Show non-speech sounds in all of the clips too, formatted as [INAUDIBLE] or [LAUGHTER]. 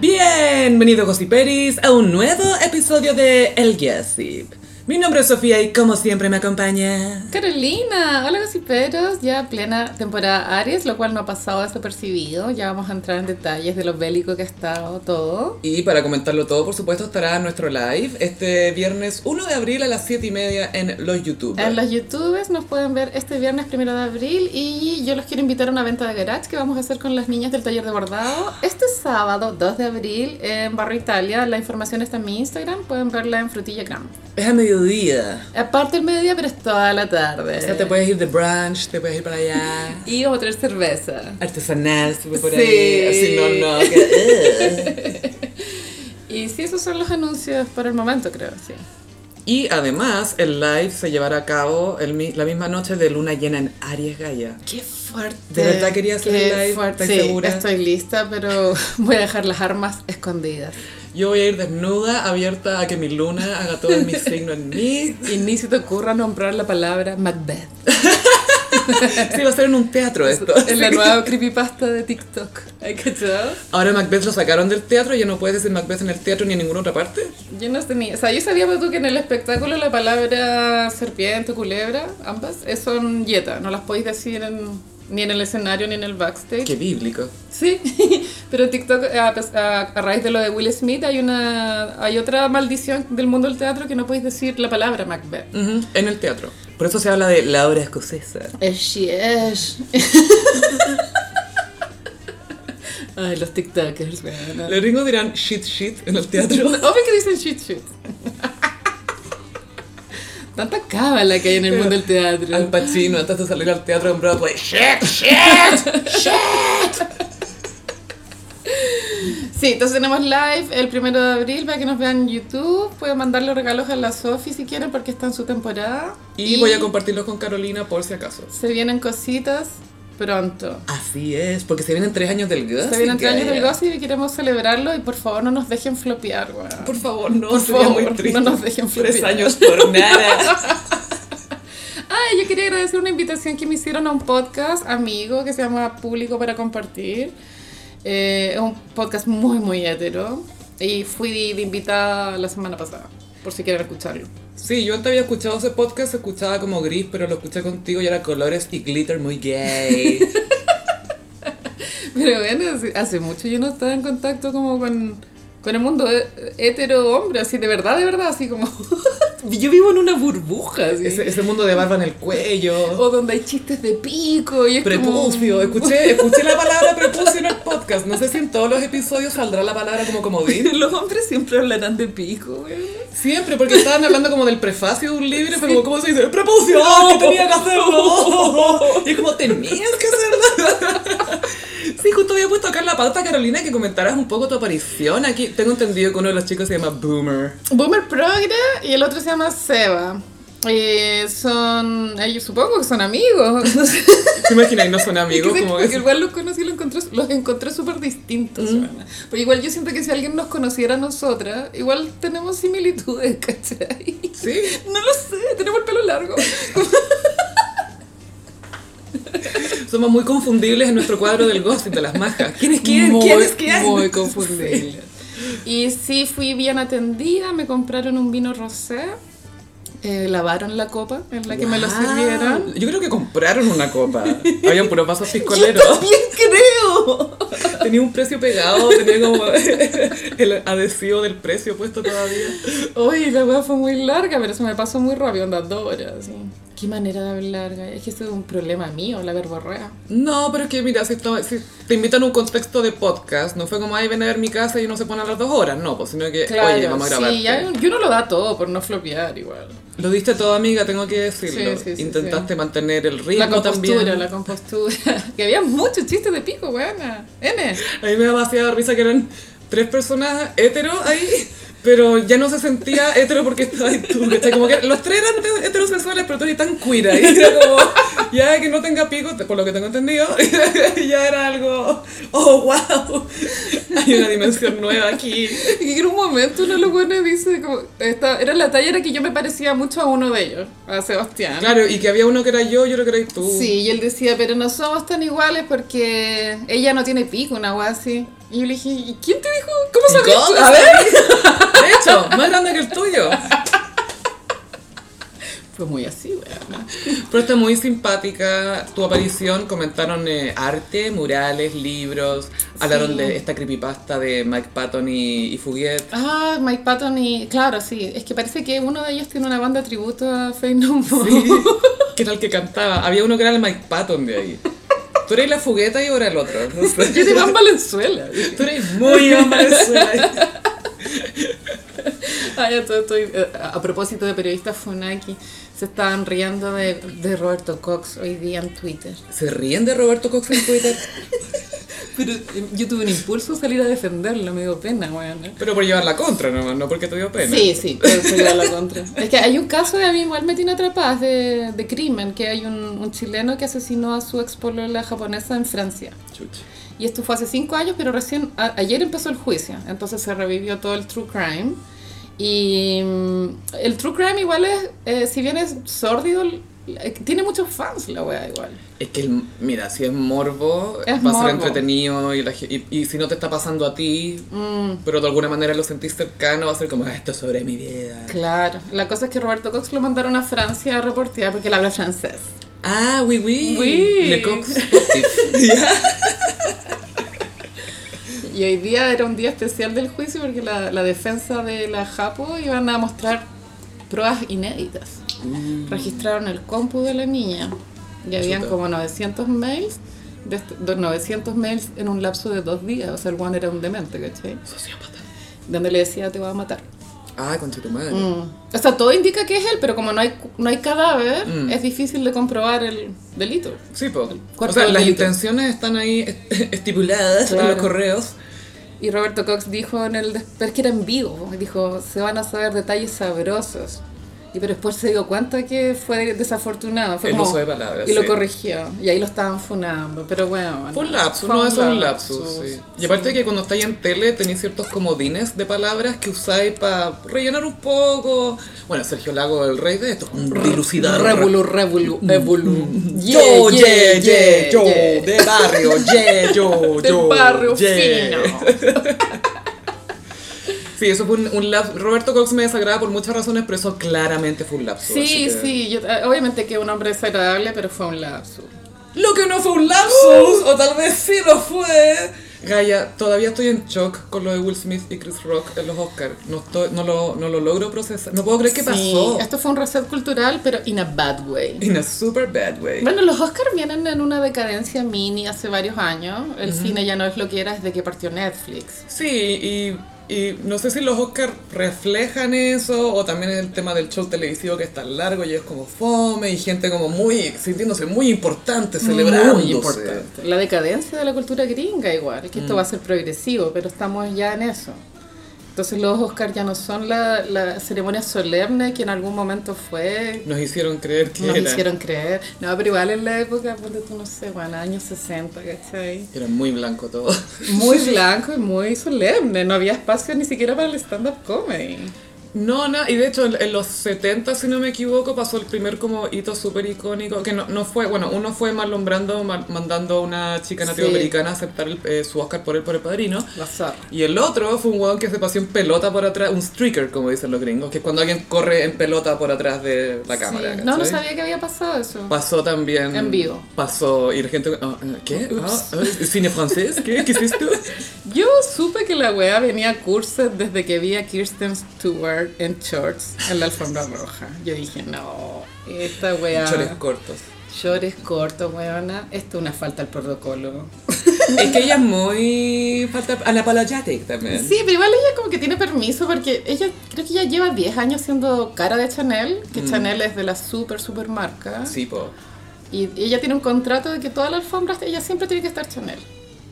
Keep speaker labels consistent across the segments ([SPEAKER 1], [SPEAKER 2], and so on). [SPEAKER 1] Bienvenido Gossiperis a un nuevo episodio de El Gossip. Mi nombre es Sofía y como siempre me acompaña.
[SPEAKER 2] Carolina, hola gossiperos, ya plena temporada Aries, lo cual no ha pasado desapercibido, ya vamos a entrar en detalles de lo bélico que ha estado todo.
[SPEAKER 1] Y para comentarlo todo, por supuesto, estará nuestro live este viernes 1 de abril a las 7 y media en los YouTube.
[SPEAKER 2] En los youtubers nos pueden ver este viernes primero de abril y yo los quiero invitar a una venta de garage que vamos a hacer con las niñas del taller de bordado este sábado 2 de abril en Barro Italia, la información está en mi Instagram, pueden verla en Frutillagram.
[SPEAKER 1] Es a mediodía.
[SPEAKER 2] Aparte el mediodía, pero es toda la tarde.
[SPEAKER 1] O sea, te puedes ir de brunch, te puedes ir para allá.
[SPEAKER 2] Y vamos a traer cerveza.
[SPEAKER 1] Artesanal, estuve por
[SPEAKER 2] Sí.
[SPEAKER 1] ahí. Así no, no. que- ugh.
[SPEAKER 2] Y sí, esos son los anuncios por el momento, creo, sí.
[SPEAKER 1] y además, el live se llevará a cabo el mi- la misma noche de luna llena en Aries Gaia.
[SPEAKER 2] Qué fuerte.
[SPEAKER 1] ¿De verdad querías hacer
[SPEAKER 2] Qué
[SPEAKER 1] el live?
[SPEAKER 2] fuerte.
[SPEAKER 1] ¿Estás
[SPEAKER 2] Sí,
[SPEAKER 1] segura?
[SPEAKER 2] estoy lista, pero [LAUGHS] voy a dejar las armas escondidas.
[SPEAKER 1] Yo voy a ir desnuda, abierta a que mi luna haga todo mi signo en mí.
[SPEAKER 2] Y ni se te ocurra nombrar la palabra Macbeth.
[SPEAKER 1] Sí, va a ser en un teatro esto.
[SPEAKER 2] Es la nueva creepypasta de TikTok. ¿Hay cachado?
[SPEAKER 1] Ahora Macbeth lo sacaron del teatro, ya no puedes decir Macbeth en el teatro ni en ninguna otra parte.
[SPEAKER 2] Yo no tenía. O sea, yo sabía pues, tú que en el espectáculo la palabra serpiente, culebra, ambas, eh, son yeta. No las podéis decir en- ni en el escenario ni en el backstage.
[SPEAKER 1] Qué bíblico.
[SPEAKER 2] Sí, [LAUGHS] pero TikTok, eh, a, pes- a- a raíz de lo de Will Smith, hay una hay otra maldición del mundo del teatro que no podéis decir la palabra Macbeth.
[SPEAKER 1] Ujú, En el teatro. Por eso se habla de la obra escocesa.
[SPEAKER 2] Es es. Ay, los TikTokers, bueno.
[SPEAKER 1] Los gringos dirán shit shit en el teatro.
[SPEAKER 2] Obvio que dicen shit shit. Tanta cábala que hay en el mundo del
[SPEAKER 1] [LAUGHS] Al
[SPEAKER 2] teatro.
[SPEAKER 1] Pacino, antes de salir al teatro en Broadway. Shit shit. [LAUGHS]
[SPEAKER 2] Sí, entonces tenemos live el primero de abril para que nos vean en YouTube. Pueden mandarle regalos a la Sofi si quieren porque está en su temporada.
[SPEAKER 1] Y voy a compartirlos con Carolina por si acaso.
[SPEAKER 2] Se vienen cositas pronto.
[SPEAKER 1] Así es, porque se vienen tres años del gossip.
[SPEAKER 2] Se vienen tres años del
[SPEAKER 1] Gaia.
[SPEAKER 2] gossip y queremos celebrarlo y por favor no nos dejen flopear, weón.
[SPEAKER 1] Por favor, no,
[SPEAKER 2] Por
[SPEAKER 1] sería
[SPEAKER 2] favor,
[SPEAKER 1] muy triste.
[SPEAKER 2] no nos dejen
[SPEAKER 1] Tres
[SPEAKER 2] flopear.
[SPEAKER 1] años por [LAUGHS] nada.
[SPEAKER 2] Ay, yo quería agradecer una invitación que me hicieron a un podcast amigo que se llama Público para Compartir. Eh, es un podcast muy, muy hetero. Y fui de, de invitada la semana pasada, por si quieren escucharlo. [LAUGHS]
[SPEAKER 1] Sí, yo antes había escuchado ese podcast, se escuchaba como gris, pero lo escuché contigo y era colores y glitter muy [LAUGHS] gay.
[SPEAKER 2] Pero bueno, hace- hace mucho yo no estaba en contacto como con, con el mundo he- hetero hombre, así de verdad, de verdad, así como... [LAUGHS] yo vivo en una burbuja, así.
[SPEAKER 1] ese, ese mundo de barba en el cuello.
[SPEAKER 2] O donde hay chistes de pico y es
[SPEAKER 1] Prepucio,
[SPEAKER 2] como...
[SPEAKER 1] escuché, escuché la palabra prepucio en el podcast. No sé si en todos los episodios saldrá la palabra como comodín.
[SPEAKER 2] [LAUGHS] Los hombres siempre hablarán de pico, güey.
[SPEAKER 1] Siempre, porque estaban hablando como del prefacio de un libro, pero como, ¿cómo se dice? ¡Prepucio! ¡Ah, que tenía que hacerlo! Y es como, tenías que hacerlo. Sí, justo había puesto acá en la pauta, Carolina, que comentaras un poco tu aparición aquí. Tengo entendido que uno de los chicos se llama Boomer.
[SPEAKER 2] Boomer Progre y el otro se llama Seba. Eh, son, ellos supongo que son amigos. [LAUGHS] No sé.
[SPEAKER 1] ¿Te imaginas que no son [LAUGHS] amigos?
[SPEAKER 2] Porque
[SPEAKER 1] como
[SPEAKER 2] porque
[SPEAKER 1] que- Mm.
[SPEAKER 2] igual los conocí y los encontré, los encontré súper distintos. weona. Pero igual yo siento que si alguien nos conociera a nosotras, igual tenemos similitudes, [LAUGHS] ¿cachai?
[SPEAKER 1] Sí,
[SPEAKER 2] No lo sé, tenemos el pelo
[SPEAKER 1] [LAUGHS]
[SPEAKER 2] largo.
[SPEAKER 1] somos muy confundibles en nuestro cuadro del gossip de las majas. ¿Quién es quién?
[SPEAKER 2] Muy,
[SPEAKER 1] ¿Quién es quién?
[SPEAKER 2] [LAUGHS] Muy confundible. Y sí, fui bien atendida, me compraron un vino rosé, eh, lavaron la copa en la que me lo
[SPEAKER 1] Wow.
[SPEAKER 2] sirvieron.
[SPEAKER 1] Yo creo que compraron una copa. Habían puros vasos
[SPEAKER 2] Yo
[SPEAKER 1] piscoleros.
[SPEAKER 2] también
[SPEAKER 1] [LAUGHS]
[SPEAKER 2] creo.
[SPEAKER 1] Tenía un precio pegado, tenía como [LAUGHS] el adhesivo del precio puesto todavía.
[SPEAKER 2] Oye, la weá fue muy larga, pero se me pasó muy rápido, onda dos horas. sí. Qué manera de hablar, gaya. es que eso es un problema mío, la verborrea.
[SPEAKER 1] No, pero es que mira, si, esto- si te invitan a un contexto de podcast, no fue como, ay, ven a ver mi casa y uno se pone a las dos horas. No, pues sino que, oye, vamos a grabar.
[SPEAKER 2] sí, ya- y uno lo da todo por no flopear igual.
[SPEAKER 1] Lo diste todo, amiga, tengo que decirlo.
[SPEAKER 2] Sí, sí, sí,
[SPEAKER 1] Intentaste mantener el ritmo
[SPEAKER 2] La compostura,
[SPEAKER 1] también.
[SPEAKER 2] la compostura. [LAUGHS] que había muchos chistes de pico, weona. N.
[SPEAKER 1] A mí me da demasiada risa que eran tres personas hetero ahí, pero ya no se sentía hetero porque estaba ahí tú, ¿cachai? Como que los tres eran te- heterosexuales, pero tú eres tan queer ahí, era como, ya que no [LAUGHS] tenga pico, por lo que tengo entendido, ya era algo, oh, wow, Hay una dimensión nueva aquí.
[SPEAKER 2] [LAUGHS] Y en un momento uno de los buenos dice, como, esta, era la talla era que yo me parecía mucho a uno de ellos, a Sebastián.
[SPEAKER 1] Claro, Uh. y que había uno que era yo y otro que eras tú.
[SPEAKER 2] Sí, y él decía, pero no somos tan iguales porque ella no tiene pico, una wea así. Y yo le dije, ¿y quién te dijo? ¿Cómo sabías tú
[SPEAKER 1] ¿Cómo?
[SPEAKER 2] eso?
[SPEAKER 1] A ver. De hecho, más grande que el tuyo.
[SPEAKER 2] Fue muy así, weón.
[SPEAKER 1] Pero está muy simpática tu aparición. Comentaron eh, arte, murales, libros. Hablaron
[SPEAKER 2] Sí.
[SPEAKER 1] de esta creepypasta de Mike Patton y, y Fuguet.
[SPEAKER 2] Ah, Mike Patton y... Claro, sí. Es que parece que uno de ellos tiene una banda tributo a Faith No More. [LAUGHS]
[SPEAKER 1] Sí, [LAUGHS] que era el que cantaba. Había uno que era el Mike Patton de ahí. Tú eres la fugueta y ahora el otro. No sé.
[SPEAKER 2] Yo soy Van Valenzuela.
[SPEAKER 1] Tú eres muy Valenzuela.
[SPEAKER 2] Ah, ya todo estoy, eh, a propósito de periodistas Funaki, se estaban riendo de, de Roberto Cox hoy día en Twitter.
[SPEAKER 1] ¿Se ríen de Roberto Cox en Twitter?
[SPEAKER 2] Pero eh, yo tuve un impulso a salir a defenderlo, me dio pena, weón. ¿eh?
[SPEAKER 1] Pero por llevar la contra nomás, no porque te dio pena.
[SPEAKER 2] Sí, sí, pero se lleva la contra. Es que hay un caso de a mí igual me tiene atrapadas de, de crimen, que hay un, un chileno que asesinó a su expolola japonesa en Francia.
[SPEAKER 1] Chucha.
[SPEAKER 2] Y esto fue hace cinco años, pero recién a- ayer empezó el juicio. Entonces se revivió todo el true crime. Y mm, el true crime igual es, eh, si bien es sórdido, l- eh, tiene muchos fans la wea igual.
[SPEAKER 1] Es que, el- mira, si es morbo,
[SPEAKER 2] Es
[SPEAKER 1] va a ser
[SPEAKER 2] morbo.
[SPEAKER 1] entretenido y, la ge- y- y si no te está pasando a ti,
[SPEAKER 2] Mm.
[SPEAKER 1] pero de alguna manera lo sentís cercano, va a ser como, "Ah, esto es sobre mi vida.
[SPEAKER 2] Claro. La cosa es que Roberto Cox lo mandaron a Francia a reportear porque él habla francés.
[SPEAKER 1] Ah, oui, oui.
[SPEAKER 2] Oui.
[SPEAKER 1] Le Cox.
[SPEAKER 2] [LAUGHS] Y hoy día era un día especial del juicio porque la, la defensa de la Japo iban a mostrar pruebas inéditas. Registraron el compu de la niña y habían
[SPEAKER 1] Chuta.
[SPEAKER 2] como 900 mails, de est- de 900 mails en un lapso de dos días. O sea, el Juan era un demente, ¿cachai?
[SPEAKER 1] Sociópata.
[SPEAKER 2] Donde le decía te voy a matar.
[SPEAKER 1] Ah, concha tu madre.
[SPEAKER 2] Mm. O sea, todo indica que es él, pero como no hay, cu- no hay cadáver,
[SPEAKER 1] Mm.
[SPEAKER 2] es difícil de comprobar el delito.
[SPEAKER 1] Sí, po. O
[SPEAKER 2] Cuerpo
[SPEAKER 1] sea,
[SPEAKER 2] del
[SPEAKER 1] las
[SPEAKER 2] delito.
[SPEAKER 1] intenciones están ahí est- [LAUGHS] estipuladas en los
[SPEAKER 2] Claro.
[SPEAKER 1] correos.
[SPEAKER 2] Y Roberto Cox dijo en el des- pero es que era en vivo, dijo, se van a saber detalles sabrosos. Y pero después se dio cuenta que fue desafortunado. Fue
[SPEAKER 1] El
[SPEAKER 2] como-
[SPEAKER 1] uso de palabras,
[SPEAKER 2] Y lo
[SPEAKER 1] sí.
[SPEAKER 2] corrigió. Y ahí lo estaban funando. Pero bueno.
[SPEAKER 1] Fue un lapsus,
[SPEAKER 2] fue
[SPEAKER 1] no, eso es un lapsus.
[SPEAKER 2] lapsus,
[SPEAKER 1] sí. Y aparte que cuando estáis en tele tenéis ciertos comodines de palabras que usáis para rellenar un poco. Bueno, Sergio Lago, el rey de esto, un dilucidar.
[SPEAKER 2] Mm. Revolu, revolu, evolu.
[SPEAKER 1] Mm. Yo,
[SPEAKER 2] Yeah, yeah,
[SPEAKER 1] ye, ye,
[SPEAKER 2] yeah,
[SPEAKER 1] yo,
[SPEAKER 2] yeah.
[SPEAKER 1] de barrio, ye, yo,
[SPEAKER 2] [LAUGHS] Del
[SPEAKER 1] yo.
[SPEAKER 2] barrio
[SPEAKER 1] ye. [LAUGHS]
[SPEAKER 2] fino.
[SPEAKER 1] Sí, eso fue un, un lapsus. Roberto Cox me desagrada por muchas razones, pero eso claramente fue un lapsus. así
[SPEAKER 2] Sí,
[SPEAKER 1] que-
[SPEAKER 2] sí. yo- eh, obviamente que un hombre desagradable, pero fue un lapsus.
[SPEAKER 1] Lo que no fue un lapsus, o tal vez sí lo fue. Gaia, todavía estoy en shock con lo de Will Smith y Chris Rock en los Oscars. No, estoy- no, lo, no lo logro procesar. No puedo creer que
[SPEAKER 2] Sí,
[SPEAKER 1] pasó.
[SPEAKER 2] Esto fue un reset cultural, pero in a bad way.
[SPEAKER 1] In a super bad way.
[SPEAKER 2] Bueno, los Oscars vienen en una decadencia mini hace varios años. El cine ya no es lo que era desde que partió Netflix.
[SPEAKER 1] Sí, y, y no sé si los Oscars reflejan eso o también el tema del show televisivo que es tan largo y es como fome y gente como muy sintiéndose muy importante, celebrándose.
[SPEAKER 2] Muy importante. La decadencia de la cultura gringa igual, que esto
[SPEAKER 1] Mm.
[SPEAKER 2] va a ser progresivo, pero estamos ya en eso. Entonces los Oscars ya no son la, la ceremonia solemne que en algún momento fue,
[SPEAKER 1] Nos hicieron creer que
[SPEAKER 2] nos
[SPEAKER 1] era-
[SPEAKER 2] hicieron creer. No, pero igual en la época, ponte tú, no sé, bueno, años 60, ¿cachai?
[SPEAKER 1] [LAUGHS] era muy blanco todo.
[SPEAKER 2] Muy blanco y muy solemne, no había espacio ni siquiera para el stand-up comedy.
[SPEAKER 1] No, no, y de hecho en, en los 70, si no me equivoco, pasó el primer como hito súper icónico, que no, no fue, bueno, uno fue Marlon Brando ma- mandando a una chica
[SPEAKER 2] Sí.
[SPEAKER 1] nativoamericana a aceptar el- eh, su Oscar por él, por el padrino,
[SPEAKER 2] La zorra.
[SPEAKER 1] y el otro fue un weón que se pasó en pelota por atrás, un streaker, como dicen los gringos, que es cuando alguien corre en pelota por atrás de la
[SPEAKER 2] Sí.
[SPEAKER 1] cámara.
[SPEAKER 2] No, no
[SPEAKER 1] ¿cachai?
[SPEAKER 2] sabía que había pasado eso.
[SPEAKER 1] Pasó también...
[SPEAKER 2] En vivo.
[SPEAKER 1] Pasó, y la gente... ah, ah, ¿Qué?
[SPEAKER 2] Ups.
[SPEAKER 1] Ah, ah, ¿Cine francés? ¿Qué? ¿Qué hiciste?
[SPEAKER 2] [LAUGHS] Yo supe que la wea venía a cursos desde que vi a Kirsten Stewart en shorts en la alfombra roja. Yo dije, no, esta wea.
[SPEAKER 1] Chores cortos.
[SPEAKER 2] Shorts cortos, weona. Esto es una falta al protocolo.
[SPEAKER 1] Es que ella es muy... Falta a la palayatic también.
[SPEAKER 2] Sí, pero igual ella como que tiene permiso porque ella, creo que ya lleva 10 años siendo cara de Chanel, que Chanel es de la super, super marca.
[SPEAKER 1] Sí, po.
[SPEAKER 2] Y ella tiene un contrato de que toda la alfombra, ella siempre tiene que estar Chanel.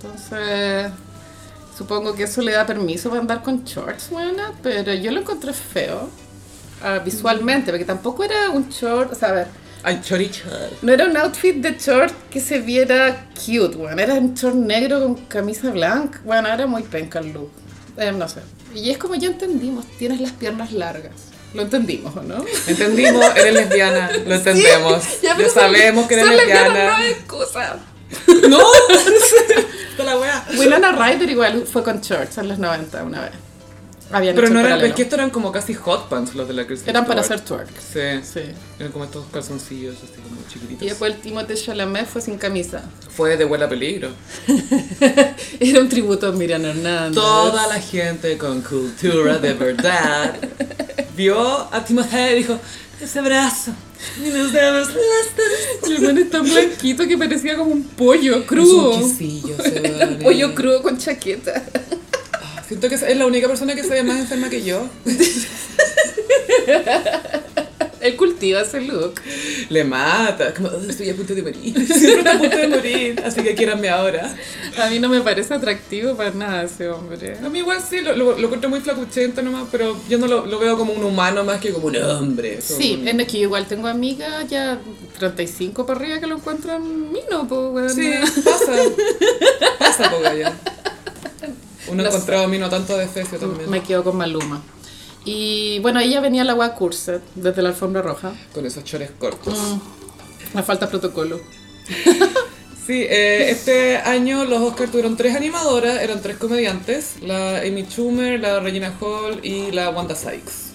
[SPEAKER 2] Entonces, supongo que eso le da permiso para andar con shorts, buena, pero yo lo encontré feo ah, visualmente, porque tampoco era un short, o sea, a ver,
[SPEAKER 1] Al chorizo.
[SPEAKER 2] No era un outfit de short que se viera cute, weón. Era un short negro con camisa blanca. Bueno, era muy penca el look. Eh, no sé. Y es como ya entendimos, tienes las piernas largas. Lo entendimos, ¿o ¿no?
[SPEAKER 1] Entendimos, eres lesbiana, lo entendemos.
[SPEAKER 2] [LAUGHS] Ya,
[SPEAKER 1] ya
[SPEAKER 2] pero son-
[SPEAKER 1] sabemos que eres
[SPEAKER 2] son lesbianas,
[SPEAKER 1] lesbiana.
[SPEAKER 2] No es excusa.
[SPEAKER 1] No, [LAUGHS]
[SPEAKER 2] [LAUGHS]
[SPEAKER 1] está la wea.
[SPEAKER 2] Winona Ryder igual fue con shorts en los 90 una vez. Habían
[SPEAKER 1] Pero
[SPEAKER 2] hecho
[SPEAKER 1] no
[SPEAKER 2] el
[SPEAKER 1] eran,
[SPEAKER 2] paralelo.
[SPEAKER 1] es que estos eran como casi hot pants los de la Kristen
[SPEAKER 2] Eran para hacer
[SPEAKER 1] Stewart.
[SPEAKER 2] twerk.
[SPEAKER 1] Sí.
[SPEAKER 2] Sí.
[SPEAKER 1] Eran como estos calzoncillos así como chiquititos.
[SPEAKER 2] Y después el Timothée Chalamet fue sin camisa.
[SPEAKER 1] Fue de huela peligro.
[SPEAKER 2] [LAUGHS] Era un tributo a Miriam Hernández.
[SPEAKER 1] Toda la gente con cultura de
[SPEAKER 2] [LAUGHS]
[SPEAKER 1] verdad vio a Timothée y dijo, ese brazo. Y nos damos las
[SPEAKER 2] El weón es tan este blanquito que parecía como un pollo
[SPEAKER 1] crudo.
[SPEAKER 2] crudo. [LAUGHS] Era un pollo crudo con chaqueta. [LAUGHS]
[SPEAKER 1] Ah, Siento que es la única persona que se ve más enferma que
[SPEAKER 2] [LAUGHS]
[SPEAKER 1] yo.
[SPEAKER 2] Él cultiva ese look.
[SPEAKER 1] Le mata. Como, "Oh, estoy a punto de
[SPEAKER 2] [LAUGHS]
[SPEAKER 1] morir. Siempre estoy a punto de morir. Así que quieranme ahora.
[SPEAKER 2] A mí no me parece atractivo para nada ese hombre.
[SPEAKER 1] A mí igual sí, lo, lo, lo encuentro muy flacuchento nomás, pero yo no lo, lo veo como un humano más que como un hombre. Como
[SPEAKER 2] Sí, eh,
[SPEAKER 1] un-
[SPEAKER 2] en el que yo igual tengo amigas ya 35 para arriba que lo encuentran mino, pues, weón.
[SPEAKER 1] Sí, pasa. Pasa, poca
[SPEAKER 2] [LAUGHS]
[SPEAKER 1] ya. Uno
[SPEAKER 2] No
[SPEAKER 1] encontrado a mí no tanto de Fecio también.
[SPEAKER 2] Me quedo con Maluma. Y bueno, ella venía la agua Curset desde la alfombra roja. Mm,
[SPEAKER 1] Con esos chores cortos.
[SPEAKER 2] Ah. Me falta protocolo.
[SPEAKER 1] Sí, eh, este año los Oscars tuvieron tres animadoras, eran tres comediantes, la Amy Schumer, la Regina Hall y la Wanda Sykes.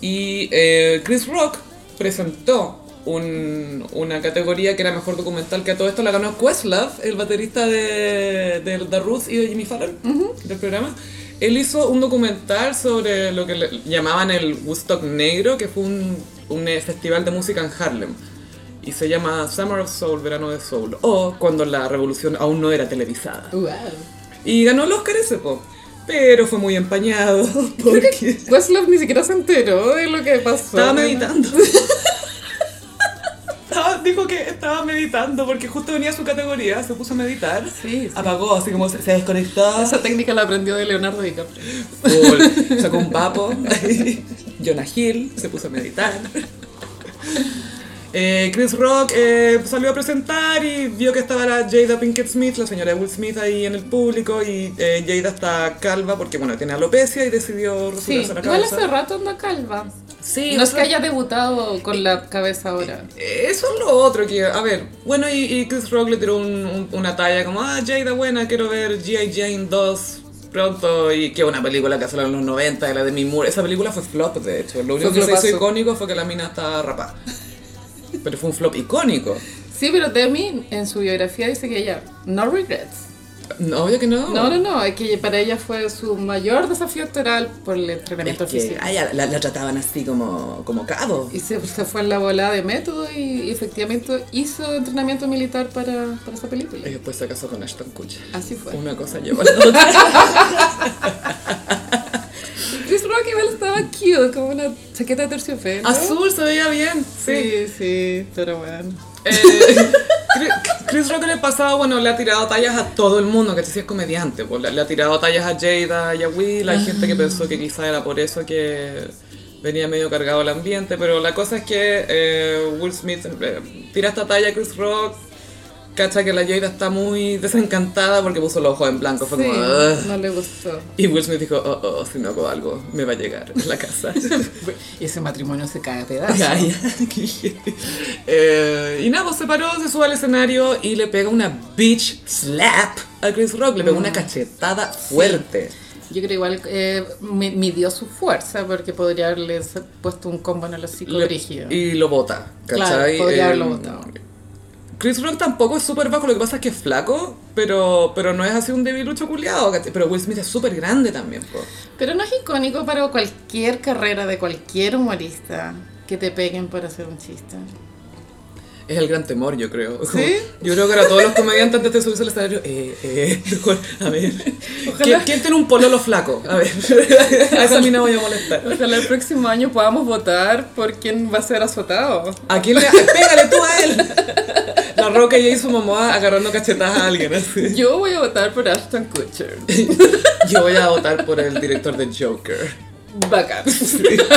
[SPEAKER 1] Y eh, Chris Rock presentó un- una categoría que era mejor documental, que a todo esto la ganó Questlove, el baterista de, de The Roots y de Jimmy Fallon, del programa. Él hizo un documental sobre lo que le llamaban el Woodstock Negro, que fue un, un eh, festival de música en Harlem. Y se llama Summer of Soul, Verano de Soul, o cuando la revolución aún no era televisada.
[SPEAKER 2] Wow.
[SPEAKER 1] Y ganó el Oscar ese, po. Pero fue muy empañado, [LAUGHS] porque...
[SPEAKER 2] Questlove ni siquiera se enteró de lo que pasó.
[SPEAKER 1] Estaba meditando. [LAUGHS] Estaba- dijo que estaba meditando porque justo venía su categoría, se puso a meditar.
[SPEAKER 2] Sí, sí.
[SPEAKER 1] Apagó, así como se, se desconectó.
[SPEAKER 2] Esa técnica la aprendió de Leonardo DiCaprio.
[SPEAKER 1] Full. Sacó un papo. [LAUGHS] Jonah Hill se puso a meditar. Eh, Chris Rock eh, salió a presentar y vio que estaba la Jada Pinkett Smith, la señora de Will Smith ahí en el público y eh, Jada está calva porque bueno tiene alopecia y decidió
[SPEAKER 2] Sí,
[SPEAKER 1] resurgirse la
[SPEAKER 2] igual
[SPEAKER 1] cabeza.
[SPEAKER 2] hace rato anda calva.
[SPEAKER 1] Sí,
[SPEAKER 2] no es
[SPEAKER 1] eso-
[SPEAKER 2] que haya debutado con la cabeza ahora.
[SPEAKER 1] Eso es lo otro que, a ver, bueno, y, y Chris Rock le tiró un- un- una talla como, ah, Jada, buena, quiero ver G.I. Jane 2 pronto, y que una película que salió en los 90, la de Demi Moore, esa película fue flop, de hecho, lo único
[SPEAKER 2] Fue
[SPEAKER 1] que se hizo
[SPEAKER 2] flopazo.
[SPEAKER 1] icónico fue que la mina estaba rapada. Pero fue un flop icónico.
[SPEAKER 2] Sí, pero Demi en su biografía dice que ella no regrets.
[SPEAKER 1] No, obvio que no.
[SPEAKER 2] No, no, no, es que para ella fue su mayor desafío actoral por el
[SPEAKER 1] Es
[SPEAKER 2] entrenamiento
[SPEAKER 1] que
[SPEAKER 2] físico.
[SPEAKER 1] a ella la, la trataban así como, como cabo.
[SPEAKER 2] Y se, se fue en la volada de método y efectivamente hizo entrenamiento militar para, para esa película.
[SPEAKER 1] Y después se casó con Ashton Kutcher.
[SPEAKER 2] Así fue.
[SPEAKER 1] Una cosa llevó a la otra.
[SPEAKER 2] Chris Rock igual estaba cute, como una chaqueta de
[SPEAKER 1] [LAUGHS]
[SPEAKER 2] terciopelo.
[SPEAKER 1] Azul se veía bien. sí.
[SPEAKER 2] Sí, sí, pero bueno.
[SPEAKER 1] Eh, Chris- Chris Rock en el pasado, bueno, le ha tirado tallas a todo el mundo, que si es comediante, pues, le, le ha tirado tallas a Jada y a Will, hay gente que pensó que quizá era por eso que venía medio cargado el ambiente, pero la cosa es que eh, Will Smith eh, tira esta talla a Chris Rock, cacha que la Jada está muy desencantada porque puso los ojos en blanco, fue
[SPEAKER 2] Sí,
[SPEAKER 1] como... "Ugh".
[SPEAKER 2] no le gustó.
[SPEAKER 1] Y Will Smith dijo, oh, oh, si no hago algo, me va a llegar a la casa.
[SPEAKER 2] Y ese matrimonio se cae a [LAUGHS] pedazos.
[SPEAKER 1] Ya, ya, qué gente. [LAUGHS] Eh, y nada, pues se paró, se sube al escenario y le pega una bitch slap a Chris Rock. Le pega
[SPEAKER 2] Mm.
[SPEAKER 1] una cachetada fuerte.
[SPEAKER 2] Yo creo igual eh, mi- midió su fuerza porque podría haberle puesto un combo en el hocico
[SPEAKER 1] Le-
[SPEAKER 2] brígido.
[SPEAKER 1] y lo bota, ¿cachai?
[SPEAKER 2] Claro, podría haberlo
[SPEAKER 1] Eh,
[SPEAKER 2] botado.
[SPEAKER 1] Chris Rock tampoco es súper bajo, lo que pasa es que es flaco, pero, pero no es así un debilucho culiado, ¿cachai? Pero Will Smith es súper grande también, po.
[SPEAKER 2] Pero no es icónico para cualquier carrera de cualquier humorista que te peguen por hacer un chiste.
[SPEAKER 1] Es el gran temor, yo creo.
[SPEAKER 2] ¿Sí?
[SPEAKER 1] Yo creo que ahora todos los comediantes antes de subirse al escenario, eh, eh, [LAUGHS] mejor, a ver. ¿Quién, quién tiene un pololo flaco? A ver, a esa mina voy a molestar.
[SPEAKER 2] Ojalá el próximo año podamos votar por quién va a ser azotado.
[SPEAKER 1] ¿A quién le Pégale tú a él. La Roca y Jason Momoa agarrando cachetadas a alguien así.
[SPEAKER 2] Yo voy a votar por Ashton Kutcher.
[SPEAKER 1] Yo voy a votar por el director de Joker. Bacán.
[SPEAKER 2] [LAUGHS]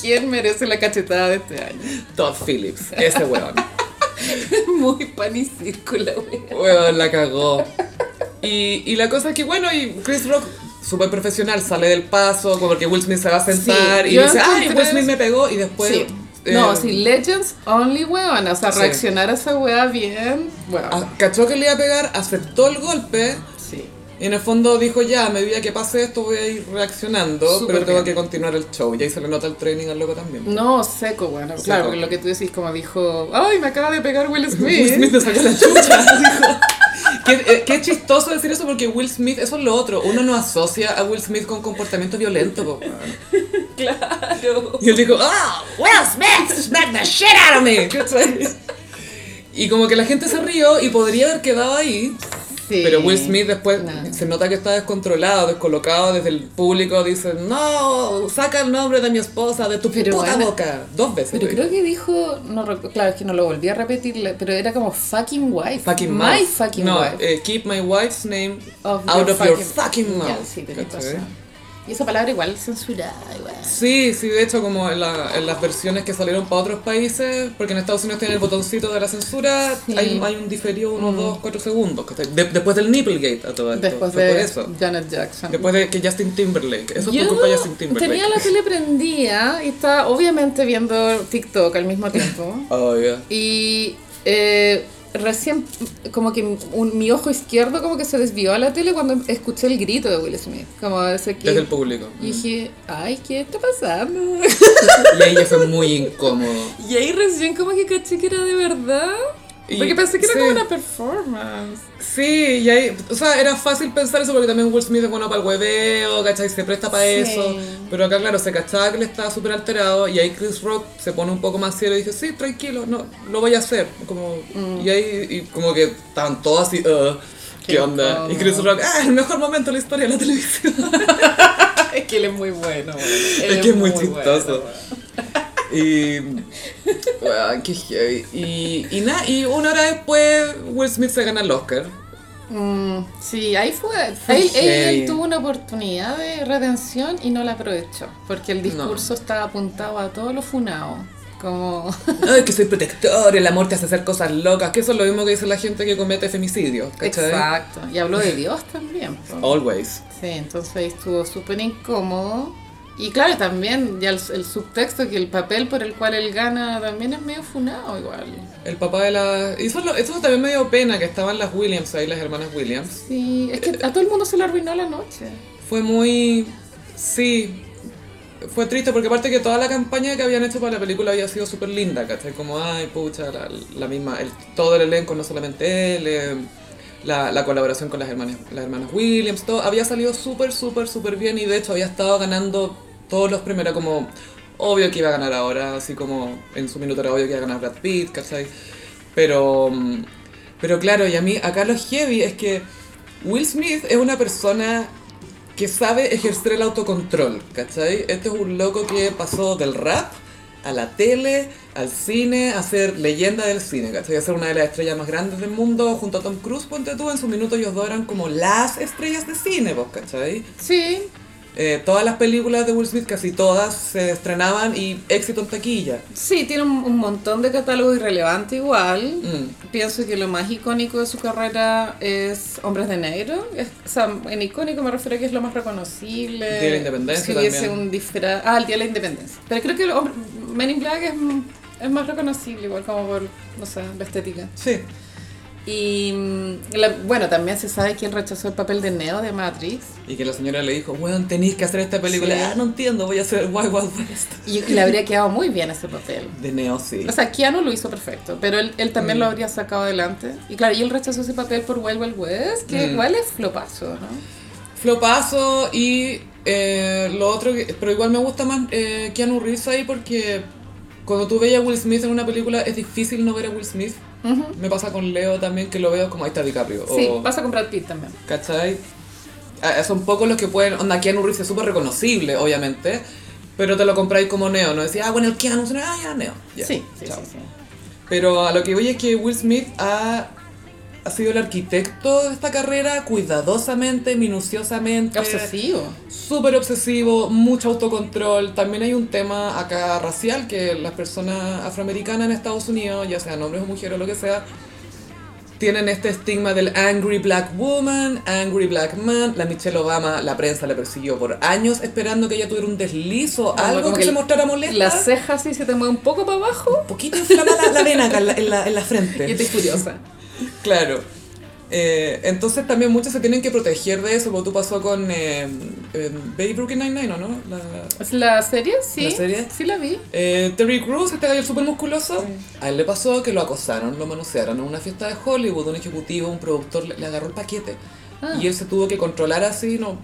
[SPEAKER 2] ¿Quién merece la cachetada de este año? [LAUGHS]
[SPEAKER 1] Todd Phillips, ese weón.
[SPEAKER 2] Muy pan y círculo, güey.
[SPEAKER 1] Weón, la cagó. Y, y la cosa es que, bueno, y Chris Rock, súper profesional, sale del paso, como porque Will Smith se va a sentar
[SPEAKER 2] Sí,
[SPEAKER 1] y
[SPEAKER 2] yo
[SPEAKER 1] dice, ay,
[SPEAKER 2] encontré-
[SPEAKER 1] Will Smith me pegó y después...
[SPEAKER 2] Sí.
[SPEAKER 1] eh,
[SPEAKER 2] no, sí, Legends Only, weón. O sea,
[SPEAKER 1] Sí.
[SPEAKER 2] reaccionar a esa wea bien, weón.
[SPEAKER 1] a- Cachó que le iba a pegar, aceptó el golpe
[SPEAKER 2] sí.
[SPEAKER 1] y en el fondo dijo, ya, a medida que pase esto voy a ir reaccionando,
[SPEAKER 2] Súper
[SPEAKER 1] pero tengo
[SPEAKER 2] bien.
[SPEAKER 1] que continuar el show. Y ahí se le nota el training al loco también.
[SPEAKER 2] No, seco, bueno,
[SPEAKER 1] Seco.
[SPEAKER 2] claro, porque lo que tú decís, como dijo, ay, me acaba de pegar Will Smith. [LAUGHS]
[SPEAKER 1] Will Smith te saca la chucha. [LAUGHS] dijo. Qué, eh, qué chistoso decir eso porque Will Smith, eso es lo otro. Uno no asocia a Will Smith con comportamiento violento. po, weón.
[SPEAKER 2] Claro.
[SPEAKER 1] Y él dijo, ¡Ah! Will Smith, smack the shit out of me. ¿Cachai? Y como que la gente se rió y podría haber quedado ahí.
[SPEAKER 2] Sí.
[SPEAKER 1] Pero Will Smith después
[SPEAKER 2] No.
[SPEAKER 1] se nota que está descontrolado, descolocado desde el público. Dice, no, saca el nombre de mi esposa de tu
[SPEAKER 2] Pero
[SPEAKER 1] puta
[SPEAKER 2] bueno.
[SPEAKER 1] boca. Dos veces.
[SPEAKER 2] Pero
[SPEAKER 1] güey.
[SPEAKER 2] creo que dijo, no recu- claro, es que no lo volví a repetir, le- pero era como fucking wife.
[SPEAKER 1] Fucking
[SPEAKER 2] My
[SPEAKER 1] mouth.
[SPEAKER 2] fucking
[SPEAKER 1] no,
[SPEAKER 2] wife.
[SPEAKER 1] eh, keep my wife's name
[SPEAKER 2] Of
[SPEAKER 1] out
[SPEAKER 2] your
[SPEAKER 1] of your
[SPEAKER 2] fucking-
[SPEAKER 1] fucking mouth.
[SPEAKER 2] Ya, sí, tenés
[SPEAKER 1] ¿Cachai?
[SPEAKER 2] razón. Y esa palabra igual censurada, igual.
[SPEAKER 1] Sí, sí, de hecho, como en, la- en las versiones que salieron para otros países, porque en Estados Unidos tienen el botoncito de la censura,
[SPEAKER 2] Sí. Mm.
[SPEAKER 1] hay, hay un diferido unos 2, 4 segundos. ¿cachai? De- después del Nipplegate a todo esto.
[SPEAKER 2] Después
[SPEAKER 1] fue por
[SPEAKER 2] de
[SPEAKER 1] eso.
[SPEAKER 2] Janet Jackson.
[SPEAKER 1] Después de que Justin Timberlake. Eso
[SPEAKER 2] Yo
[SPEAKER 1] fue culpa de Justin Timberlake.
[SPEAKER 2] tenía la tele prendida y estaba obviamente viendo TikTok al mismo tiempo.
[SPEAKER 1] [LAUGHS] Oh, yeah.
[SPEAKER 2] Y eh, recién, como que un- mi ojo izquierdo como que se desvió a la tele cuando escuché el grito de Will Smith. Como ese que...
[SPEAKER 1] Desde el público.
[SPEAKER 2] [LAUGHS] y dije, ay, ¿qué está pasando? [LAUGHS]
[SPEAKER 1] Y ahí ya fue muy incómodo.
[SPEAKER 2] Y ahí recién como que caché que era de verdad.
[SPEAKER 1] Y-
[SPEAKER 2] Porque pensé que era
[SPEAKER 1] sí.
[SPEAKER 2] como una performance. [LAUGHS]
[SPEAKER 1] Sí, y ahí, o sea, era fácil pensar eso porque también Will Smith es bueno para el hueveo, ¿cachai? Se presta para
[SPEAKER 2] Sí.
[SPEAKER 1] eso. Pero acá, claro, se cachaba que le estaba súper alterado y ahí Chris Rock se pone un poco más serio y dice, sí, tranquilo, no, lo voy a hacer. Como, Y ahí, y como que estaban todos así, "Uh, ¿qué,
[SPEAKER 2] Qué
[SPEAKER 1] onda? Y Chris
[SPEAKER 2] incómodo.
[SPEAKER 1] Rock, ah, el mejor momento de la historia de la televisión.
[SPEAKER 2] Es que él es muy bueno.
[SPEAKER 1] Es que es muy chistoso. Y. weón, qué heavy. Y, y nada, y una hora después Will Smith se gana el Oscar.
[SPEAKER 2] Mm, sí, ahí fue.
[SPEAKER 1] Fue
[SPEAKER 2] Él, él-
[SPEAKER 1] heavy.
[SPEAKER 2] él tuvo una oportunidad de redención y no la aprovechó. Porque el discurso estaba apuntado a todos los funados. Como.
[SPEAKER 1] Ay, que soy protector, el amor te hace hacer cosas locas, que eso es lo mismo que dice la gente que comete femicidio, ¿cachai?
[SPEAKER 2] [LAUGHS] Exacto. Y habló de Dios también. po.
[SPEAKER 1] Always.
[SPEAKER 2] Sí, entonces ahí estuvo súper incómodo. Y claro, también ya el, el subtexto, que el papel por el cual él gana también es medio funado igual.
[SPEAKER 1] El papá de la... Y eso, es lo- eso también me dio pena, que estaban las Williams ahí, las hermanas Williams.
[SPEAKER 2] Sí, es que a todo el mundo se le arruinó la noche.
[SPEAKER 1] Fue muy... Sí. Fue triste porque aparte que toda la campaña que habían hecho para la película había sido súper linda, ¿cachai? Como, ay, pucha, la, la misma... el- todo el elenco, no solamente él... eh, la, la colaboración con las hermanas, las hermanas Williams, todo, había salido súper, súper, súper bien y de hecho había estado ganando todos los premios, era como obvio que iba a ganar ahora, así como en su minuto era obvio que iba a ganar Brad Pitt, ¿cachai? Pero, mm, pero claro, y a mí acá lo heavy es que Will Smith es una persona que sabe ejercer el autocontrol, ¿cachai? Este es un loco que pasó del rap a la tele, al cine, a ser leyenda del cine, ¿cachai? A ser una de las estrellas más grandes del mundo, junto a Tom Cruise, ponte tú, en su minuto ellos dos eran como las estrellas de cine, vos, ¿cachai?
[SPEAKER 2] Sí,
[SPEAKER 1] Eh, todas las películas de Will Smith, casi todas, se estrenaban y éxito en taquilla.
[SPEAKER 2] sí, tiene un, un montón de catálogos irrelevantes igual.
[SPEAKER 1] Mm.
[SPEAKER 2] Pienso que lo más icónico de su carrera es Hombres de Negro. Es- o sea, en icónico me refiero a que es lo más reconocible.
[SPEAKER 1] Día de la Independencia
[SPEAKER 2] Si hubiese
[SPEAKER 1] también.
[SPEAKER 2] un disfraz. Ah, el Día de la Independencia. Pero creo que el hombre- Men in Black es, es más reconocible, igual como por, no sé, la estética.
[SPEAKER 1] Sí.
[SPEAKER 2] Y mm, la- bueno, también se sabe quién rechazó el papel de Neo de Matrix.
[SPEAKER 1] Y que la señora le dijo, weón, tenéis que hacer esta película.
[SPEAKER 2] Sí.
[SPEAKER 1] Ah, no entiendo, voy a hacer Wild Wild West.
[SPEAKER 2] Y le habría quedado muy bien ese papel.
[SPEAKER 1] De Neo, sí.
[SPEAKER 2] O sea, Keanu lo hizo perfecto, pero él, él también
[SPEAKER 1] Mm.
[SPEAKER 2] lo habría sacado adelante. Y claro, y él rechazó ese papel por Wild Wild West, que
[SPEAKER 1] Mm.
[SPEAKER 2] igual es flopazo, ¿no?
[SPEAKER 1] Flopazo y eh, lo otro, que- pero igual me gusta más eh, Keanu Reeves ahí porque cuando tú veías a Will Smith en una película es difícil no ver a Will Smith.
[SPEAKER 2] Ujú.
[SPEAKER 1] Me pasa con Leo también que lo veo como ahí está DiCaprio.
[SPEAKER 2] Sí,
[SPEAKER 1] o-
[SPEAKER 2] vas a comprar Pitt también.
[SPEAKER 1] ¿Cachai? Ah, Son pocos los que pueden. Onda, Keanu Reeves es súper reconocible, obviamente. Pero te lo compráis como Neo, ¿no? Decís, ah, bueno, el Keanu, sino, ah, ya, Neo. Ya,
[SPEAKER 2] sí, sí,
[SPEAKER 1] chao.
[SPEAKER 2] sí, sí.
[SPEAKER 1] Pero a lo que voy es que Will Smith ha ha sido el arquitecto de esta carrera cuidadosamente, minuciosamente.
[SPEAKER 2] Obsesivo.
[SPEAKER 1] Eh, Súper obsesivo, mucho autocontrol. También hay un tema acá racial que las personas afroamericanas en Estados Unidos, ya sean hombres o mujeres o lo que sea, tienen este estigma del angry black woman, angry black man. La Michelle Obama, la prensa la persiguió por años esperando que ella tuviera un desliz o
[SPEAKER 2] Como-
[SPEAKER 1] algo
[SPEAKER 2] como
[SPEAKER 1] que
[SPEAKER 2] que
[SPEAKER 1] se mostrara molesta.
[SPEAKER 2] Las cejas sí se te mueven un poco para abajo
[SPEAKER 1] Un poquito inflamada la, la vena acá en la, en la- en la
[SPEAKER 2] y
[SPEAKER 1] frente.
[SPEAKER 2] estoy furiosa.
[SPEAKER 1] Claro. Eh, entonces también muchos se tienen que proteger de eso, como tú pasó con eh, eh, Baby Brooklyn Nine-Nine, ¿o no? La-
[SPEAKER 2] ¿Es ¿La serie? Sí.
[SPEAKER 1] ¿La serie?
[SPEAKER 2] Sí la vi.
[SPEAKER 1] eh, Terry Crews, este gallo súper musculoso, a él le pasó que lo acosaron, lo manosearon en una fiesta de Hollywood, un ejecutivo, un productor le, le agarró el paquete.
[SPEAKER 2] Ah.
[SPEAKER 1] Y él se tuvo que controlar así, no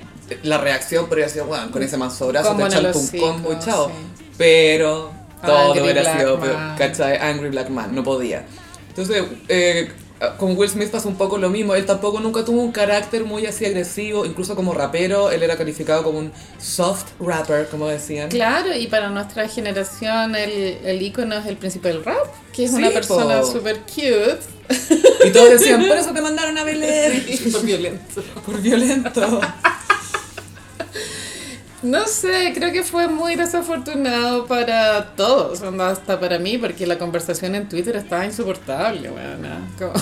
[SPEAKER 1] la reacción podría ser, bueno, con ese manzobrazo te
[SPEAKER 2] Combo en el
[SPEAKER 1] echaste un
[SPEAKER 2] hocico,
[SPEAKER 1] combo y chao.
[SPEAKER 2] sí.
[SPEAKER 1] Pero todo
[SPEAKER 2] Angry
[SPEAKER 1] hubiera
[SPEAKER 2] Black
[SPEAKER 1] sido
[SPEAKER 2] Man.
[SPEAKER 1] peor, ¿cachai? Angry Black Man, no podía. Entonces, eh, con Will Smith pasa un poco lo mismo, él tampoco nunca tuvo un carácter muy así agresivo, incluso como rapero, él era calificado como un soft rapper, como decían.
[SPEAKER 2] Claro, y para nuestra generación el, el ícono es el príncipe del rap, que es
[SPEAKER 1] Sí,
[SPEAKER 2] una
[SPEAKER 1] po.
[SPEAKER 2] persona súper cute.
[SPEAKER 1] Y todos decían, por eso te mandaron a Belén.
[SPEAKER 2] [LAUGHS] Súper violento.
[SPEAKER 1] [LAUGHS] Por violento.
[SPEAKER 2] No sé, creo que fue muy desafortunado para todos, onda, hasta para mí, porque la conversación en Twitter estaba insoportable, weona. Como-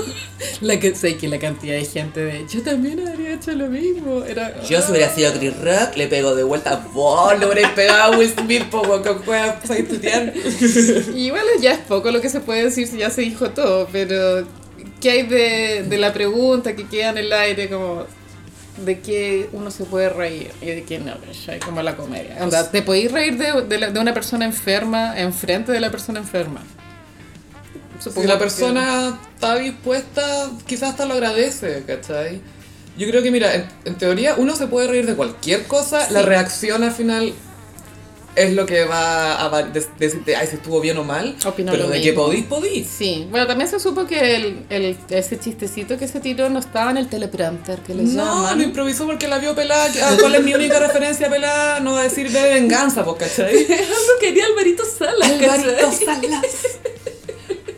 [SPEAKER 2] [LAUGHS] la que sé que la cantidad de gente de yo también habría hecho lo mismo. Era
[SPEAKER 1] Yo si hubiera sido Chris Rock, le pego de vuelta a vos, le hubierais pegado a Will Smith, poco que pueda tutear.
[SPEAKER 2] Y bueno, ya es poco lo que se puede decir si ya se dijo todo, pero ¿qué hay de, de la pregunta que queda en el aire como de qué uno se puede reír y de qué no? ¿cachai? Como la comedia. Onda, ¿Te podéis reír de, de la- de una persona enferma enfrente de la persona enferma?
[SPEAKER 1] Si
[SPEAKER 2] Supongo
[SPEAKER 1] la
[SPEAKER 2] que-
[SPEAKER 1] persona está dispuesta, quizás hasta lo agradece, ¿cachai? Yo creo que, mira, en, en teoría uno se puede reír de cualquier cosa,
[SPEAKER 2] Sí.
[SPEAKER 1] la reacción al final es lo que va a va- de- decirte, ay, si estuvo bien o mal,
[SPEAKER 2] Opino
[SPEAKER 1] pero
[SPEAKER 2] lo
[SPEAKER 1] de que
[SPEAKER 2] mismo.
[SPEAKER 1] podís, podís.
[SPEAKER 2] Sí, bueno, también se supo que el, el- ese chistecito que se tiró no estaba en el teleprompter que le
[SPEAKER 1] No,
[SPEAKER 2] llaman.
[SPEAKER 1] lo improvisó porque la vio pelada. que- ah, ¿Cuál es mi única referencia pelada? No va a decir de venganza, pues, ¿cachai? [LAUGHS]
[SPEAKER 2] Algo quería Alvarito Salas,
[SPEAKER 1] Alvarito Salas.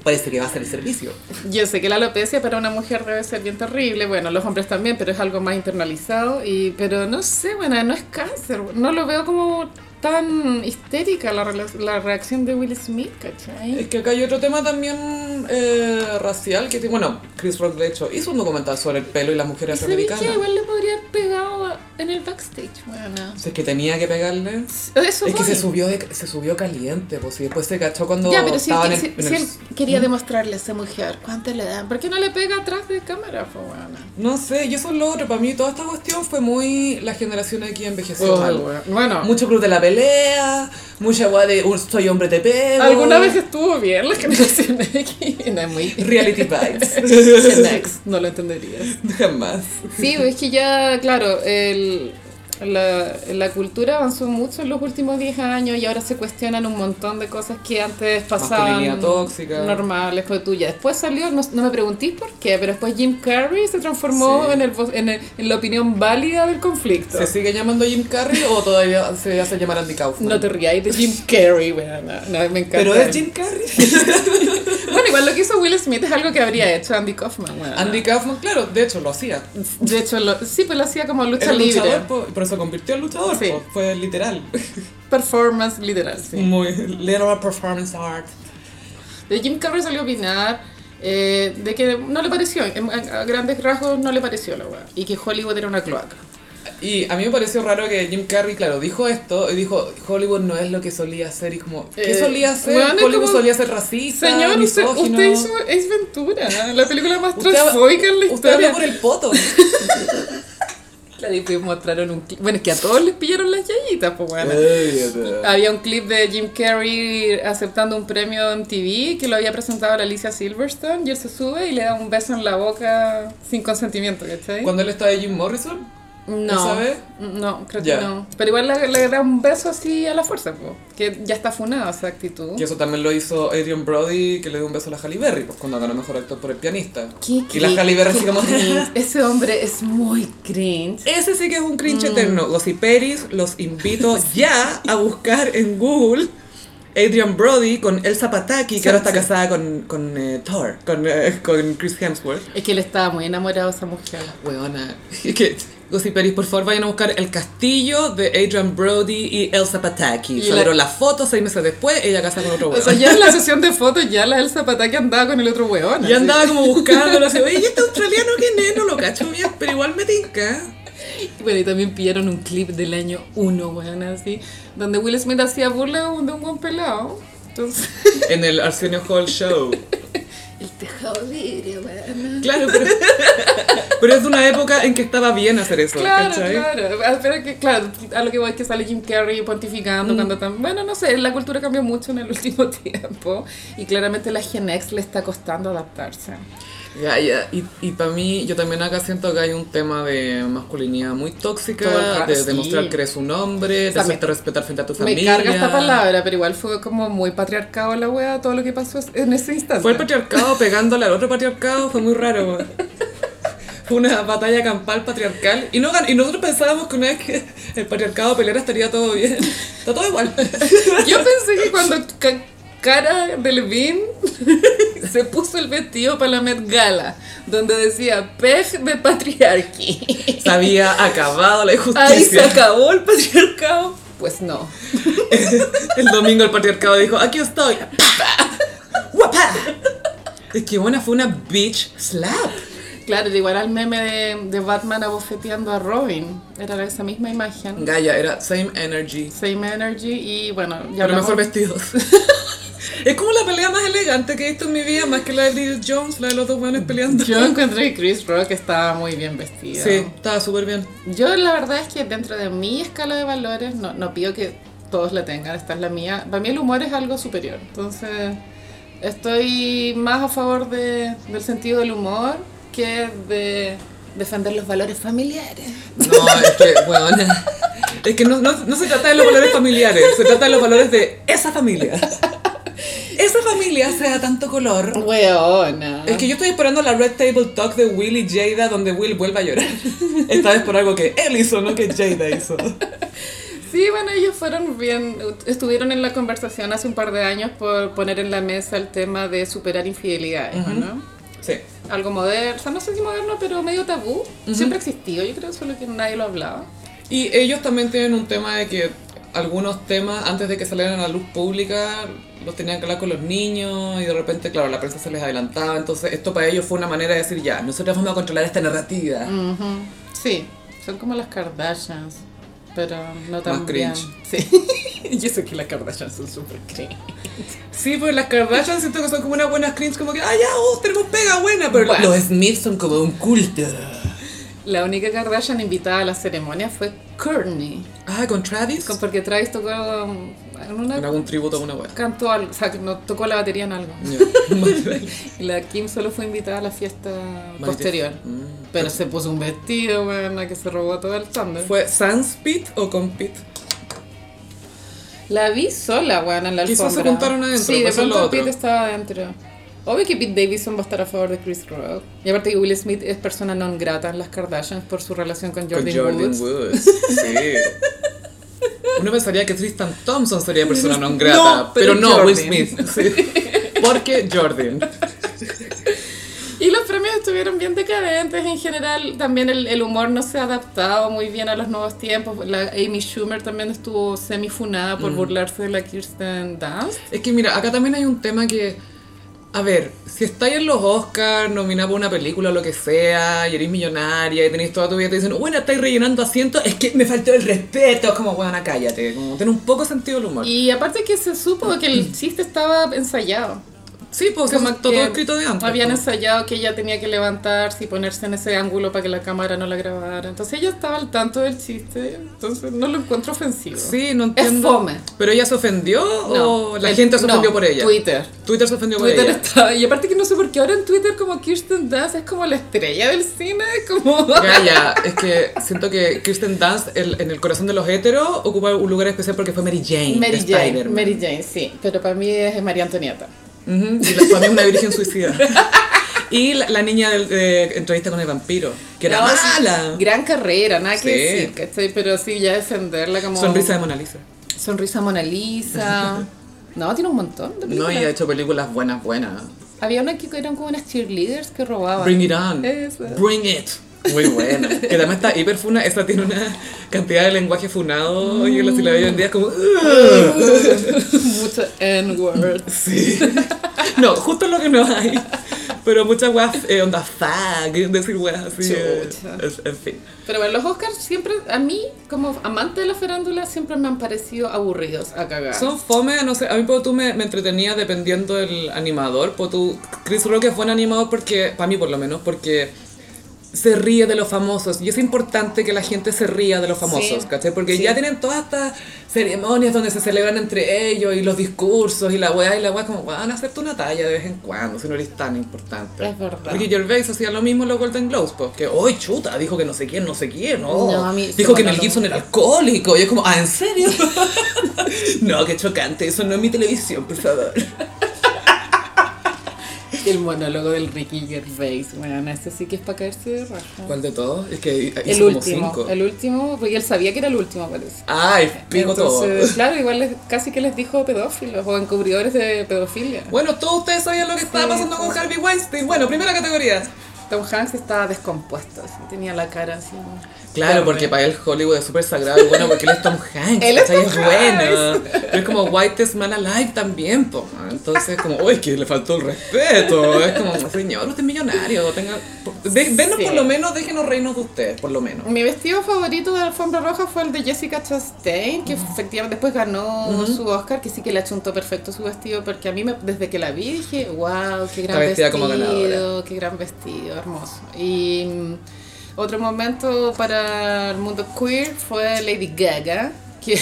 [SPEAKER 1] Parece que va a ser el servicio.
[SPEAKER 2] Yo sé que la alopecia para una mujer debe ser bien terrible, bueno, los hombres también, pero es algo más internalizado, y, pero no sé, bueno, no es cáncer, no lo veo como tan histérica la, rela- la reacción de Will Smith, ¿cachai?
[SPEAKER 1] Es que acá hay otro tema también eh, racial que tiene- bueno, Chris Rock de hecho hizo un documental sobre el pelo y las
[SPEAKER 2] Y
[SPEAKER 1] mujeres
[SPEAKER 2] se ve
[SPEAKER 1] afroamericanas.
[SPEAKER 2] que igual le podría haber pegado a- en el backstage, bueno.
[SPEAKER 1] Si es que tenía que pegarle.
[SPEAKER 2] Eso
[SPEAKER 1] es que se
[SPEAKER 2] voy.
[SPEAKER 1] subió de- se subió caliente, pues y después se cachó cuando
[SPEAKER 2] Ya, pero si,
[SPEAKER 1] estaba
[SPEAKER 2] él,
[SPEAKER 1] en el-
[SPEAKER 2] si-
[SPEAKER 1] en
[SPEAKER 2] si
[SPEAKER 1] el- ¿Mm?
[SPEAKER 2] él quería demostrarle a esa mujer cuánto le dan, ¿por qué no le pega atrás de cámara, po, weona?
[SPEAKER 1] No sé, y eso es lo otro. Para mí toda esta cuestión fue muy la generación aquí envejeció mal.
[SPEAKER 2] Bueno,
[SPEAKER 1] Mucho cruz de la pelea, mucha guay de un soy hombre te pego.
[SPEAKER 2] alguna vez estuvo bien la [LAUGHS] generación X, no es muy
[SPEAKER 1] Reality [LAUGHS] bites.
[SPEAKER 2] [LAUGHS] Gen X, no lo entenderías.
[SPEAKER 1] Jamás.
[SPEAKER 2] Sí, es que ya, claro, el- la, la cultura avanzó mucho en los últimos 10 años y ahora se cuestionan un montón de cosas que antes pasaban
[SPEAKER 1] Masculinidad tóxica.
[SPEAKER 2] normales, fue tuya. Después salió, no, no me preguntís por qué, pero después Jim Carrey se transformó
[SPEAKER 1] Sí.
[SPEAKER 2] en, el, vo- en, el- en la opinión válida del conflicto.
[SPEAKER 1] ¿Se sigue llamando Jim Carrey o todavía se hace llamar Andy Kaufman?
[SPEAKER 2] No te rías de Jim Carrey, weón, no, no, me encanta.
[SPEAKER 1] Pero es Jim Carrey.
[SPEAKER 2] Bueno, igual lo que hizo Will Smith es algo que habría hecho Andy Kaufman. weón.
[SPEAKER 1] Andy Kaufman, claro, de hecho lo hacía.
[SPEAKER 2] De hecho, lo- sí, pues lo hacía como lucha
[SPEAKER 1] Era
[SPEAKER 2] libre.
[SPEAKER 1] luchador, po, pero se convirtió en luchador,
[SPEAKER 2] Sí.
[SPEAKER 1] po, fue literal.
[SPEAKER 2] Performance literal, sí.
[SPEAKER 1] Muy literal performance art.
[SPEAKER 2] De Jim Carrey salió a opinar eh, de que no le pareció, en- a, a grandes rasgos no le pareció la weá. Y que Hollywood era una cloaca.
[SPEAKER 1] Y a mí me pareció raro que Jim Carrey, claro, dijo esto y dijo, Hollywood no es lo que solía ser y como, ¿qué
[SPEAKER 2] Eh,
[SPEAKER 1] solía ser?
[SPEAKER 2] bueno, es
[SPEAKER 1] Hollywood
[SPEAKER 2] como-
[SPEAKER 1] solía ser racista,
[SPEAKER 2] Señor, usted,
[SPEAKER 1] misógino.
[SPEAKER 2] usted hizo Ace [LAUGHS] Ventura, la película más
[SPEAKER 1] Usted-
[SPEAKER 2] transfóbica en la
[SPEAKER 1] Usted habló
[SPEAKER 2] historia.
[SPEAKER 1] por el
[SPEAKER 2] [LAUGHS]
[SPEAKER 1] poto.
[SPEAKER 2] Claro, y pues mostraron un clip. Bueno, es que a todos les pillaron las yayitas, pues bueno. Había un clip de Jim Carrey aceptando un premio en TV que lo había presentado la Alicia Silverstone y él se sube y le da un beso en la boca sin consentimiento, ¿cachai?
[SPEAKER 1] Cuando él estaba de Jim Morrison,
[SPEAKER 2] No,
[SPEAKER 1] ¿Esa vez?
[SPEAKER 2] no, creo
[SPEAKER 1] Ya.
[SPEAKER 2] que no. Pero igual le, le da un beso así a la fuerza, po, que ya está funada esa actitud.
[SPEAKER 1] Y eso también lo hizo Adrian Brody, que le dio un beso a la Halle Berry, pues cuando ganó mejor actor por el pianista. y la Halle Berry así como... "Mm,
[SPEAKER 2] cringe. Ese hombre es muy cringe.
[SPEAKER 1] Ese sí que es un
[SPEAKER 2] Mm. [LAUGHS]
[SPEAKER 1] cringe eterno. Gossiperis, los invito ya a buscar en Google Adrian Brody con Elsa Pataki, que
[SPEAKER 2] Sí,
[SPEAKER 1] ahora está
[SPEAKER 2] sí.
[SPEAKER 1] casada con, con eh, Thor, con, eh, con Chris Hemsworth.
[SPEAKER 2] Es que él estaba muy enamorado de esa mujer.
[SPEAKER 1] Weona. [LAUGHS] Es que, Gossiperis, por favor, vayan a buscar el castillo de Adrian Brody y Elsa Pataki.
[SPEAKER 2] Y
[SPEAKER 1] Salieron las fotos seis meses después, ella casa con otro
[SPEAKER 2] O
[SPEAKER 1] weón.
[SPEAKER 2] sea, ya
[SPEAKER 1] [LAUGHS]
[SPEAKER 2] en la sesión de fotos, ya la Elsa Pataki andaba con el otro weón.
[SPEAKER 1] y
[SPEAKER 2] así.
[SPEAKER 1] andaba como buscándolo, así, oye, ¿y este australiano quién es? No lo cacho bien, pero igual me tinca.
[SPEAKER 2] Bueno, y también pillaron un clip del año 1, weón, así, donde Will Smith hacía burla de un de un buen pelado. Entonces,
[SPEAKER 1] En el Arsenio Hall Show.
[SPEAKER 2] el tejado vidrio, weón.
[SPEAKER 1] Claro, pero, pero es de una época en que estaba bien hacer eso,
[SPEAKER 2] Claro,
[SPEAKER 1] ¿cachai?
[SPEAKER 2] claro. Ah, Pero que, claro, a lo que voy es que sale Jim Carrey
[SPEAKER 1] Mm.
[SPEAKER 2] pontificando cuando tan. Bueno, no sé, la cultura cambió mucho en el [LAUGHS] último tiempo y claramente la Gen X le está costando adaptarse.
[SPEAKER 1] Ya, ya. Y, y para mí, yo también acá siento que hay un tema de masculinidad muy
[SPEAKER 2] Todo el
[SPEAKER 1] tóxica,
[SPEAKER 2] rato,
[SPEAKER 1] de
[SPEAKER 2] sí.
[SPEAKER 1] demostrar que eres un hombre,
[SPEAKER 2] O sea,
[SPEAKER 1] de hacerte respetar frente a tus
[SPEAKER 2] Me
[SPEAKER 1] familia.
[SPEAKER 2] carga esta palabra, pero igual fue como muy patriarcado la wea todo lo que pasó en ese instante.
[SPEAKER 1] Fue el patriarcado pegándole al otro patriarcado, fue muy raro. Fue una batalla campal patriarcal. Y, no, gan- y nosotros pensábamos que una vez que el patriarcado peleara estaría todo bien. Está todo igual.
[SPEAKER 2] Yo pensé que cuando Ca- Cara Delevingne [LAUGHS] se puso el vestido para la Met Gala, donde decía pej de patriarquí.
[SPEAKER 1] [LAUGHS] Se había acabado la injusticia.
[SPEAKER 2] Ahí se acabó el patriarcado. Pues no.
[SPEAKER 1] El domingo el patriarcado dijo, aquí estoy. ¡Pa! ¡Guapa! Es que buena fue una bitch slap.
[SPEAKER 2] Claro, era igual al meme de, de Batman abofeteando a Robin. Era esa misma imagen.
[SPEAKER 1] Gaia, era same energy.
[SPEAKER 2] Same energy y bueno, ya
[SPEAKER 1] Pero
[SPEAKER 2] hablamos-
[SPEAKER 1] mejor vestidos. [LAUGHS] Es como la pelea más elegante que he visto en mi vida, más que la de Bridget Jones, la de los dos buenos peleando.
[SPEAKER 2] [LAUGHS] Yo encontré que Chris Rock estaba muy bien vestido.
[SPEAKER 1] Sí, estaba súper bien.
[SPEAKER 2] Yo la verdad es que dentro de mi escala de valores, no, no pido que todos la tengan, esta es la mía. Para mí el humor es algo superior, entonces estoy más a favor de- del sentido del humor que de defender los valores familiares.
[SPEAKER 1] No, es que, bueno, es que no, no- no se trata de los valores familiares, se trata de los valores de esa familia. Esa familia sea tanto color.
[SPEAKER 2] Weona.
[SPEAKER 1] Es que yo estoy esperando la Red Table Talk de Will y Jada donde Will vuelva a llorar. Esta vez por algo que él hizo, no que Jada hizo.
[SPEAKER 2] Sí, bueno, ellos fueron bien, estuvieron en la conversación hace un par de años por poner en la mesa el tema de superar infidelidades, ¿o ¿no?
[SPEAKER 1] Sí.
[SPEAKER 2] Algo moderno, o sea, no sé si moderno, pero medio tabú. Siempre existió, yo creo, solo que nadie lo hablaba.
[SPEAKER 1] Y ellos también tienen un tema de que algunos temas antes de que salieran a la luz pública los tenían que hablar con los niños y de repente, claro, la prensa se les adelantaba. Entonces esto para ellos fue una manera de decir, ya, nosotros vamos a controlar esta narrativa.
[SPEAKER 2] Ujú. Sí, son como las Kardashians, pero no tan bien.
[SPEAKER 1] cringe.
[SPEAKER 2] Sí. [LAUGHS] Yo sé que las Kardashians son súper cringe.
[SPEAKER 1] Sí, pues las Kardashian siento que son como unas buenas cringe, como que, ah, ya, oh, tenemos pega buena, pero
[SPEAKER 2] Bueno.
[SPEAKER 1] los Smiths son como un culto.
[SPEAKER 2] La única Kardashian invitada a la ceremonia fue Kourtney,
[SPEAKER 1] Ah, con Travis.
[SPEAKER 2] con- porque Travis tocó um, en
[SPEAKER 1] En
[SPEAKER 2] una
[SPEAKER 1] algún tributo a una [LAUGHS] buena.
[SPEAKER 2] cantó algo, o sea, que no tocó la batería en algo.
[SPEAKER 1] [LAUGHS]
[SPEAKER 2] Y la Kim solo fue invitada a la fiesta posterior.
[SPEAKER 1] Mm.
[SPEAKER 2] Pero se puso un vestido, bueno, que se robó todo el chándal.
[SPEAKER 1] ¿Fue sans Pit o con Pit?
[SPEAKER 2] La vi sola, weón, en la
[SPEAKER 1] Quizás
[SPEAKER 2] alfombra.
[SPEAKER 1] se juntaron adentro,
[SPEAKER 2] Sí, de
[SPEAKER 1] pues, eso es lo
[SPEAKER 2] pronto
[SPEAKER 1] otro.
[SPEAKER 2] Pete estaba adentro. Obvio que Pete Davidson va a estar a favor de Chris Rock. Y aparte que Will Smith es persona non grata en las Kardashians por su relación con Jordan,
[SPEAKER 1] con Jordan
[SPEAKER 2] Woods.
[SPEAKER 1] Woods. Sí. [LAUGHS] Uno pensaría que Tristan Thompson sería persona non grata,
[SPEAKER 2] [LAUGHS] No, pero
[SPEAKER 1] pero, no, Will
[SPEAKER 2] Jordan.
[SPEAKER 1] Smith.
[SPEAKER 2] [LAUGHS]
[SPEAKER 1] Sí. Porque Jordan.
[SPEAKER 2] Y los premios estuvieron bien decadentes en general. También el, el humor no se ha adaptado muy bien a los nuevos tiempos. La Amy Schumer también estuvo semifunada
[SPEAKER 1] Mm.
[SPEAKER 2] por burlarse de la Kirsten Dunst.
[SPEAKER 1] Es que mira, acá también hay un tema que. A ver, si estáis en los Oscars, nominada por una película o lo que sea, y eres millonaria y tenéis toda tu vida y te dicen, bueno, estáis rellenando asientos, es que me faltó el respeto. Es como, bueno, cállate. Como, ten un poco sentido el humor.
[SPEAKER 2] Y aparte que se supo que el chiste estaba ensayado.
[SPEAKER 1] sí, pues, como
[SPEAKER 2] que
[SPEAKER 1] Mm. todo escrito de antes. pues.
[SPEAKER 2] Habían
[SPEAKER 1] ¿no?
[SPEAKER 2] ensayado que ella tenía que levantarse y ponerse en ese ángulo para que la cámara no la grabara. Entonces ella estaba al tanto del chiste, entonces no lo encuentro ofensivo.
[SPEAKER 1] Sí, no
[SPEAKER 2] Es
[SPEAKER 1] entiendo.
[SPEAKER 2] fome.
[SPEAKER 1] ¿Pero ella se ofendió
[SPEAKER 2] No,
[SPEAKER 1] o la
[SPEAKER 2] el-
[SPEAKER 1] gente se ofendió
[SPEAKER 2] no,
[SPEAKER 1] por ella?
[SPEAKER 2] Twitter.
[SPEAKER 1] Twitter se ofendió por
[SPEAKER 2] Twitter
[SPEAKER 1] ella.
[SPEAKER 2] estaba, y aparte que no sé por qué ahora en Twitter como Kirsten Dunst es como la estrella del cine, [LAUGHS] como...
[SPEAKER 1] Ya, ya, es que siento que Kristen Dunst el- en el corazón de los heteros ocupa un lugar especial porque fue Mary Jane. de
[SPEAKER 2] Mary Jane,
[SPEAKER 1] Spider-Man.
[SPEAKER 2] Mary Jane, sí, pero para mí es María Antonieta.
[SPEAKER 1] Ujú, Y la, para mí es una virgen suicida. [LAUGHS] Y la, la niña del- de entrevista con el vampiro, que era
[SPEAKER 2] No, sí,
[SPEAKER 1] mala.
[SPEAKER 2] Gran carrera, nada que
[SPEAKER 1] Sí.
[SPEAKER 2] decir, ¿cachai? Pero sí, ya defenderla como...
[SPEAKER 1] Sonrisa de Mona Lisa. [LAUGHS]
[SPEAKER 2] Sonrisa Mona Lisa. No, tiene un montón
[SPEAKER 1] No,
[SPEAKER 2] de películas.
[SPEAKER 1] y ha hecho películas buenas, buenas.
[SPEAKER 2] Había una que eran como unas cheerleaders que robaban.
[SPEAKER 1] Bring it on.
[SPEAKER 2] Eso.
[SPEAKER 1] Bring it. Muy buena. que también está hiper funa. Esta tiene una cantidad de lenguaje funado y la, si la veo hoy en día es como...
[SPEAKER 2] [LAUGHS] Mucho N-word.
[SPEAKER 1] Sí. [LAUGHS] No, justo lo que no hay. Pero muchas weas, eh, onda fag, decir weas así. eh,
[SPEAKER 2] Chucha.
[SPEAKER 1] es- en fin.
[SPEAKER 2] Pero bueno, los Oscars siempre, a mí, como amante de la farándula, siempre me han parecido aburridos a cagar.
[SPEAKER 1] Son fome, no sé, a mí po, tú me, me entretenía dependiendo del animador. Po, tú, Chris Rock es buen animador porque, para mí por lo menos, porque se ríe de los famosos y es importante que la gente se ría de los famosos,
[SPEAKER 2] Sí.
[SPEAKER 1] ¿cachai? Porque
[SPEAKER 2] Sí.
[SPEAKER 1] ya tienen todas estas ceremonias donde se celebran entre ellos y los discursos y la weá y la weá es como, van a hacerte una talla de vez en cuando si no eres tan importante.
[SPEAKER 2] Es verdad.
[SPEAKER 1] Ricky Gervais hacía lo mismo en los Golden Globes, pues que, hoy chuta, dijo que no sé quién, no sé quién, oh,
[SPEAKER 2] No, a mí-
[SPEAKER 1] dijo que
[SPEAKER 2] bueno,
[SPEAKER 1] Mel
[SPEAKER 2] lo-
[SPEAKER 1] Gibson era alcohólico y es como, ah, ¿en serio? [LAUGHS] No, qué chocante, eso no es mi televisión, por favor.
[SPEAKER 2] [LAUGHS] El monólogo del Ricky Gervais, bueno, este sí que es para caerse de raja.
[SPEAKER 1] ¿Cuál de todos? Es que hizo
[SPEAKER 2] El
[SPEAKER 1] como
[SPEAKER 2] último,
[SPEAKER 1] cinco.
[SPEAKER 2] el último, porque él sabía que era el último, parece.
[SPEAKER 1] Ay, pico
[SPEAKER 2] Entonces,
[SPEAKER 1] todo.
[SPEAKER 2] claro, igual les- casi que les dijo pedófilos o encubridores de pedofilia.
[SPEAKER 1] Bueno, todos ustedes sabían lo que estaba
[SPEAKER 2] Sí, pues.
[SPEAKER 1] pasando
[SPEAKER 2] sí.
[SPEAKER 1] con Harvey Weinstein. Bueno, primera categoría.
[SPEAKER 2] Tom Hanks estaba descompuesto, así, tenía la cara así. como-
[SPEAKER 1] Claro, porque para él Hollywood es súper sagrado y bueno, porque él es
[SPEAKER 2] [LAUGHS]
[SPEAKER 1] Tom Hanks,
[SPEAKER 2] eh. Él es
[SPEAKER 1] ¿cachai?
[SPEAKER 2] Tom
[SPEAKER 1] bueno. Pero es como Whitest Man Alive también, po. Entonces, como, uy, es que le faltó el respeto. Es como, señor, usted es millonario. Tenga, de- denos
[SPEAKER 2] Sí.
[SPEAKER 1] por lo menos, déjenos reírnos de usted, por lo menos.
[SPEAKER 2] Mi vestido favorito de la alfombra roja fue el de Jessica Chastain, que efectivamente después ganó su Oscar, que sí que le achuntó perfecto su vestido, porque a mí me- desde que la vi dije, wow, qué gran
[SPEAKER 1] Está vestida
[SPEAKER 2] vestido,
[SPEAKER 1] como ganadora.
[SPEAKER 2] qué gran vestido, hermoso. Y mm, otro momento para el mundo queer fue Lady Gaga,
[SPEAKER 1] [LAUGHS]
[SPEAKER 2] que,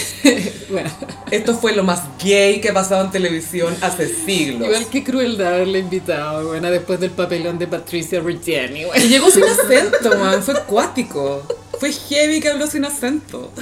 [SPEAKER 2] bueno,
[SPEAKER 1] Esto fue lo más gay que ha pasado en televisión hace siglos.
[SPEAKER 2] [LAUGHS] igual qué crueldad haberla invitado, bueno, después del papelón de Patricia Reggiani, bueno.
[SPEAKER 1] Y llegó sin acento, man. Fue acuático. Fue heavy que habló sin acento.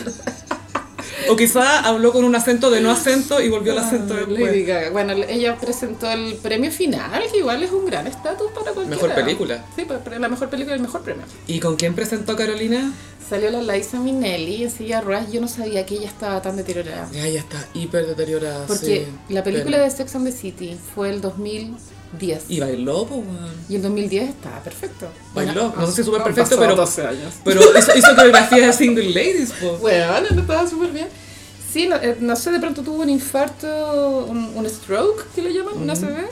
[SPEAKER 1] O quizá habló con un acento de no acento y volvió al acento
[SPEAKER 2] Ah,
[SPEAKER 1] después.
[SPEAKER 2] Lady Gaga. Bueno, ella presentó el premio final, que igual es un gran estatus para cualquiera.
[SPEAKER 1] Mejor película.
[SPEAKER 2] Sí, pa- pre- la mejor película y el mejor premio.
[SPEAKER 1] ¿Y con quién presentó Carolina?
[SPEAKER 2] Salió la Liza Minnelli en silla de ruedas. Yo no sabía que ella estaba tan deteriorada.
[SPEAKER 1] Ya, ya está hiper deteriorada. sí.
[SPEAKER 2] Porque la película
[SPEAKER 1] Pero-
[SPEAKER 2] de Sex and the City fue el 2010.
[SPEAKER 1] Y bailó, po, weón.
[SPEAKER 2] Y el 2010 estaba perfecto.
[SPEAKER 1] Bailó. No sé si súper
[SPEAKER 2] han
[SPEAKER 1] perfecto,
[SPEAKER 2] pasado
[SPEAKER 1] pero-
[SPEAKER 2] 12 años.
[SPEAKER 1] Pero hizo, hizo coreografía de Single Ladies, po.
[SPEAKER 2] Bueno, no estaba súper bien. Sí, no, eh, no sé, de pronto tuvo un infarto, un, un stroke, que le llaman, no se ve.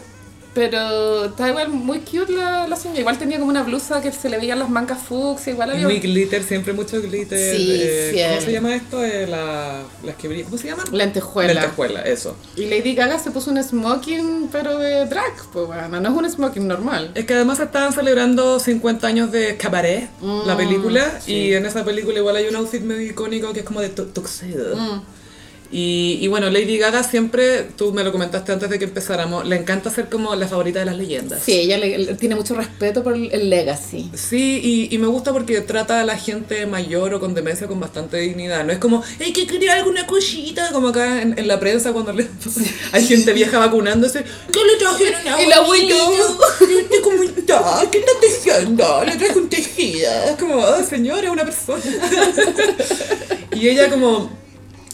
[SPEAKER 2] Pero está igual muy cute la, la señora. Igual tenía como una blusa que se le veían las mancas fucsia, igual había...
[SPEAKER 1] Muy glitter, siempre mucho glitter.
[SPEAKER 2] Sí,
[SPEAKER 1] ¿Cómo
[SPEAKER 2] siempre.
[SPEAKER 1] se llama esto? Eh, la- las que brillan. ¿Cómo se llaman?
[SPEAKER 2] Lentejuela.
[SPEAKER 1] Lentejuela, eso.
[SPEAKER 2] Y Lady Gaga se puso un smoking, pero de drag, pues bueno, no es un smoking normal.
[SPEAKER 1] Es que además estaban celebrando 50 años de Cabaret,
[SPEAKER 2] Mm,
[SPEAKER 1] la película, y en esa película igual hay un outfit medio icónico que es como de tu- tuxedo.
[SPEAKER 2] Mm.
[SPEAKER 1] Y, y bueno, Lady Gaga siempre, tú me lo comentaste antes de que empezáramos, le encanta ser como la favorita de las leyendas.
[SPEAKER 2] Sí, ella le- le- tiene mucho respeto por el, el legacy.
[SPEAKER 1] Sí, y, y me gusta porque trata a la gente mayor o con demencia con bastante dignidad. No es como, hay que querer alguna cosita, como acá en, en la prensa cuando le- [LAUGHS] hay gente vieja vacunándose. ¿Qué le trajeron a
[SPEAKER 2] El abuelito?
[SPEAKER 1] "Oh, ¿Cómo está? ¿Qué está tejiendo? Le traje un tejido. Es como, "Ah, señora, es una persona. [LAUGHS] Y ella como...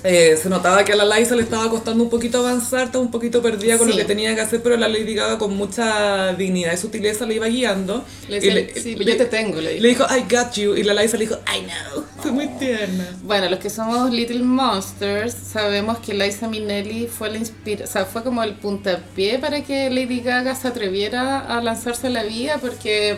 [SPEAKER 1] eh, se notaba que a la Liza le estaba costando un poquito avanzar, estaba un poquito perdida con lo
[SPEAKER 2] Sí.
[SPEAKER 1] que tenía que hacer, pero la Lady Gaga con mucha dignidad y sutileza le iba guiando.
[SPEAKER 2] Le
[SPEAKER 1] Y
[SPEAKER 2] decía,
[SPEAKER 1] le-
[SPEAKER 2] sí, yo te tengo, le
[SPEAKER 1] y
[SPEAKER 2] dijo.
[SPEAKER 1] le dijo, I got you. Y la Liza le dijo, I know. Fue muy tierna.
[SPEAKER 2] Bueno, los que somos Little Monsters sabemos que Liza Minnelli fue la inspira, o sea, fue como el puntapié para que Lady Gaga se atreviera a lanzarse a la vida porque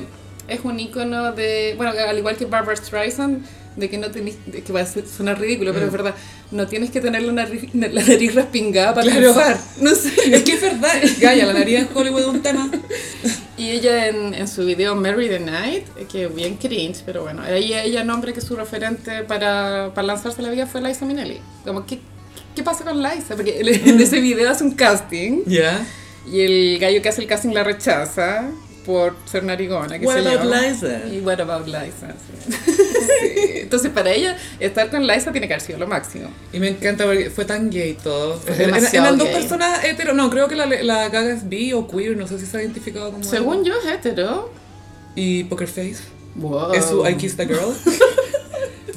[SPEAKER 2] es un icono de, bueno, al igual que Barbara Streisand, de que no tenés, de que va a ser- suena ridículo, pero es verdad, no tienes que tener la nariz, la nariz respingada para
[SPEAKER 1] Claro.
[SPEAKER 2] triunfar. No sé.
[SPEAKER 1] [LAUGHS] Es que es verdad. Gaya, la nariz en Hollywood es un tema.
[SPEAKER 2] Y ella en, en su video Merry the Night, eh, que bien cringe, pero bueno, ella, ella nombre que su referente para, para lanzarse a la vida fue Liza Minnelli. Como, ¿qué, qué pasa con Liza? Porque él [LAUGHS] en ese video hace un casting
[SPEAKER 1] ¿Ya?
[SPEAKER 2] y el gallo que hace el casting la rechaza por ser narigona. qué
[SPEAKER 1] What
[SPEAKER 2] sé yo.
[SPEAKER 1] about Liza?
[SPEAKER 2] Y what about Liza. sí. [LAUGHS] Entonces, para ella, estar con Liza tiene que haber sido lo máximo.
[SPEAKER 1] Y me encanta porque fue tan gay todo.
[SPEAKER 2] Fue
[SPEAKER 1] Eran,
[SPEAKER 2] demasiado
[SPEAKER 1] eran dos
[SPEAKER 2] gay.
[SPEAKER 1] personas hetero. No, creo que la, la Gaga es bi o queer. No sé si se ha identificado como.
[SPEAKER 2] Según yo, es hetero.
[SPEAKER 1] Y Poker Face.
[SPEAKER 2] Wow.
[SPEAKER 1] Es su I Kissed a
[SPEAKER 2] [LAUGHS]
[SPEAKER 1] Girl.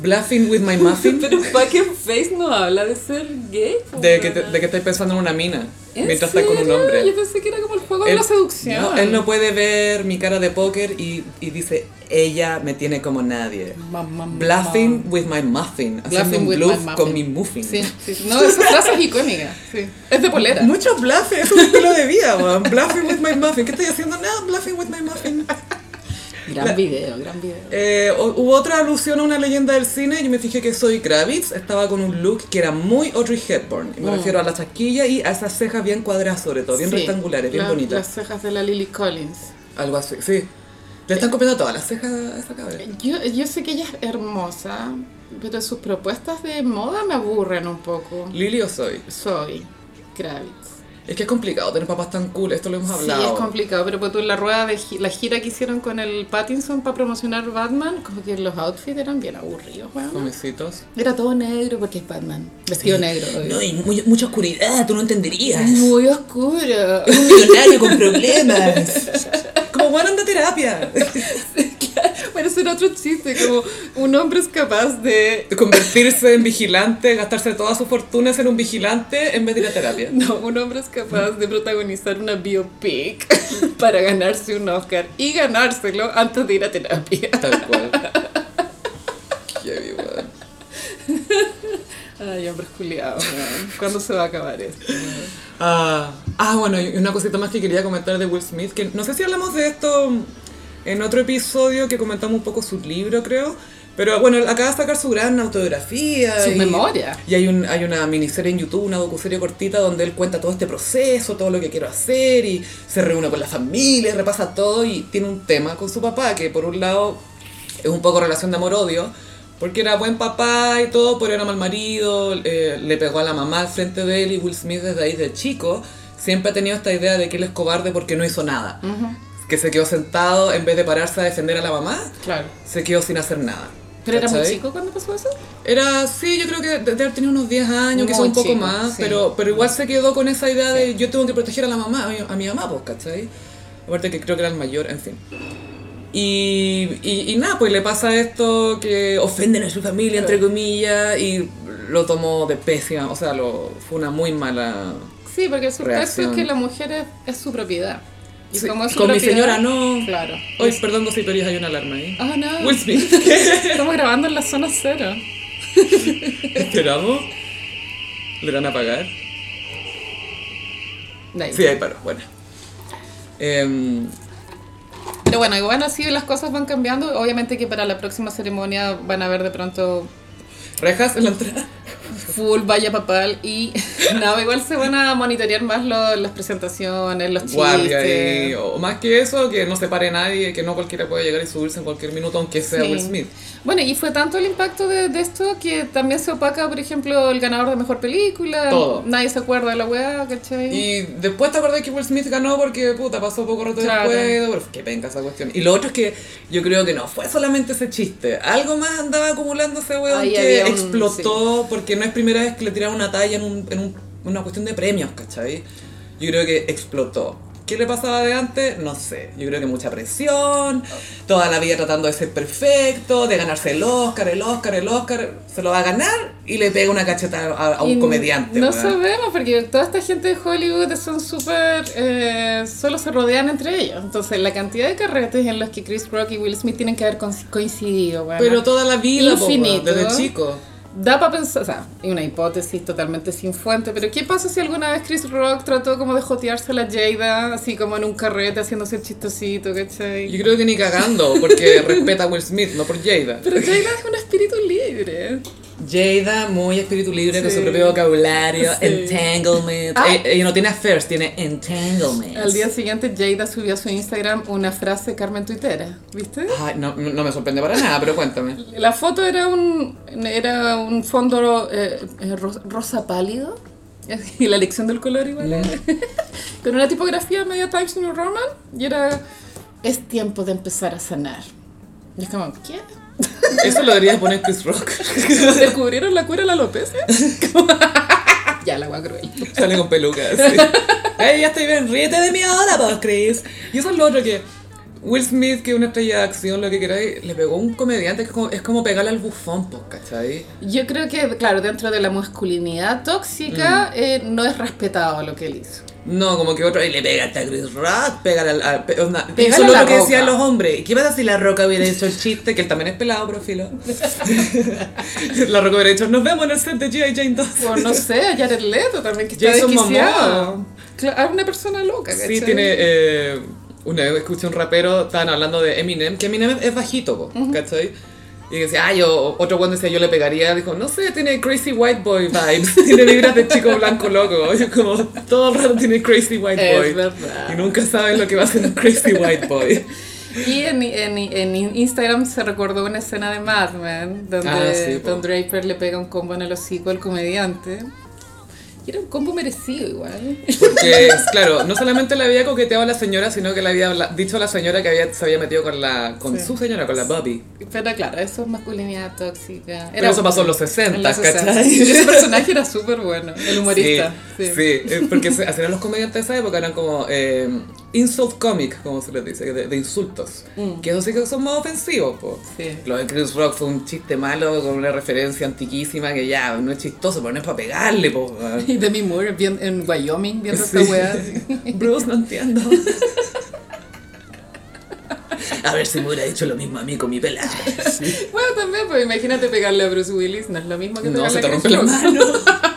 [SPEAKER 1] Bluffing with my muffin.
[SPEAKER 2] Pero Fucking Face no habla de ser gay.
[SPEAKER 1] De que, te- de que estáis pensando en una mina.
[SPEAKER 2] ¿En
[SPEAKER 1] mientras está con un
[SPEAKER 2] serio?
[SPEAKER 1] hombre.
[SPEAKER 2] Yo pensé que era como el juego de
[SPEAKER 1] Él-
[SPEAKER 2] la seducción.
[SPEAKER 1] no, él no puede ver mi cara de póker y, y dice, ella me tiene como nadie.
[SPEAKER 2] Mamá, mamá.
[SPEAKER 1] Bluffing with my muffin. Haciendo
[SPEAKER 2] Bluffing
[SPEAKER 1] un
[SPEAKER 2] with
[SPEAKER 1] bluff
[SPEAKER 2] my muffin.
[SPEAKER 1] con mi muffin. [LAUGHS]
[SPEAKER 2] Sí, sí. No, esa frase es icónica. Sí. Es de polera.
[SPEAKER 1] Muchos bluffing, es un estilo de vida, weón. Bluffing with my muffin. ¿Qué estoy haciendo? Nada, bluffing with my muffin.
[SPEAKER 2] Gran video, gran video.
[SPEAKER 1] Eh, o- hubo otra alusión a una leyenda del cine. Yo me fijé que Zoe Kravitz estaba con un look que era muy Audrey Hepburn. Y me refiero a la chasquilla y a esas cejas bien cuadradas, sobre todo, bien
[SPEAKER 2] Oh. Sí.
[SPEAKER 1] rectangulares, bien
[SPEAKER 2] La-
[SPEAKER 1] bonitas.
[SPEAKER 2] Las cejas de la Lily Collins.
[SPEAKER 1] Algo así, sí. Le están copiando todas las cejas a esa cabra.
[SPEAKER 2] Yo, yo sé que ella es hermosa, pero sus propuestas de moda me aburren un poco.
[SPEAKER 1] Lily o Zoe.
[SPEAKER 2] Soy Kravitz.
[SPEAKER 1] Es que es complicado tener papás tan cool, esto lo hemos hablado.
[SPEAKER 2] Sí, es complicado, pero pues tú en la rueda de gi- la gira que hicieron con el Pattinson para promocionar Batman, como que los outfits eran bien aburridos, weón.
[SPEAKER 1] Comecitos.
[SPEAKER 2] Era todo negro porque es Batman, vestido negro. obvio.
[SPEAKER 1] y mucha oscuridad, tú no entenderías.
[SPEAKER 2] Muy [LAUGHS] oscuro.
[SPEAKER 1] un millonario con problemas. [LAUGHS] Como bueno, anda a terapia.
[SPEAKER 2] Pero ese era otro chiste, como un hombre es capaz de...
[SPEAKER 1] De convertirse en vigilante, gastarse todas sus fortunas en un vigilante en vez de ir a [LAUGHS] terapia.
[SPEAKER 2] No, un hombre es capaz de protagonizar una biopic [LAUGHS] para ganarse un Oscar y ganárselo antes de ir a terapia.
[SPEAKER 1] Tal cual. Qué vivo.
[SPEAKER 2] Ay, hombres culiados, weón. ¿cuándo se va a acabar esto?
[SPEAKER 1] Ah, ah, bueno, y una cosita más que quería comentar de Will Smith, que no sé si hablamos de esto en otro episodio que comentamos un poco su libro, creo. Pero bueno, él acaba de sacar su gran autobiografía.
[SPEAKER 2] Su
[SPEAKER 1] y-
[SPEAKER 2] memoria.
[SPEAKER 1] Y hay, un, hay una miniserie en YouTube, una docuserie cortita, donde él cuenta todo este proceso, todo lo que quiero hacer, y se reúne con la familia, repasa todo, y tiene un tema con su papá, que por un lado es un poco relación de amor-odio, porque era buen papá y todo, pero era mal marido, eh, le pegó a la mamá al frente de él, y Will Smith desde ahí de chico siempre ha tenido esta idea de que él es cobarde porque no hizo nada. Que se quedó sentado en vez de pararse a defender a la mamá,
[SPEAKER 2] Claro.
[SPEAKER 1] se quedó sin hacer nada.
[SPEAKER 2] ¿Pero era muy
[SPEAKER 1] ¿Cachai?
[SPEAKER 2] chico cuando pasó eso?
[SPEAKER 1] Era, sí, yo creo que de de haber tenido unos 10 años,
[SPEAKER 2] Muy
[SPEAKER 1] quizá un poco
[SPEAKER 2] chico,
[SPEAKER 1] más,
[SPEAKER 2] sí.
[SPEAKER 1] pero, pero igual se quedó con esa idea de yo tengo que proteger a la mamá, a mi, a mi mamá, pues, ¿cachai? Aparte que creo que era el mayor, en fin. Y, y, y nada, pues le pasa esto que ofenden a su familia, entre comillas, y lo tomó de pésima, o sea, lo, fue una muy mala...
[SPEAKER 2] Sí, porque el subtexto
[SPEAKER 1] Reacción.
[SPEAKER 2] es que la mujer es, es su propiedad. Y
[SPEAKER 1] Sí,
[SPEAKER 2] como es su
[SPEAKER 1] con mi
[SPEAKER 2] propiedad-
[SPEAKER 1] señora no.
[SPEAKER 2] Claro.
[SPEAKER 1] Hoy, perdón, dos historias, hay una alarma ahí.
[SPEAKER 2] Ah, no.
[SPEAKER 1] Will Smith, [LAUGHS]
[SPEAKER 2] [LAUGHS] Estamos grabando en la zona cero.
[SPEAKER 1] esperamos. ¿Le van a pagar?
[SPEAKER 2] De ahí.
[SPEAKER 1] Sí, ahí paró, bueno. Em,
[SPEAKER 2] Pero bueno, igual así las cosas van cambiando. Obviamente que para la próxima ceremonia van a ver de pronto
[SPEAKER 1] rejas en la entrada.
[SPEAKER 2] full vaya papal y [LAUGHS] nada, igual se van a monitorear más lo- las presentaciones, los
[SPEAKER 1] guardia
[SPEAKER 2] chistes.
[SPEAKER 1] y, o más que eso, que no se pare nadie, que no cualquiera puede llegar y subirse en cualquier minuto, aunque sea
[SPEAKER 2] Sí.
[SPEAKER 1] Will Smith.
[SPEAKER 2] Bueno, y fue tanto el impacto de, de esto que también se opaca, por ejemplo, el ganador de mejor película.
[SPEAKER 1] Todo.
[SPEAKER 2] Nadie se acuerda de la weá, ¿cachai?
[SPEAKER 1] Y después te acordás que Will Smith ganó porque, puta, pasó poco rato
[SPEAKER 2] Claro.
[SPEAKER 1] después, pero que venga esa cuestión. Y lo otro es que yo creo que no fue solamente ese chiste, algo más andaba acumulando ese weón
[SPEAKER 2] Ahí
[SPEAKER 1] que
[SPEAKER 2] había un-
[SPEAKER 1] explotó, porque no es primera vez que le tiraron una talla en, un- en un- una cuestión de premios, ¿cachai? Yo creo que explotó. ¿Qué le pasaba de antes? No sé. Yo creo que mucha presión, toda la vida tratando de ser perfecto, de ganarse el Oscar, el Oscar, el Oscar. Se lo va a ganar y le pega una cacheta a, a un
[SPEAKER 2] Y
[SPEAKER 1] comediante.
[SPEAKER 2] No
[SPEAKER 1] weón.
[SPEAKER 2] sabemos, porque toda esta gente de Hollywood son súper. eh, solo se rodean entre ellos. Entonces, la cantidad de carretes en los que Chris Rock y Will Smith tienen que haber coinc- coincidido, bueno,
[SPEAKER 1] Pero toda la vida, po, weón,
[SPEAKER 2] Infinito.
[SPEAKER 1] desde chico.
[SPEAKER 2] Da para pensar, o sea, es una hipótesis totalmente sin fuente, pero ¿qué pasa si alguna vez Chris Rock trató como de jotearse a la Jada, así como en un carrete, haciéndose el chistosito, ¿cachai?
[SPEAKER 1] Yo creo que ni cagando, [LAUGHS] porque respeta a Will Smith, no por Jada.
[SPEAKER 2] Pero Jada es un espíritu libre.
[SPEAKER 1] Jada, muy espíritu libre con
[SPEAKER 2] Sí.
[SPEAKER 1] su propio vocabulario,
[SPEAKER 2] Sí.
[SPEAKER 1] entanglement.
[SPEAKER 2] Ah.
[SPEAKER 1] Eh, Ella, no tiene affairs, tiene entanglement.
[SPEAKER 2] Al día siguiente, Jada subió a su Instagram una frase de Carmen Tuitera, ¿viste?
[SPEAKER 1] Ay, no, no me sorprende para nada, pero cuéntame.
[SPEAKER 2] La foto era un, era un fondo eh, eh, ro- rosa pálido. [LAUGHS] Y la elección del color igual. [LAUGHS] Con una tipografía medio Times New Roman. Y era, es tiempo de empezar a sanar. Y es como, ¿qué?
[SPEAKER 1] [LAUGHS]
[SPEAKER 2] [LAUGHS]
[SPEAKER 1] Eso lo deberías poner Chris Rock.
[SPEAKER 2] ¿Descubrieron la cura a la alopecia? [LAUGHS] ya, la agua cruel.
[SPEAKER 1] [LAUGHS] Sale [LAUGHS] con peluca. así. Ey, ya estoy bien, ríete de mí ahora, pues, Chris. Y eso es lo otro que. Will Smith, que es una estrella de acción, lo que queráis, le pegó a un comediante, que es como, es como pegarle al bufón, pues, ¿cachai?
[SPEAKER 2] Yo creo que, claro, dentro de la masculinidad tóxica
[SPEAKER 1] Mm.
[SPEAKER 2] eh, no es respetado lo que él hizo.
[SPEAKER 1] No, como que otro, y le pega hasta Chris Rock, pega al... al pe- onda,
[SPEAKER 2] Pégale
[SPEAKER 1] hizo
[SPEAKER 2] a
[SPEAKER 1] lo
[SPEAKER 2] La
[SPEAKER 1] que decían
[SPEAKER 2] Roca.
[SPEAKER 1] los hombres. ¿Y ¿Qué pasa si La Roca hubiera hecho el chiste? Que él también es pelado, pero filo. [LAUGHS] la Roca hubiera dicho, nos vemos en el set de G.I. Jane 2.
[SPEAKER 2] O no sé, a Jared Leto también, que está
[SPEAKER 1] Jason
[SPEAKER 2] desquiciado.
[SPEAKER 1] Momoa.
[SPEAKER 2] Claro, a una persona loca,
[SPEAKER 1] Sí,
[SPEAKER 2] ¿cachai?
[SPEAKER 1] tiene. eh, una vez escuché un rapero, estaban hablando de Eminem, que Eminem es bajito, po, ¿cachai? Y decía, ah, yo, otro cuando decía, yo le pegaría, dijo, no sé, tiene crazy white boy vibes, [LAUGHS] tiene vibras de chico blanco loco, [LAUGHS] Yo como todo el rato tiene crazy white
[SPEAKER 2] Es
[SPEAKER 1] boy.
[SPEAKER 2] verdad.
[SPEAKER 1] Y nunca sabes lo que va a ser un crazy white boy.
[SPEAKER 2] Y en, en, en Instagram se recordó una escena de Mad Men, donde
[SPEAKER 1] Ah, sí, po.
[SPEAKER 2] Don Draper le pega un combo en el hocico al comediante. Y era un combo merecido igual.
[SPEAKER 1] Porque, claro, no solamente le había coqueteado a la señora, sino que le había habla- dicho a la señora que había, se había metido con la con
[SPEAKER 2] Sí.
[SPEAKER 1] su señora, con la Bobby.
[SPEAKER 2] Pero claro, eso es masculinidad tóxica.
[SPEAKER 1] Pero eso pasó en los 60,
[SPEAKER 2] en los
[SPEAKER 1] ¿cachai?
[SPEAKER 2] 60. Ese personaje era súper bueno, el humorista.
[SPEAKER 1] Sí, sí. eh, porque se- hacían los comediantes de esa época, eran como eh, insult comic, como se les dice, de, de insultos. Que eso sí que son más ofensivos, po.
[SPEAKER 2] Sí.
[SPEAKER 1] Lo de Chris Rock fue un chiste malo con una referencia antiquísima que ya no es chistoso, pero no es para pegarle, po. weón.
[SPEAKER 2] Y Demi Moore bien, en Wyoming viendo
[SPEAKER 1] Sí.
[SPEAKER 2] esta weá. así.
[SPEAKER 1] Bruce, no entiendo. A ver si me hubiera dicho lo mismo a mí con mi [LAUGHS] pelada.
[SPEAKER 2] Bueno, también, pues imagínate pegarle a Bruce Willis, no es lo mismo que
[SPEAKER 1] No, se te
[SPEAKER 2] pegarle a
[SPEAKER 1] rompe
[SPEAKER 2] Chris
[SPEAKER 1] la
[SPEAKER 2] Rock.
[SPEAKER 1] mano.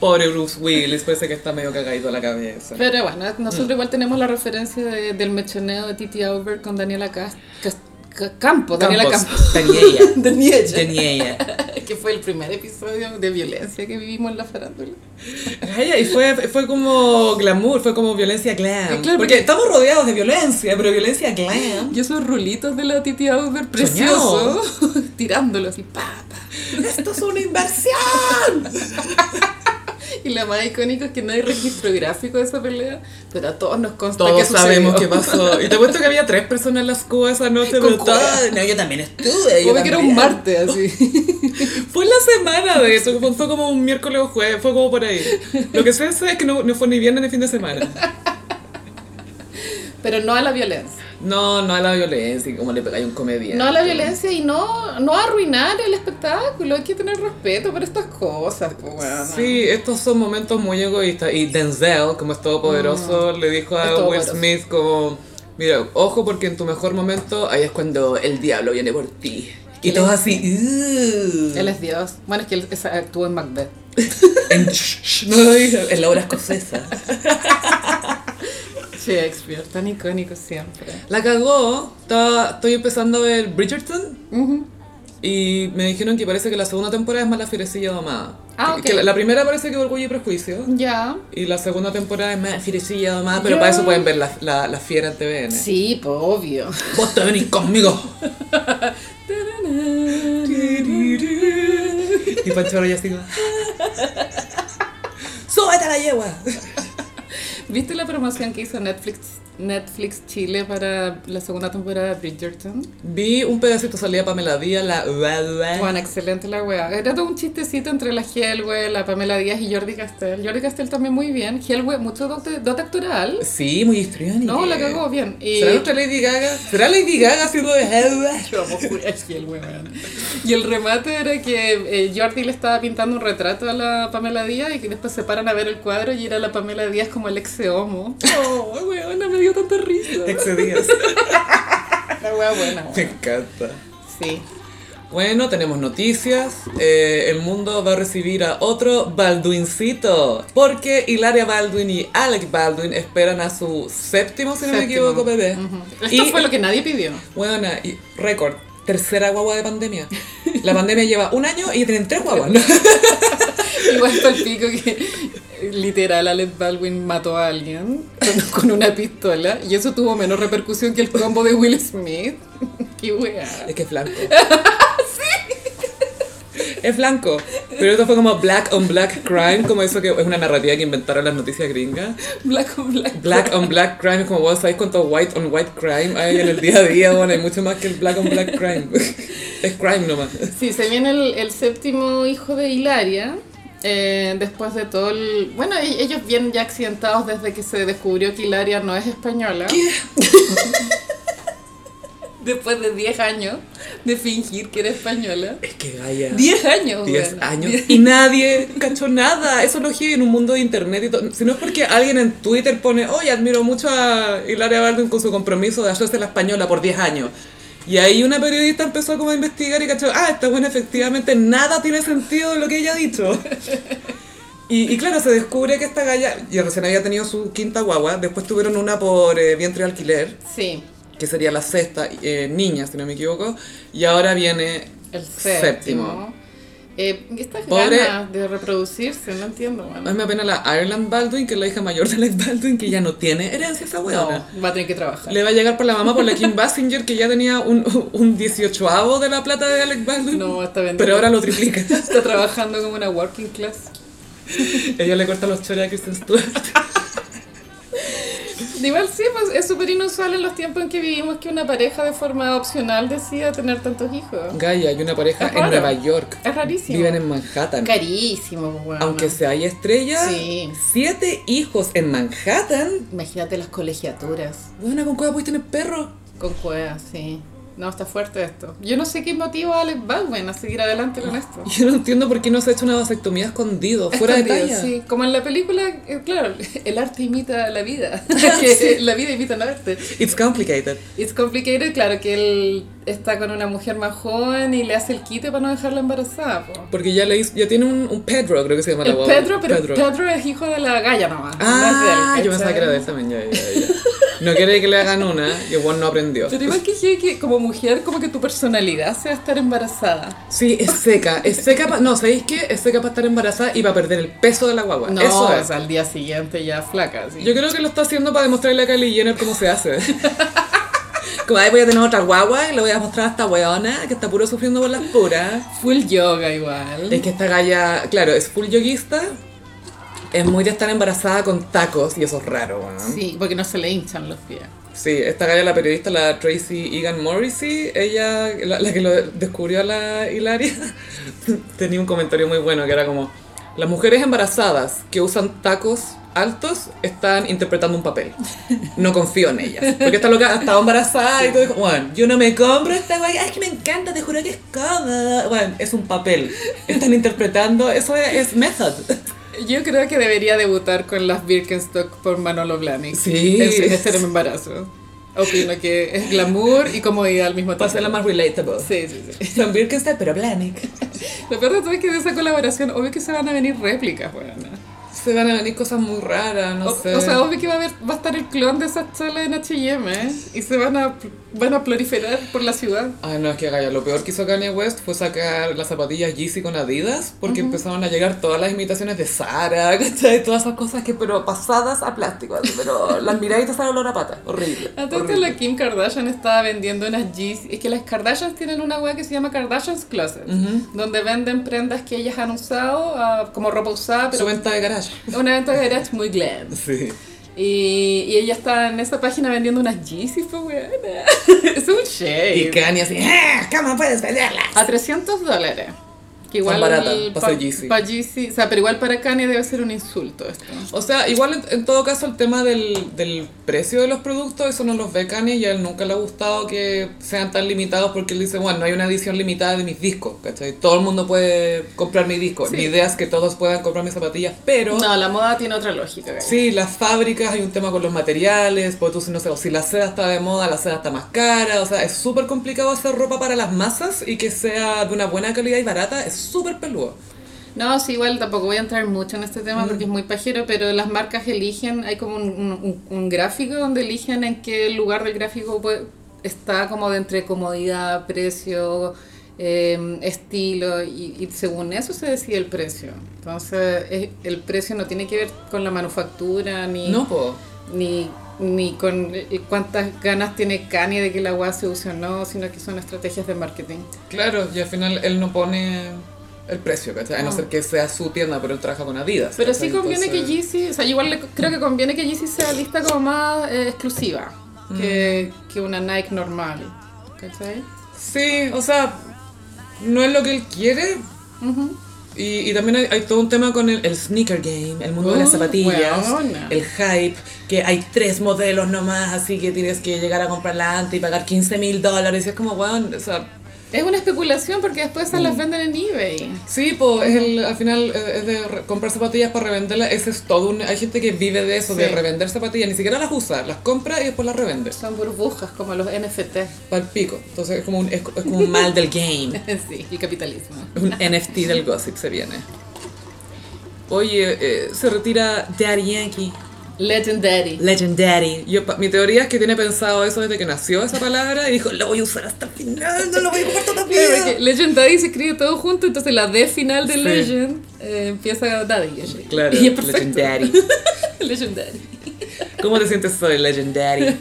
[SPEAKER 1] Pobre Bruce Willis, parece que está medio cagadito la cabeza.
[SPEAKER 2] Pero bueno,
[SPEAKER 1] Mm.
[SPEAKER 2] nosotros igual tenemos la referencia de- del mechoneo de Titi Albert con Daniela Cas- Cas- Ca- Campo, Daniela
[SPEAKER 1] Campos,
[SPEAKER 2] Campo.
[SPEAKER 1] [LAUGHS] Daniela.
[SPEAKER 2] [LAUGHS] Daniela.
[SPEAKER 1] Daniela.
[SPEAKER 2] [LAUGHS] que fue el primer episodio de violencia que vivimos en la farándula.
[SPEAKER 1] Ay, y fue, fue como glamour, fue como violencia glam.
[SPEAKER 2] Eh, claro,
[SPEAKER 1] porque
[SPEAKER 2] porque-
[SPEAKER 1] estamos rodeados de violencia, pero violencia [LAUGHS] glam.
[SPEAKER 2] Y esos rulitos de la Titi Albert
[SPEAKER 1] Soñado.
[SPEAKER 2] preciosos, [LAUGHS] tirándolos y pa, pa.
[SPEAKER 1] ¡Esto es una inversión!
[SPEAKER 2] Y lo más icónico es que no hay registro gráfico de esa pelea, pero a todos nos consta que
[SPEAKER 1] Todos
[SPEAKER 2] sucedió.
[SPEAKER 1] sabemos qué pasó. Y te cuento que había tres personas en las cubas esa noche,
[SPEAKER 2] Con
[SPEAKER 1] pero
[SPEAKER 2] cuba.
[SPEAKER 1] todas- No, yo también estuve. yo
[SPEAKER 2] [LAUGHS] Como que era
[SPEAKER 1] también.
[SPEAKER 2] un
[SPEAKER 1] [LAUGHS]
[SPEAKER 2] martes así.
[SPEAKER 1] Fue en la semana de eso, fue fue como un miércoles o jueves, fue como por ahí. Lo que sé, sé es que no, no fue ni viernes ni fin de semana.
[SPEAKER 2] Pero no a la violencia.
[SPEAKER 1] No, no a la violencia, y como le pegáis a un comediante.
[SPEAKER 2] No a la violencia y no, no arruinar el espectáculo. Hay que tener respeto por estas cosas. po, weona.
[SPEAKER 1] Sí, estos son momentos muy egoístas. Y Denzel, como es todopoderoso, le dijo
[SPEAKER 2] Mm. Es
[SPEAKER 1] a Will
[SPEAKER 2] todopoderoso.
[SPEAKER 1] Smith como, mira, ojo porque en tu mejor momento ahí es cuando el diablo viene por ti. Y
[SPEAKER 2] Él
[SPEAKER 1] todos
[SPEAKER 2] es-
[SPEAKER 1] así, "Uh".
[SPEAKER 2] Él es Dios. Bueno, es que él es- actuó en Macbeth.
[SPEAKER 1] En- shh, shh, [LAUGHS] no
[SPEAKER 2] [LAUGHS]
[SPEAKER 1] lo digas, en la obra escocesa.
[SPEAKER 2] Shakespeare, tan icónico siempre.
[SPEAKER 1] La cagó, estaba- estoy empezando a ver Bridgerton y me dijeron que parece que la segunda temporada es más la fierecilla domada.
[SPEAKER 2] Ah,
[SPEAKER 1] Que-
[SPEAKER 2] ok.
[SPEAKER 1] que la, la primera parece que Orgullo y Prejuicio.
[SPEAKER 2] Ya.
[SPEAKER 1] Y la segunda temporada es más fierecilla domada, pero
[SPEAKER 2] Ya.
[SPEAKER 1] para eso pueden ver la, la, la fiera en TVN.
[SPEAKER 2] Sí, pues obvio.
[SPEAKER 1] Vos te venís
[SPEAKER 2] [LAUGHS]
[SPEAKER 1] conmigo. Y Pancho ya así como, ¡Súbete a la yegua!
[SPEAKER 2] ¿Viste la promoción que hizo Netflix, Netflix Chile para la segunda temporada de Bridgerton?
[SPEAKER 1] Vi un pedacito salía Pamela Díaz, la
[SPEAKER 2] Bueno, excelente la wea. Era todo un chistecito entre la Helwe, la Pamela Díaz y Jordi Castell. Jordi Castell también muy bien. Helwe, mucho dote, dote actoral.
[SPEAKER 1] Sí, muy histriónica.
[SPEAKER 2] No, la cagó bien. Y...
[SPEAKER 1] ¿Será nuestra Lady Gaga? ¿Será Lady Gaga haciendo de
[SPEAKER 2] [LAUGHS] Yo amo Furia Hill, weón. Y el remate era que eh, Jordi le estaba pintando un retrato a la Pamela Díaz y que después se paran a ver el cuadro y era la Pamela Díaz como el ex [LAUGHS] homo. Oh, weón, me dio tanta risa.
[SPEAKER 1] Excedías.
[SPEAKER 2] [LAUGHS] La wea
[SPEAKER 1] [LAUGHS]
[SPEAKER 2] buena,
[SPEAKER 1] Me
[SPEAKER 2] weón.
[SPEAKER 1] encanta.
[SPEAKER 2] Sí.
[SPEAKER 1] Bueno, tenemos noticias. Eh, el mundo va a recibir a otro Baldwincito. Porque Hilaria Baldwin y Alec Baldwin esperan a su séptimo, si no me
[SPEAKER 2] Séptimo.
[SPEAKER 1] equivoco, bebé.
[SPEAKER 2] Esto
[SPEAKER 1] Y-
[SPEAKER 2] fue lo que nadie [LAUGHS] pidió.
[SPEAKER 1] Bueno, y récord. Tercera guagua de pandemia. La pandemia lleva un año y tienen tres
[SPEAKER 2] [LAUGHS]
[SPEAKER 1] guaguas. ¿no?
[SPEAKER 2] Igual está el pico que literal Alec Baldwin mató a alguien con, con una pistola y eso tuvo menos repercusión que el combo de Will Smith. [LAUGHS] Qué wea.
[SPEAKER 1] [LAUGHS] Es que es blanco. Es blanco. Pero esto fue como black on black crime, como eso que es una narrativa que inventaron las noticias gringas.
[SPEAKER 2] Black on black.
[SPEAKER 1] Black on black crime es como, vos ¿sabéis cuánto white on white crime hay en el día a día? Bueno, hay mucho más que el black on black crime. [LAUGHS] Es crime nomás.
[SPEAKER 2] Sí, se viene el, el séptimo hijo de Hilaria. eh, después de todo el... Bueno, e- ellos vienen ya accidentados desde que se descubrió que Hilaria no es española. [LAUGHS] Después de 10 años de fingir que era española.
[SPEAKER 1] Es que Gaia.
[SPEAKER 2] 10 años,
[SPEAKER 1] 10
[SPEAKER 2] weona.
[SPEAKER 1] años
[SPEAKER 2] Diez-
[SPEAKER 1] y nadie cachó nada. Eso lo heavy en un mundo de internet y todo. Si no es porque alguien en Twitter pone, oye, admiro mucho a Hilaria Baldwin con su compromiso de hacerse la española por 10 años. Y ahí una periodista empezó como a investigar y cachó, ah, esta buena efectivamente nada tiene sentido de lo que ella ha dicho. Y, y claro, se descubre que esta galla, ya recién había tenido su quinta guagua, después tuvieron una por eh, vientre de alquiler,
[SPEAKER 2] Sí,
[SPEAKER 1] que sería la sexta eh, niña, si no me equivoco, y ahora viene
[SPEAKER 2] el
[SPEAKER 1] Séptimo.
[SPEAKER 2] séptimo. Eh, estas
[SPEAKER 1] Pobre-
[SPEAKER 2] ganas de reproducirse, no entiendo,
[SPEAKER 1] A
[SPEAKER 2] bueno.
[SPEAKER 1] mí me apena la Ireland Baldwin, que es la hija mayor de Alec Baldwin, que ya no tiene herencia esa weona.
[SPEAKER 2] No, va a tener que trabajar.
[SPEAKER 1] Le va a llegar por la mamá por la Kim Basinger, que ya tenía un, un 18avo de la plata de Alec Baldwin.
[SPEAKER 2] No, está vendiendo.
[SPEAKER 1] pero ahora lo triplica. [LAUGHS]
[SPEAKER 2] Está trabajando como una working class.
[SPEAKER 1] Ella le corta los chores a Kristen Stewart.
[SPEAKER 2] Igual sí, pues es súper inusual en los tiempos en que vivimos que una pareja de forma opcional decida tener tantos hijos.
[SPEAKER 1] Gaia, hay una pareja
[SPEAKER 2] Es
[SPEAKER 1] en
[SPEAKER 2] raro.
[SPEAKER 1] Nueva York.
[SPEAKER 2] Es rarísimo.
[SPEAKER 1] Viven en Manhattan.
[SPEAKER 2] Carísimo, pues bueno.
[SPEAKER 1] Aunque sea hay estrella,
[SPEAKER 2] Sí.
[SPEAKER 1] siete hijos en Manhattan.
[SPEAKER 2] Imagínate las colegiaturas
[SPEAKER 1] Buena, ¿con cuál puedes tener perro?
[SPEAKER 2] con cuevas, sí. No, está fuerte esto. Yo no sé qué motiva a Alex Baldwin a seguir adelante con esto.
[SPEAKER 1] Yo no entiendo por qué no se ha hecho una vasectomía escondido, [LAUGHS] fuera de
[SPEAKER 2] Escondido,
[SPEAKER 1] talla.
[SPEAKER 2] Sí, como en la película, eh, claro, [LAUGHS] el arte imita la vida. [LAUGHS] que La vida imita el arte.
[SPEAKER 1] It's complicated.
[SPEAKER 2] It's complicated, claro, que él está con una mujer más joven y le hace el quite para no dejarla embarazada. po.
[SPEAKER 1] Porque ya le hizo- ya tiene un, un Pedro, creo que se llama la
[SPEAKER 2] El
[SPEAKER 1] guagua.
[SPEAKER 2] Eh, Pedro, pero Pedro. es hijo de la galla nomás.
[SPEAKER 1] Ah,
[SPEAKER 2] no es de él,
[SPEAKER 1] yo pensaba que era de
[SPEAKER 2] ¿cachai?
[SPEAKER 1] él también, ya, ya, ya. No quiere que le hagan una, y el weón no aprendió.
[SPEAKER 2] Pero igual que, dije que como mujer, como que tu personalidad sea estar embarazada.
[SPEAKER 1] Sí, es seca, es seca pa- No, ¿sabéis qué? Es seca para estar embarazada y para perder el peso de la guagua.
[SPEAKER 2] No,
[SPEAKER 1] Eso es.
[SPEAKER 2] o sea, al día siguiente ya flaca. así.
[SPEAKER 1] Yo creo que lo está haciendo para demostrarle a Kylie Jenner cómo se
[SPEAKER 2] [LAUGHS]
[SPEAKER 1] hace. Como ahí voy a tener otra guagua y le voy a mostrar a esta weona que está puro sufriendo por las puras.
[SPEAKER 2] Full yoga igual.
[SPEAKER 1] Es que esta galla, claro, es full yoguista, es muy de estar embarazada con tacos y eso es raro, weón.
[SPEAKER 2] Sí, porque no se le hinchan los pies.
[SPEAKER 1] Sí, esta galla, la periodista, la Tracy Egan Morrissey, ella, la, la que lo descubrió a la Hilaria, [LAUGHS] tenía un comentario muy bueno que era como, las mujeres embarazadas que usan tacos altos están interpretando un papel. No confío en ellas. Porque esta loca ha estado embarazada y todo dijo, bueno, yo no me compro esta guay, es que me encanta, te juro que es cómoda. Bueno, es un papel. Están interpretando, eso es, es method.
[SPEAKER 2] Yo creo que debería debutar con las Birkenstock por Manolo Blahnik.
[SPEAKER 1] Sí.
[SPEAKER 2] En su tercer embarazo. Opino que es glamour y comodidad al mismo
[SPEAKER 1] Para hacerla
[SPEAKER 2] tiempo.
[SPEAKER 1] más relatable.
[SPEAKER 2] Sí, sí, sí.
[SPEAKER 1] Son Birkenstein, pero Blanick.
[SPEAKER 2] Lo peor de todo es que de esa colaboración, obvio que se van a venir réplicas, weona.
[SPEAKER 1] Se van a venir cosas muy raras, no
[SPEAKER 2] O,
[SPEAKER 1] sé.
[SPEAKER 2] o sea, obvio que va a, haber, va a estar el clon de esas chalas en H&M ¿eh? y se van a, van a proliferar por la ciudad.
[SPEAKER 1] Ay, no, es que Gaya, lo peor que hizo Kanye West fue sacar las zapatillas Yeezy con Adidas, porque empezaron a llegar todas las imitaciones de Sara, [LAUGHS] ¿cachai? Todas esas cosas que, pero pasadas a plástico, así,
[SPEAKER 2] [LAUGHS]
[SPEAKER 1] pero las miraditas salen olor a pata, horrible.
[SPEAKER 2] Entonces
[SPEAKER 1] horrible.
[SPEAKER 2] la Kim Kardashian estaba vendiendo unas jeans. Es que las Kardashians tienen una web que se llama Kardashians Closet, donde venden prendas que ellas han usado ah, como ropa usada,
[SPEAKER 1] Su
[SPEAKER 2] pero
[SPEAKER 1] venta de garaje. [LAUGHS]
[SPEAKER 2] una venta de garage muy glam.
[SPEAKER 1] Sí.
[SPEAKER 2] Y, y ella estaba en esa página vendiendo unas Yeezys, pues weona. [LAUGHS] es un shade.
[SPEAKER 1] Y Kanye así, ¡ah! ¿Cómo puedes venderlas?
[SPEAKER 2] A 300 dólares. Que
[SPEAKER 1] Son
[SPEAKER 2] igual
[SPEAKER 1] baratas, pa'
[SPEAKER 2] para
[SPEAKER 1] ser Yeezy.
[SPEAKER 2] o sea, pero igual para Kanye debe ser un insulto esto.
[SPEAKER 1] O sea, igual en, en todo caso el tema del, del precio de los productos, eso no los ve Kanye y a él nunca le ha gustado que sean tan limitados porque él dice, bueno, no hay una edición limitada de mis discos, ¿cachai? Todo el mundo puede comprar mi disco.
[SPEAKER 2] Sí.
[SPEAKER 1] Mi idea es que todos puedan comprar mis zapatillas, pero...
[SPEAKER 2] No, la moda tiene otra lógica. gallo.
[SPEAKER 1] Sí, las fábricas, hay un tema con los materiales, porque tú si no sé, o si la seda está de moda, la seda está más cara, o sea, es súper complicado hacer ropa para las masas y que sea de una buena calidad y barata, es súper peludo.
[SPEAKER 2] No, sí, igual tampoco voy a entrar mucho en este
[SPEAKER 1] Mm.
[SPEAKER 2] tema porque es muy pajero, pero las marcas eligen, hay como un, un- un gráfico donde eligen en qué lugar del gráfico pue- está como de entre comodidad, precio, eh, estilo, y, y según eso se decide el precio. Entonces, es- el precio no tiene que ver con la manufactura ni...
[SPEAKER 1] No, po.
[SPEAKER 2] ni, ni con eh, cuántas ganas tiene Kanye de que la agua se use o no, sino que son estrategias de marketing.
[SPEAKER 1] Claro, y al final él no pone el precio, ¿cachai? A no
[SPEAKER 2] Ah.
[SPEAKER 1] ser que sea su tienda, pero él trabaja con Adidas.
[SPEAKER 2] Pero
[SPEAKER 1] ¿cachai?
[SPEAKER 2] sí conviene que
[SPEAKER 1] Entonces-
[SPEAKER 2] Yeezy, o sea, igual le- creo que conviene que Yeezy sea lista como más eh, exclusiva que, que una Nike normal. ¿Cachai?
[SPEAKER 1] Sí, o sea, no es lo que él quiere,
[SPEAKER 2] Ujú.
[SPEAKER 1] Y, y también hay, hay todo un tema con el, el sneaker game, el mundo de las
[SPEAKER 2] Uh,
[SPEAKER 1] zapatillas,
[SPEAKER 2] weona.
[SPEAKER 1] el hype, que hay tres modelos nomás, así que tienes que llegar a comprarla antes y pagar 15 mil dólares. Y es como, weón, o sea,
[SPEAKER 2] Es una especulación porque después se las venden en eBay.
[SPEAKER 1] Sí, pues es el, al final eh, es de re- comprar zapatillas para revenderlas. Ese es todo un. Hay gente que vive de eso, de
[SPEAKER 2] Sí.
[SPEAKER 1] revender zapatillas. Ni siquiera las usa, las compra y después las revende.
[SPEAKER 2] Son burbujas como los NFT.
[SPEAKER 1] Para el pico. Entonces es como un, es, es como un mal del game.
[SPEAKER 2] [LAUGHS] Sí, el capitalismo.
[SPEAKER 1] Es [LAUGHS] un NFT del gossip, se viene. Oye, eh, se retira Daddy Yankee.
[SPEAKER 2] Legendary.
[SPEAKER 1] Legendary. Yo, pa- mi teoría es que tiene pensado eso desde que nació esa palabra y dijo: Lo voy a usar hasta el final, no lo voy a ocupar [LAUGHS] toda mi
[SPEAKER 2] Claro,
[SPEAKER 1] vida".
[SPEAKER 2] porque Legend Daddy se escribe todo junto, entonces la D final de
[SPEAKER 1] Sí.
[SPEAKER 2] Legend eh, empieza Daddy. así.
[SPEAKER 1] Claro,
[SPEAKER 2] y es perfecto.
[SPEAKER 1] Legendary.
[SPEAKER 2] [LAUGHS] Legendary.
[SPEAKER 1] ¿Cómo te sientes hoy, Legendary?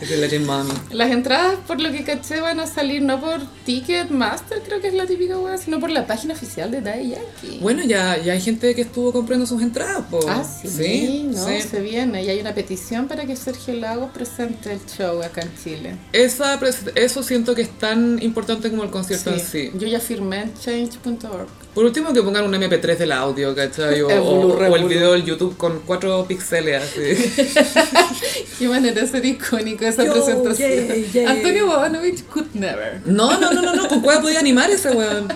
[SPEAKER 1] Es el Legend Mommy.
[SPEAKER 2] Las entradas, por lo que caché, van a salir no por Ticketmaster, creo que es la típica wea, sino por la página oficial de Daddy Yankee.
[SPEAKER 1] Bueno, ya, ya hay gente que estuvo comprando sus entradas, po.
[SPEAKER 2] Ah, sí, no,
[SPEAKER 1] sí.
[SPEAKER 2] se viene. Y hay una petición para que Sergio Lagos presente el show acá en Chile.
[SPEAKER 1] Esa pres- eso siento que es tan importante como el concierto en sí.
[SPEAKER 2] Yo ya firmé en change.org.
[SPEAKER 1] Por último, que pongan un MP3 del audio, ¿cachai? O,
[SPEAKER 2] Evolu,
[SPEAKER 1] o- o el
[SPEAKER 2] revolu.
[SPEAKER 1] video del YouTube con cuatro píxeles, así.
[SPEAKER 2] Qué manera de ser icónico esa
[SPEAKER 1] Yo,
[SPEAKER 2] presentación.
[SPEAKER 1] yeah, yeah.
[SPEAKER 2] Antonio Bobanovich could never.
[SPEAKER 1] No, no, no, no, no, ¿con cuál podía animar ese weón?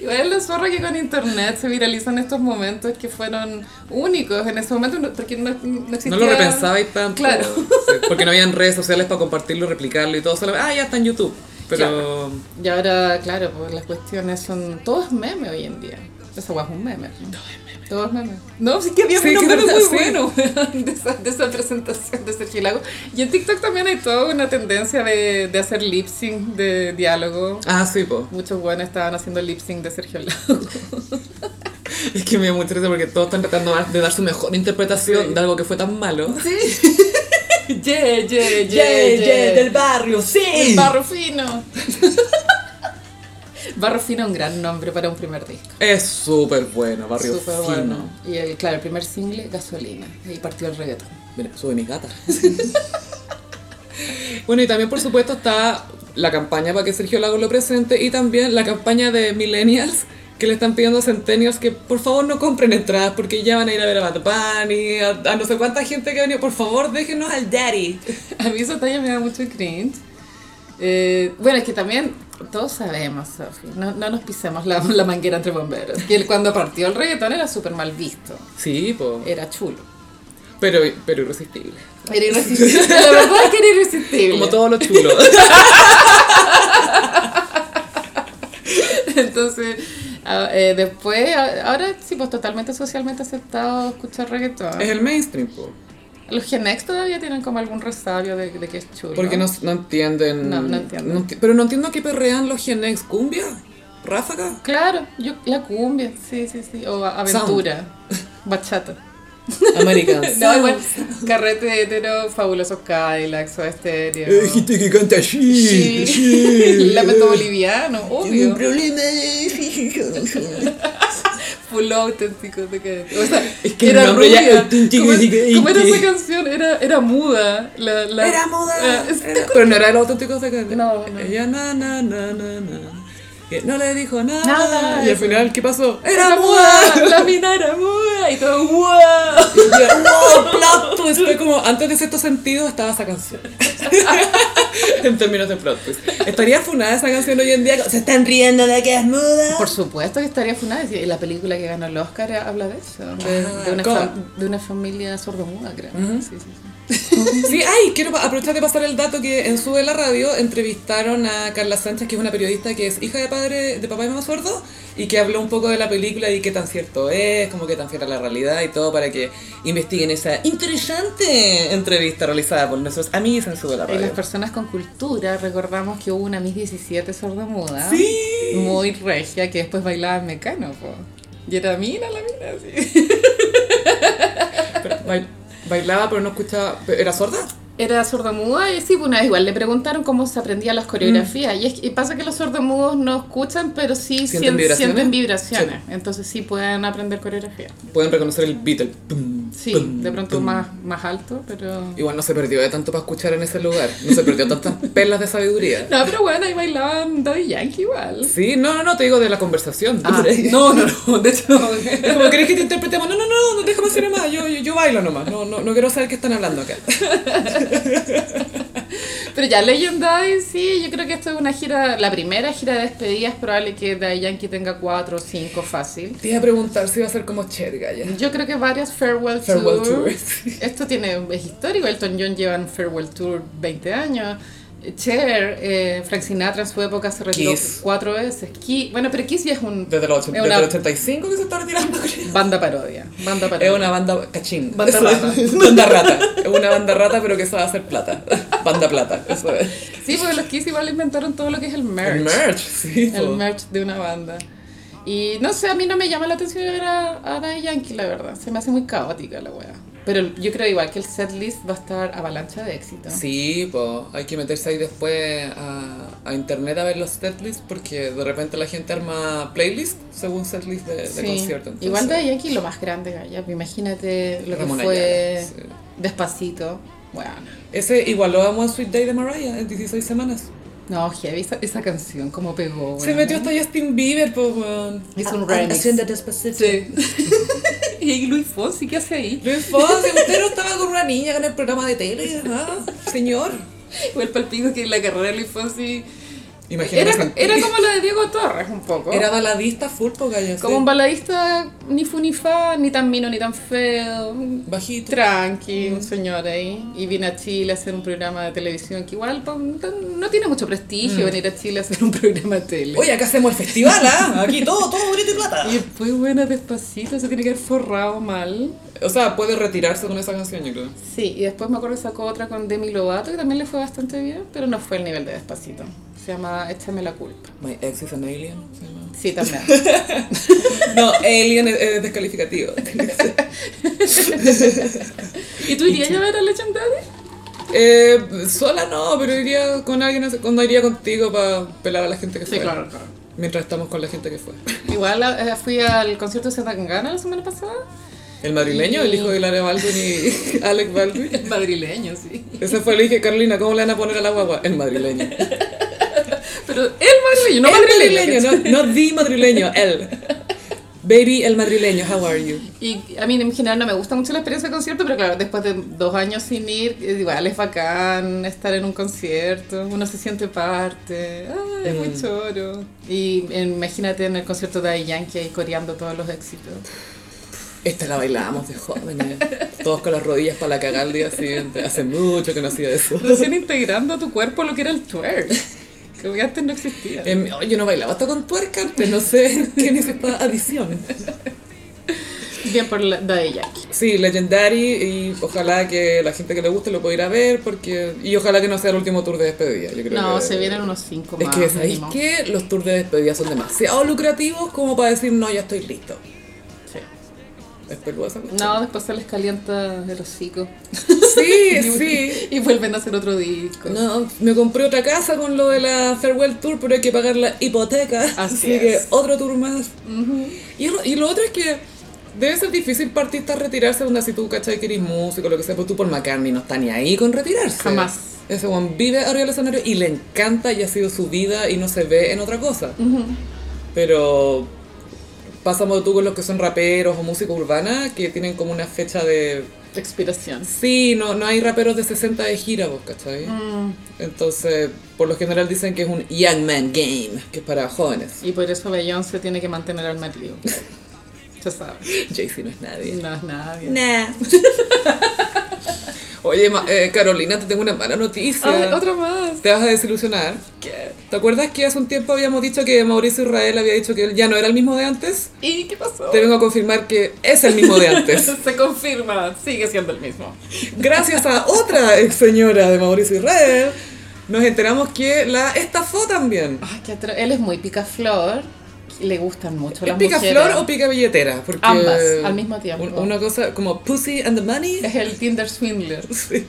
[SPEAKER 2] Igual es lo zorro que con internet se viralizan estos momentos que fueron únicos en ese momento, no- porque no, no existía...
[SPEAKER 1] No lo repensabais tanto.
[SPEAKER 2] Claro.
[SPEAKER 1] Sí, porque no habían redes sociales para compartirlo, replicarlo y todo. Solo, ah, ya está en YouTube. Pero...
[SPEAKER 2] Y ahora, claro, pues las cuestiones son... Todo es meme hoy en día. Esa guay es un meme. Todo es meme. Todo es meme. No, sí que había
[SPEAKER 1] Sí,
[SPEAKER 2] unos
[SPEAKER 1] que
[SPEAKER 2] memes
[SPEAKER 1] verdad,
[SPEAKER 2] muy
[SPEAKER 1] sí.
[SPEAKER 2] buenos weón, de esa, de esa presentación de Sergio Lago. Y en TikTok también hay toda una tendencia de, de hacer lip sync de diálogo.
[SPEAKER 1] Ah, sí, po. [LAUGHS]
[SPEAKER 2] Muchos buenos estaban haciendo lip sync de Sergio Lago.
[SPEAKER 1] Es que me da mucha risa porque todos están tratando de dar su mejor interpretación
[SPEAKER 2] Sí.
[SPEAKER 1] de algo que fue tan malo.
[SPEAKER 2] [LAUGHS] Yeah, yeah, yeah,
[SPEAKER 1] Ye, ye,
[SPEAKER 2] yeah.
[SPEAKER 1] barrio, sí.
[SPEAKER 2] El Barro Fino. [LAUGHS] Barro Fino es un gran nombre para un primer disco.
[SPEAKER 1] Es súper bueno, barrio
[SPEAKER 2] Súper
[SPEAKER 1] fino.
[SPEAKER 2] bueno. Y el, claro, el primer single, Gasolina. Y partió el reggaetón.
[SPEAKER 1] Mira, sube mi gata. bueno, y también por supuesto está la campaña para que Sergio Lago lo presente y también la campaña de millennials que le están pidiendo a centennials que por favor no compren entradas porque ya van a ir a ver a Bad Bunny, a, a no sé cuánta gente que ha venido. Por favor, déjenos al daddy.
[SPEAKER 2] [LAUGHS] A mí esa talla me da mucho cringe. Eh, bueno, es que también todos sabemos, Sofi, no, no nos pisemos la, la manguera entre bomberos. Que el- cuando partió el reggaetón era súper mal visto.
[SPEAKER 1] Sí, po.
[SPEAKER 2] Era chulo.
[SPEAKER 1] Pero, pero irresistible.
[SPEAKER 2] Era irresistible. La verdad es que era irresistible.
[SPEAKER 1] Como todo lo chulo.
[SPEAKER 2] [LAUGHS] Entonces, a- eh, después, a- ahora sí, pues totalmente socialmente aceptado escuchar reggaetón.
[SPEAKER 1] es el mainstream, po.
[SPEAKER 2] Los Genex todavía tienen como algún resabio de, de que es chulo.
[SPEAKER 1] Porque no, no entienden.
[SPEAKER 2] No, no entienden.
[SPEAKER 1] enti- pero no entiendo qué perrean los Genex. ¿Cumbia? ¿Ráfaga?
[SPEAKER 2] Claro, yo, la cumbia, sí, sí, sí. O a- aventura, bachata.
[SPEAKER 1] [LAUGHS] Americans.
[SPEAKER 2] No, igual, carrete hetero, fabulosos Cadillacs o
[SPEAKER 1] Eh,
[SPEAKER 2] estéreo.
[SPEAKER 1] que canta eh, [LAUGHS]
[SPEAKER 2] Sí. [LAUGHS] Lamento boliviano, obvio.
[SPEAKER 1] problema eh, [LAUGHS] de
[SPEAKER 2] Full auténtico de que. O sea,
[SPEAKER 1] Es que el
[SPEAKER 2] era
[SPEAKER 1] nombre ya
[SPEAKER 2] rubia.
[SPEAKER 1] auténtico,
[SPEAKER 2] ¿Cómo,
[SPEAKER 1] así que-
[SPEAKER 2] cómo era esa canción? Era, era muda. La, la-
[SPEAKER 1] Era muda.
[SPEAKER 2] Ah, es-
[SPEAKER 1] Era- Eh, Pero no era los auténticos de que-
[SPEAKER 2] No, no.
[SPEAKER 1] Ella na na na na na. Que no le dijo nada.
[SPEAKER 2] Nada.
[SPEAKER 1] Y al final, ¿qué pasó?
[SPEAKER 2] Era muda,
[SPEAKER 1] [LAUGHS]
[SPEAKER 2] la mina era muda y todo wow.
[SPEAKER 1] Y yo, [LAUGHS] wow, plot twist. Fue como, antes de cierto sentido estaba esa canción. [LAUGHS] en términos de plot twist. Estaría funada esa canción hoy en día. Se están riendo de que es
[SPEAKER 2] [LAUGHS]
[SPEAKER 1] muda.
[SPEAKER 2] Por supuesto que estaría funada. Y la película que ganó el Oscar habla de eso. De,
[SPEAKER 1] Ah,
[SPEAKER 2] de una,
[SPEAKER 1] ¿cómo?
[SPEAKER 2] fam- de una familia sordomuda, creo. Sí, sí, sí.
[SPEAKER 1] Sí, ay, quiero pa- aprovechar de pasar el dato que en Sube la Radio entrevistaron a Carla Sánchez, que es una periodista que es hija de padre de papá y mamá sordo, y que habló un poco de la película y qué tan cierto es, como qué tan fiel a la realidad y todo, para que investiguen esa interesante entrevista realizada por nuestros amigos en Sube la
[SPEAKER 2] Y las
[SPEAKER 1] Radio.
[SPEAKER 2] personas con cultura, recordamos que hubo una Miss 17 sordomuda.
[SPEAKER 1] Sí.
[SPEAKER 2] Muy regia, que después bailaba en mecano, po. Y era mina la mina, sí.
[SPEAKER 1] Pero bail- bailaba, pero no escuchaba. ¿Era sorda?
[SPEAKER 2] Era sordomuda y sí, pues una vez igual le preguntaron cómo se aprendía las coreografías. Y, es que- y pasa que los sordomudos no escuchan, pero sí
[SPEAKER 1] ¿Sienten
[SPEAKER 2] sien-
[SPEAKER 1] vibraciones?
[SPEAKER 2] sienten vibraciones. Entonces sí pueden aprender coreografía.
[SPEAKER 1] Pueden reconocer el beat, el pum,
[SPEAKER 2] Sí,
[SPEAKER 1] Pum,
[SPEAKER 2] de pronto
[SPEAKER 1] pum.
[SPEAKER 2] más, más alto, pero...
[SPEAKER 1] Igual no se perdió de tanto para escuchar en ese lugar. No se perdió tantas [LAUGHS] perlas de sabiduría.
[SPEAKER 2] No, pero bueno, ahí bailaban Daddy Yankee igual.
[SPEAKER 1] Sí, no, no, no, te digo de la conversación.
[SPEAKER 2] Ah,
[SPEAKER 1] no, no, no, de
[SPEAKER 2] [LAUGHS]
[SPEAKER 1] hecho no. Es como querés que te interpretemos. No, no, no, no, déjame hacer más. Yo, yo, yo bailo nomás. No, no, no quiero saber qué están hablando acá.
[SPEAKER 2] Pero ya Legendary, sí, yo creo que esto es una gira, la primera gira de despedida es probable que Daddy Yankee tenga cuatro o cinco fácil.
[SPEAKER 1] Te iba a preguntar si iba a ser como Chet Gaya.
[SPEAKER 2] Yo creo que varias Farewell,
[SPEAKER 1] Farewell
[SPEAKER 2] Tours.
[SPEAKER 1] tours.
[SPEAKER 2] [LAUGHS] Esto tiene, es histórico, Elton John lleva en Farewell Tour 20 años. Cher, eh, Frank Sinatra en su época se retiró
[SPEAKER 1] Kiss.
[SPEAKER 2] cuatro veces. Ki- bueno, pero Kiss ya es un
[SPEAKER 1] Desde los, ocho-
[SPEAKER 2] Es una-
[SPEAKER 1] desde los 85 que se está retirando, creo.
[SPEAKER 2] banda parodia. Banda
[SPEAKER 1] Es
[SPEAKER 2] parodia.
[SPEAKER 1] una banda cachín.
[SPEAKER 2] Banda
[SPEAKER 1] Eso es,
[SPEAKER 2] rata.
[SPEAKER 1] [LAUGHS] Banda rata. Es una banda rata, pero que sabe hacer plata. Banda plata, eso es.
[SPEAKER 2] Sí, porque los Kiss igual inventaron todo lo que es el merch.
[SPEAKER 1] El merch, sí.
[SPEAKER 2] el
[SPEAKER 1] po.
[SPEAKER 2] merch de una banda. Y no sé, a mí no me llama la atención ver a, a Daddy Yankee, la verdad. Se me hace muy caótica la wea. Pero el- yo creo igual que el setlist va a estar avalancha de éxito.
[SPEAKER 1] Sí, po, hay que meterse ahí después a, a internet a ver los setlists porque de repente la gente arma playlist según setlist de, de
[SPEAKER 2] Sí.
[SPEAKER 1] concierto. entonces-
[SPEAKER 2] Igual Daddy Yankee lo más grande, Gaya. Pues Imagínate lo que
[SPEAKER 1] Ramona
[SPEAKER 2] fue
[SPEAKER 1] Ayala, sí.
[SPEAKER 2] Despacito. Bueno,
[SPEAKER 1] Ese igualó a One Sweet Day de Mariah en 16 semanas.
[SPEAKER 2] no, heavy esa, esa canción, como pegó.
[SPEAKER 1] Se
[SPEAKER 2] bueno.
[SPEAKER 1] metió hasta Justin Bieber, po, weón.
[SPEAKER 2] Hizo un remix. Sí. [LAUGHS] y Luis Fonsi, ¿qué hace ahí?
[SPEAKER 1] Luis Fonsi, usted no estaba con una niña en el programa de tele, ajá, señor.
[SPEAKER 2] Igual palpico que la carrera de Luis Fonsi.
[SPEAKER 1] Imagínate.
[SPEAKER 2] Era, era como la de Diego Torres, un poco.
[SPEAKER 1] Era baladista full, po, gallo.
[SPEAKER 2] Como
[SPEAKER 1] sí.
[SPEAKER 2] un baladista ni fu ni fa, ni tan mino ni tan feo.
[SPEAKER 1] Bajito.
[SPEAKER 2] Tranqui, un señor ahí. Y viene a Chile a hacer un programa de televisión que igual pa- tan- no tiene mucho prestigio venir a Chile a hacer un [LAUGHS] programa de tele.
[SPEAKER 1] Oye, acá hacemos el festival, ¿ah? Aquí todo, todo bonito y plata.
[SPEAKER 2] Y después, buena, despacito, se tiene que haber forrado mal.
[SPEAKER 1] O sea, puede retirarse con esa canción, yo creo.
[SPEAKER 2] Sí, y después me acuerdo que sacó otra con Demi Lovato que también le fue bastante bien, pero no fue el nivel de despacito. Se llama Échame la culpa.
[SPEAKER 1] My ex is an alien. se llama.
[SPEAKER 2] Sí, también.
[SPEAKER 1] No, alien es, es descalificativo.
[SPEAKER 2] [LAUGHS] ¿Y tú irías a ver a Legendary?
[SPEAKER 1] Eh, sola no, pero iría con alguien, a- cuando iría contigo para pelar a la gente que fue.
[SPEAKER 2] claro.
[SPEAKER 1] Mientras estamos con la gente que fue.
[SPEAKER 2] Igual eh, fui al concierto de Zetangana la semana pasada.
[SPEAKER 1] El madrileño, el hijo de Lara Baldwin y [LAUGHS] Alec Baldwin.
[SPEAKER 2] Madrileño, sí.
[SPEAKER 1] Ese fue el dije, Carolina, ¿cómo le van a poner a la guagua? El madrileño.
[SPEAKER 2] Pero el madrileño, no
[SPEAKER 1] el
[SPEAKER 2] madrileño.
[SPEAKER 1] madrileño, no, no the madrileño, él. Baby, el madrileño, how are you?
[SPEAKER 2] Y a mí en general no me gusta mucho la experiencia de concierto, pero claro, después de dos años sin ir, eh, igual es bacán estar en un concierto, uno se siente parte, ay, es muy choro. Y imagínate en el concierto de Daddy Yankee ahí coreando todos los éxitos.
[SPEAKER 1] Esta la bailábamos de jóvenes. Todos con las rodillas para la cagar el día siguiente. Hace mucho que no hacía eso.
[SPEAKER 2] [LAUGHS] Recién integrando a tu cuerpo lo que era el twerk, que antes no existía.
[SPEAKER 1] Em, oh, yo no bailaba hasta con tuerca antes, no sé [LAUGHS] qué necesita adición.
[SPEAKER 2] Bien por la- Daddy Yankee.
[SPEAKER 1] Sí, Legendary y ojalá que la gente que le guste lo pueda ir a ver porque y ojalá que no sea el último tour de despedida. Yo creo
[SPEAKER 2] No,
[SPEAKER 1] que-
[SPEAKER 2] se vienen unos cinco
[SPEAKER 1] Es
[SPEAKER 2] más.
[SPEAKER 1] que sabéis
[SPEAKER 2] mínimo.
[SPEAKER 1] que los tours de despedida son demasiado lucrativos como para decir no, ya estoy listo.
[SPEAKER 2] Sí.
[SPEAKER 1] Es peluda esa cuestión.
[SPEAKER 2] No, después se les calienta el hocico.
[SPEAKER 1] Sí,
[SPEAKER 2] Y- [LAUGHS]
[SPEAKER 1] sí.
[SPEAKER 2] Y vuelven a hacer otro disco.
[SPEAKER 1] No, me compré otra casa con lo de la farewell tour, pero hay que pagar la hipoteca. [LAUGHS] Así,
[SPEAKER 2] Así
[SPEAKER 1] que
[SPEAKER 2] es.
[SPEAKER 1] otro tour más. y, lo, y lo otro es que debe ser difícil para artistas retirarse, onda si tú, ¿cachai? Que eres músico, lo que sea, pero tú por McCartney no está ni ahí con retirarse.
[SPEAKER 2] Jamás.
[SPEAKER 1] Ese Juan vive arriba del escenario y le encanta y ha sido su vida y no se ve en otra cosa. Pero pasamos tú con los que son raperos o música urbana que tienen como una fecha de
[SPEAKER 2] Expiración.
[SPEAKER 1] Sí, no, no hay raperos de 60 de gira, vos, ¿cachai?
[SPEAKER 2] Mm,
[SPEAKER 1] Entonces, por lo general dicen que es un Young Man Game, que es para jóvenes.
[SPEAKER 2] Y por eso Beyoncé tiene que mantener al [LAUGHS] marido. Ya sabes.
[SPEAKER 1] Jay-Z no es nadie.
[SPEAKER 2] No es nadie.
[SPEAKER 1] Nah. [LAUGHS] Oye, ma- eh, Carolina, te tengo una mala noticia.
[SPEAKER 2] Ay, otra más.
[SPEAKER 1] Te vas a desilusionar. ¿Te acuerdas que hace un tiempo habíamos dicho que Mauricio Israel había dicho que él ya no era el mismo de antes?
[SPEAKER 2] ¿Y qué pasó?
[SPEAKER 1] Te vengo a confirmar que es el mismo de
[SPEAKER 2] [LAUGHS]
[SPEAKER 1] antes.
[SPEAKER 2] Se confirma, sigue siendo el mismo.
[SPEAKER 1] Gracias a otra ex señora de Mauricio Israel, nos enteramos que la estafó también.
[SPEAKER 2] Ay, qué atro- Él es muy picaflor. le gustan mucho
[SPEAKER 1] ¿Es
[SPEAKER 2] las
[SPEAKER 1] pica
[SPEAKER 2] mujeres.
[SPEAKER 1] flor o pica billetera? Porque
[SPEAKER 2] Ambas, al mismo tiempo.
[SPEAKER 1] un- Una cosa como Pussy and the Money.
[SPEAKER 2] Es el Tinder Swindler.
[SPEAKER 1] [LAUGHS] Sí.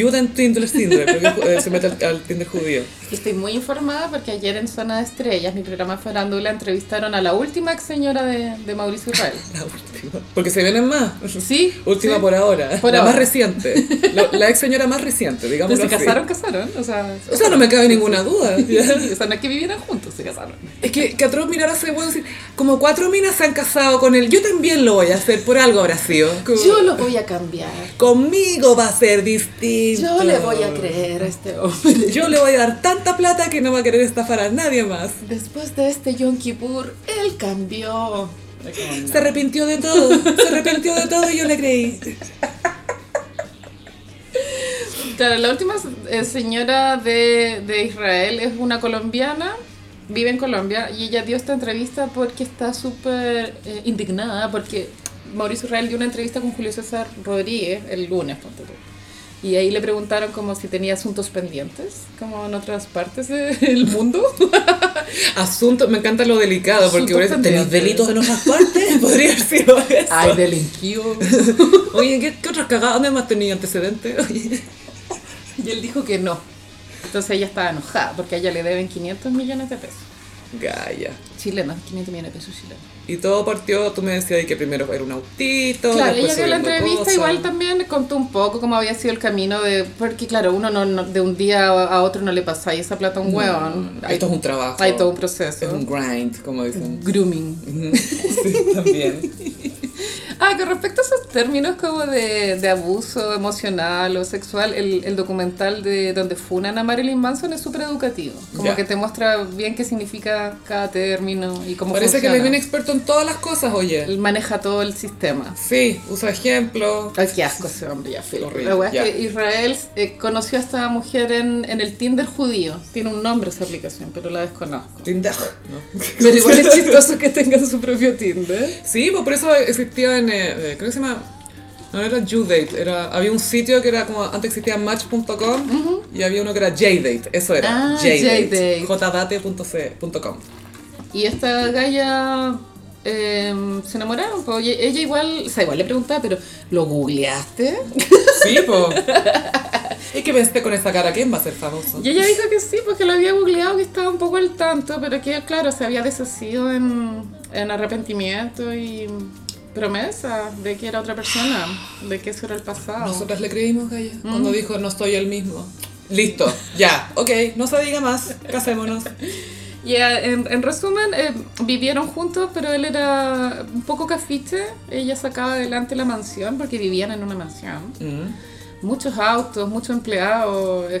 [SPEAKER 1] Judah en Tinder es Tinder, porque eh, se mete al, al Tinder judío.
[SPEAKER 2] Y estoy muy informada porque ayer en Zona de Estrellas, mi programa de Farándula, entrevistaron a la última ex señora de, de Mauricio Israel.
[SPEAKER 1] La última. Porque se vienen más.
[SPEAKER 2] [LAUGHS] Sí.
[SPEAKER 1] Última
[SPEAKER 2] sí.
[SPEAKER 1] por ahora.
[SPEAKER 2] Por
[SPEAKER 1] la
[SPEAKER 2] ahora.
[SPEAKER 1] más reciente. Lo- la ex señora más reciente, digamos.
[SPEAKER 2] Pero se casaron, casaron. O sea,
[SPEAKER 1] O sea, no me cabe ninguna duda.
[SPEAKER 2] o sea, no es que vivieran juntos, se casaron.
[SPEAKER 1] Es que, que atroz mirar hace bueno decir, como cuatro minas se han casado con él, yo también lo voy a hacer, por algo habrá sido. Como-
[SPEAKER 2] Yo lo voy a cambiar.
[SPEAKER 1] Conmigo va a ser distinto.
[SPEAKER 2] Yo le voy a creer a este hombre.
[SPEAKER 1] Yo le voy a dar tanta plata que no va a querer estafar a nadie más.
[SPEAKER 2] Después de este Yom Kippur, él cambió.
[SPEAKER 1] Se arrepintió de todo, se arrepintió de todo y yo le creí.
[SPEAKER 2] Claro, la última eh, señora de, de Israel es una colombiana, vive en Colombia, y ella dio esta entrevista porque está súper eh, indignada, porque Mauricio Israel dio una entrevista con Julio César Rodríguez el lunes, ponte tú. Y ahí le preguntaron como si tenía asuntos pendientes, como en otras partes de- [LAUGHS] del mundo.
[SPEAKER 1] Asunto, me encanta lo delicado, porque
[SPEAKER 2] Asunto
[SPEAKER 1] por eso tenéis
[SPEAKER 2] pendiente.
[SPEAKER 1] delitos en otras partes, [LAUGHS] podría haber sido eso.
[SPEAKER 2] delinquió.
[SPEAKER 1] Oye, ¿qué, qué otras cagadas? ¿Dónde más tenía antecedentes? [LAUGHS] Oye.
[SPEAKER 2] [LAUGHS] Y él dijo que no. Entonces ella estaba enojada porque a ella le deben 500 millones de pesos.
[SPEAKER 1] Gaya.
[SPEAKER 2] Chilenos, 500 millones de pesos chilenos.
[SPEAKER 1] Y todo partió, tú me decías que primero era un autito.
[SPEAKER 2] Claro,
[SPEAKER 1] después
[SPEAKER 2] ella dio la
[SPEAKER 1] subiendo
[SPEAKER 2] entrevista
[SPEAKER 1] cosas.
[SPEAKER 2] igual también contó un poco cómo había sido el camino de... Porque claro, uno no, no- de un día a otro no le pasáis esa plata a un huevón. Hay,
[SPEAKER 1] Mm. Esto es un trabajo.
[SPEAKER 2] hay todo un proceso.
[SPEAKER 1] Es un grind, como dicen.
[SPEAKER 2] grooming.
[SPEAKER 1] Ujú. [LAUGHS] Sí, también.
[SPEAKER 2] Ah, con respecto a esos términos como de, de abuso emocional o sexual, el, el documental de donde funan a Marilyn Manson es súper educativo. Como
[SPEAKER 1] Ya.
[SPEAKER 2] que te muestra bien qué significa cada término y cómo
[SPEAKER 1] Parece que
[SPEAKER 2] funciona.
[SPEAKER 1] él es bien experto en todas las cosas, oye.
[SPEAKER 2] Él maneja todo el sistema.
[SPEAKER 1] Sí, usa ejemplos.
[SPEAKER 2] Ay, qué asco ese hombre, ya filo.
[SPEAKER 1] Horrible,
[SPEAKER 2] La weá
[SPEAKER 1] ya.
[SPEAKER 2] es que Israel eh, conoció a esta mujer en, en el Tinder judío. Tiene un nombre esa aplicación, pero la desconozco.
[SPEAKER 1] Tinder.
[SPEAKER 2] [LAUGHS]
[SPEAKER 1] ¿no?
[SPEAKER 2] Pero igual
[SPEAKER 1] [LAUGHS]
[SPEAKER 2] es chistoso que tengan su propio Tinder.
[SPEAKER 1] Sí, pues por eso existía en. eh, eh, creo que se llama. No era Judate, era, había un sitio que era como. Antes existía Match.com y había uno que era Jdate, eso era.
[SPEAKER 2] Ah, Jdate.
[SPEAKER 1] Jdate.com.
[SPEAKER 2] Y esta galla eh, se enamoraron. po. Y ella igual, o sea, igual le preguntaba, pero ¿lo [LAUGHS] googleaste?
[SPEAKER 1] Sí,
[SPEAKER 2] [LAUGHS]
[SPEAKER 1] pues. Es que pensé con esa cara, ¿quién va a ser famoso?
[SPEAKER 2] Y ella dijo que sí, porque lo había googleado, que estaba un poco al tanto, pero que claro, se había deshacido en, en arrepentimiento y promesas de que era otra persona, de que eso era el pasado.
[SPEAKER 1] Nosotras le creímos, Gaya,
[SPEAKER 2] Mm.
[SPEAKER 1] cuando dijo no soy el mismo. Listo, ya, ok, no se diga más,
[SPEAKER 2] [LAUGHS]
[SPEAKER 1] casémonos.
[SPEAKER 2] Y eh, en, en resumen, eh, vivieron juntos, pero él era un poco cafiche. Ella sacaba adelante la mansión porque vivían en una mansión.
[SPEAKER 1] Mm.
[SPEAKER 2] Muchos autos, muchos empleados, eh,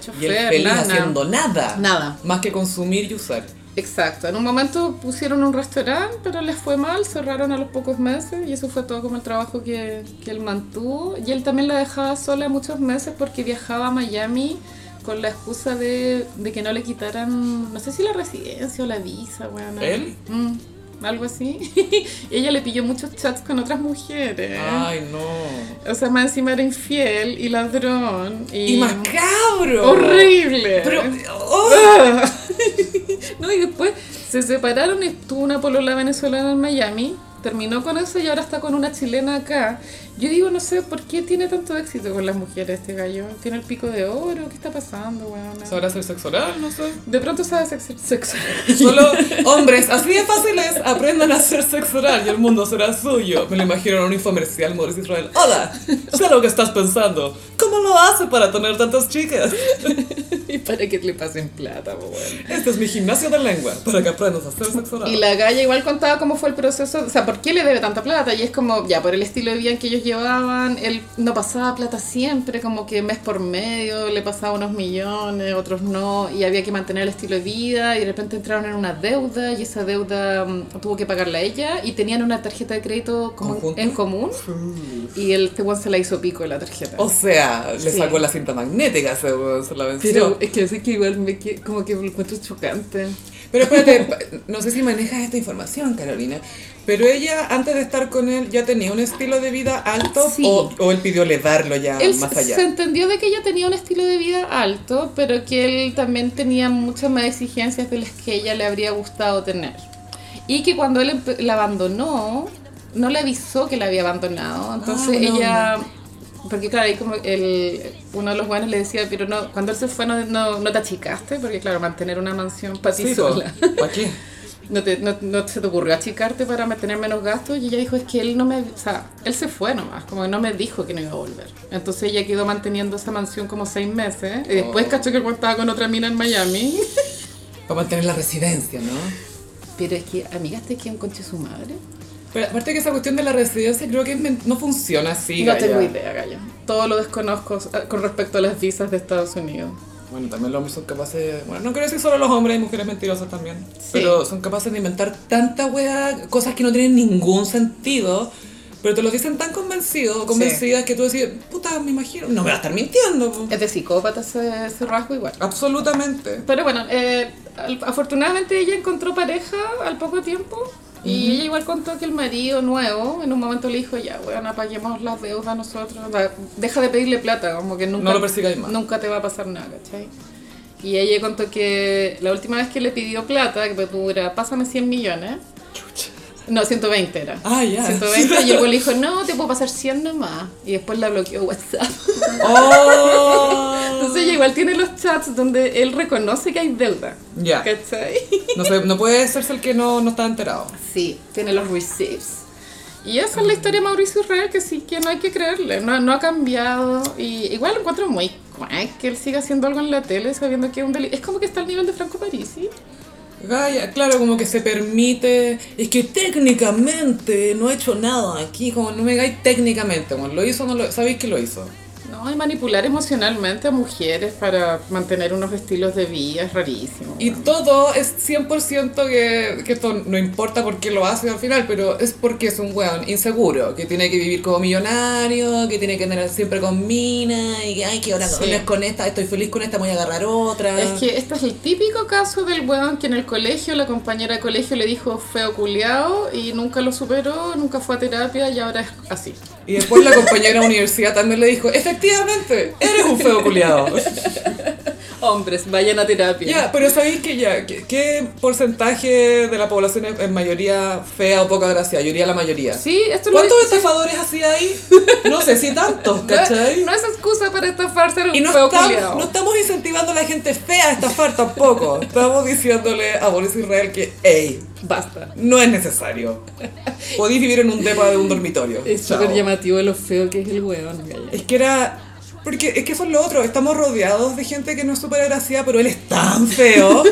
[SPEAKER 1] Y el
[SPEAKER 2] chofer,
[SPEAKER 1] feliz
[SPEAKER 2] nana.
[SPEAKER 1] haciendo nada.
[SPEAKER 2] Nada.
[SPEAKER 1] Más que consumir y usar.
[SPEAKER 2] Exacto. En un momento pusieron un restaurante, pero les fue mal, cerraron a los pocos meses y eso fue todo como el trabajo que, que él mantuvo. Y él también la dejaba sola muchos meses porque viajaba a Miami con la excusa de, de que no le quitaran, no sé si la residencia o la visa, weón.
[SPEAKER 1] ¿Él?
[SPEAKER 2] Mm, algo así. [LAUGHS] y ella le pilló muchos chats con otras mujeres.
[SPEAKER 1] Ay, no.
[SPEAKER 2] O sea, más encima era infiel y ladrón. Y,
[SPEAKER 1] Y macabro.
[SPEAKER 2] Horrible.
[SPEAKER 1] Pero, oh,
[SPEAKER 2] Ah. [LAUGHS] no, y después se separaron y tuvo una polola venezolana en Miami. Terminó con eso y ahora está con una chilena acá. Yo digo, no sé por qué tiene tanto éxito con las mujeres este gallo. Tiene el pico de oro, ¿qué está pasando, weona?
[SPEAKER 1] ¿Sabrá ser sexo oral? No sé.
[SPEAKER 2] De pronto sabe sexo. sexo.
[SPEAKER 1] [LAUGHS] Solo hombres así de fáciles aprendan a hacer sexo oral y el mundo será suyo. Me lo imagino en un infomercial, Mauricio Israel. Hola, sé lo que estás pensando. ¿Cómo lo hace para tener tantas chicas?
[SPEAKER 2] [LAUGHS] y para que le pasen plata, po, weona.
[SPEAKER 1] Este es mi gimnasio de lengua para que aprendas a hacer sexo oral.
[SPEAKER 2] Y la galla igual contaba cómo fue el proceso, o sea, por qué le debe tanta plata. Y es como, ya, por el estilo de vida que ellos llevaban, él no pasaba plata siempre, como que mes por medio le pasaba unos millones, otros no, y había que mantener el estilo de vida. Y de repente entraron en una deuda, y esa deuda mm, tuvo que pagarla ella, y tenían una tarjeta de crédito como en-
[SPEAKER 1] ¿Conjunta?
[SPEAKER 2] en común, y el Tehuan se la hizo pico la tarjeta.
[SPEAKER 1] O sea, le
[SPEAKER 2] Sí.
[SPEAKER 1] sacó la cinta magnética, se, se la venció.
[SPEAKER 2] pero es que sé que igual me que- como que lo encuentro chocante.
[SPEAKER 1] Pero espérate, pa- no sé si manejas esta información, Carolina, Pero ella, antes de estar con él, ya tenía un estilo de vida alto
[SPEAKER 2] Sí.
[SPEAKER 1] o, o él pidió darlo ya
[SPEAKER 2] Él
[SPEAKER 1] más
[SPEAKER 2] se
[SPEAKER 1] allá.
[SPEAKER 2] entendió de que ella tenía un estilo de vida alto, pero que él también tenía muchas más exigencias de las que ella le habría gustado tener. Y que cuando él empe- la abandonó, no le avisó que la había abandonado. Entonces
[SPEAKER 1] buena
[SPEAKER 2] ella... Porque claro, ahí como el, uno de los buenos le decía, pero no, cuando él se fue no, no, no te achicaste, porque claro, mantener una mansión para ti
[SPEAKER 1] Sí, po.
[SPEAKER 2] sola.
[SPEAKER 1] ¿Para
[SPEAKER 2] [LAUGHS]
[SPEAKER 1] qué?
[SPEAKER 2] No, te- no- no se te ocurrió achicarte para mantener menos gastos y ella dijo es que él no me, o sea, él se fue nomás, como que no me dijo que no iba a volver. Entonces ella quedó manteniendo esa mansión como seis meses y después
[SPEAKER 1] Oh.
[SPEAKER 2] cachó que el weón estaba con otra mina en Miami. [LAUGHS]
[SPEAKER 1] Para mantener la residencia, ¿no?
[SPEAKER 2] Pero es que, amiga, este que un conche su madre.
[SPEAKER 1] Pero aparte que esa cuestión de la residencia creo que es men- no funciona así.
[SPEAKER 2] no
[SPEAKER 1] Gaya.
[SPEAKER 2] tengo idea, Gaya. Todo lo desconozco eh, con respecto a las visas de Estados Unidos.
[SPEAKER 1] Bueno, también los hombres son capaces de- Bueno, no quiero decir solo los hombres, hay mujeres mentirosas también.
[SPEAKER 2] Sí.
[SPEAKER 1] Pero son capaces de inventar tanta wea, cosas que no tienen ningún sentido. Pero te lo dicen tan convencido o convencida que tú decís, puta, me imagino, no me va a estar mintiendo. po".
[SPEAKER 2] Es de psicópata ese, ese rasgo igual.
[SPEAKER 1] Absolutamente.
[SPEAKER 2] Pero bueno, eh, al- afortunadamente ella encontró pareja al poco tiempo y ella igual contó que el marido nuevo en un momento le dijo, ya, bueno, apaguemos las deudas nosotros, da- deja de pedirle plata, como que nunca,
[SPEAKER 1] No lo persigáis más.
[SPEAKER 2] nunca te va a pasar nada, ¿cachai? Y ella contó que la última vez que le pidió plata, que dura, pásame 100 millones,
[SPEAKER 1] Chucha.
[SPEAKER 2] no, 120 era.
[SPEAKER 1] Ah, ya.
[SPEAKER 2] 120 y el güey
[SPEAKER 1] [LAUGHS]
[SPEAKER 2] le dijo, no, te puedo pasar 100 nomás. Y después la bloqueó WhatsApp.
[SPEAKER 1] Ah. Oh.
[SPEAKER 2] Entonces ella igual tiene los chats donde él reconoce que hay deuda.
[SPEAKER 1] Ya.
[SPEAKER 2] ¿Cachai?
[SPEAKER 1] No, sé, no puede hacerse el que no, no está enterado.
[SPEAKER 2] Sí, tiene los receipts. Y esa es la historia de Mauricio Israel, que sí que no hay que creerle, no, no ha cambiado. Y igual lo encuentro muy cuac que él siga haciendo algo en la tele sabiendo que es un delito. Es como que está al nivel de Franco Parisi.
[SPEAKER 1] Gaya, claro, como que se permite. Es que técnicamente no ha hecho nada aquí, como no me digáis técnicamente, bueno, lo hizo o no lo. Sabéis que lo hizo.
[SPEAKER 2] No, y manipular emocionalmente a mujeres para mantener unos estilos de vida es rarísimo.
[SPEAKER 1] Y todo es 100% que, que esto no importa por qué lo hace al final, pero es porque es un weón inseguro, que tiene que vivir como millonario, que tiene que andar siempre con mina, y que, ay, que ahora
[SPEAKER 2] Sí.
[SPEAKER 1] no es con esta, estoy feliz con esta, me voy a agarrar otra.
[SPEAKER 2] Es que este es el típico caso del weón que en el colegio, la compañera de colegio le dijo feo culiao y nunca lo superó, nunca fue a terapia y ahora es así.
[SPEAKER 1] Y después la compañera de la universidad también le dijo, efectivamente, eres un feo culiado.
[SPEAKER 2] [LAUGHS] Hombres, vayan a terapia.
[SPEAKER 1] Ya, pero sabéis que ya, ¿qué, qué porcentaje de la población es en mayoría fea o poca gracia? Yo diría la mayoría.
[SPEAKER 2] Sí, esto no es-
[SPEAKER 1] ¿Cuántos estafadores así hay? No sé si tantos,
[SPEAKER 2] [LAUGHS] No es-
[SPEAKER 1] ¿cachai?
[SPEAKER 2] No es excusa para estafarse [LAUGHS] un
[SPEAKER 1] Y no
[SPEAKER 2] feo
[SPEAKER 1] estamos,
[SPEAKER 2] culiao.
[SPEAKER 1] no estamos incentivando a la gente fea a estafar
[SPEAKER 2] [LAUGHS]
[SPEAKER 1] tampoco. Estamos diciéndole a Boris Israel que, hey,
[SPEAKER 2] Basta.
[SPEAKER 1] no es necesario. Podéis vivir en un depa de un dormitorio.
[SPEAKER 2] Es
[SPEAKER 1] Chao.
[SPEAKER 2] súper llamativo lo feo que es el weón. gaya.
[SPEAKER 1] [LAUGHS] Es que era. Porque es que eso es lo otro. Estamos rodeados de gente que no es súper agraciada, pero él es tan feo. que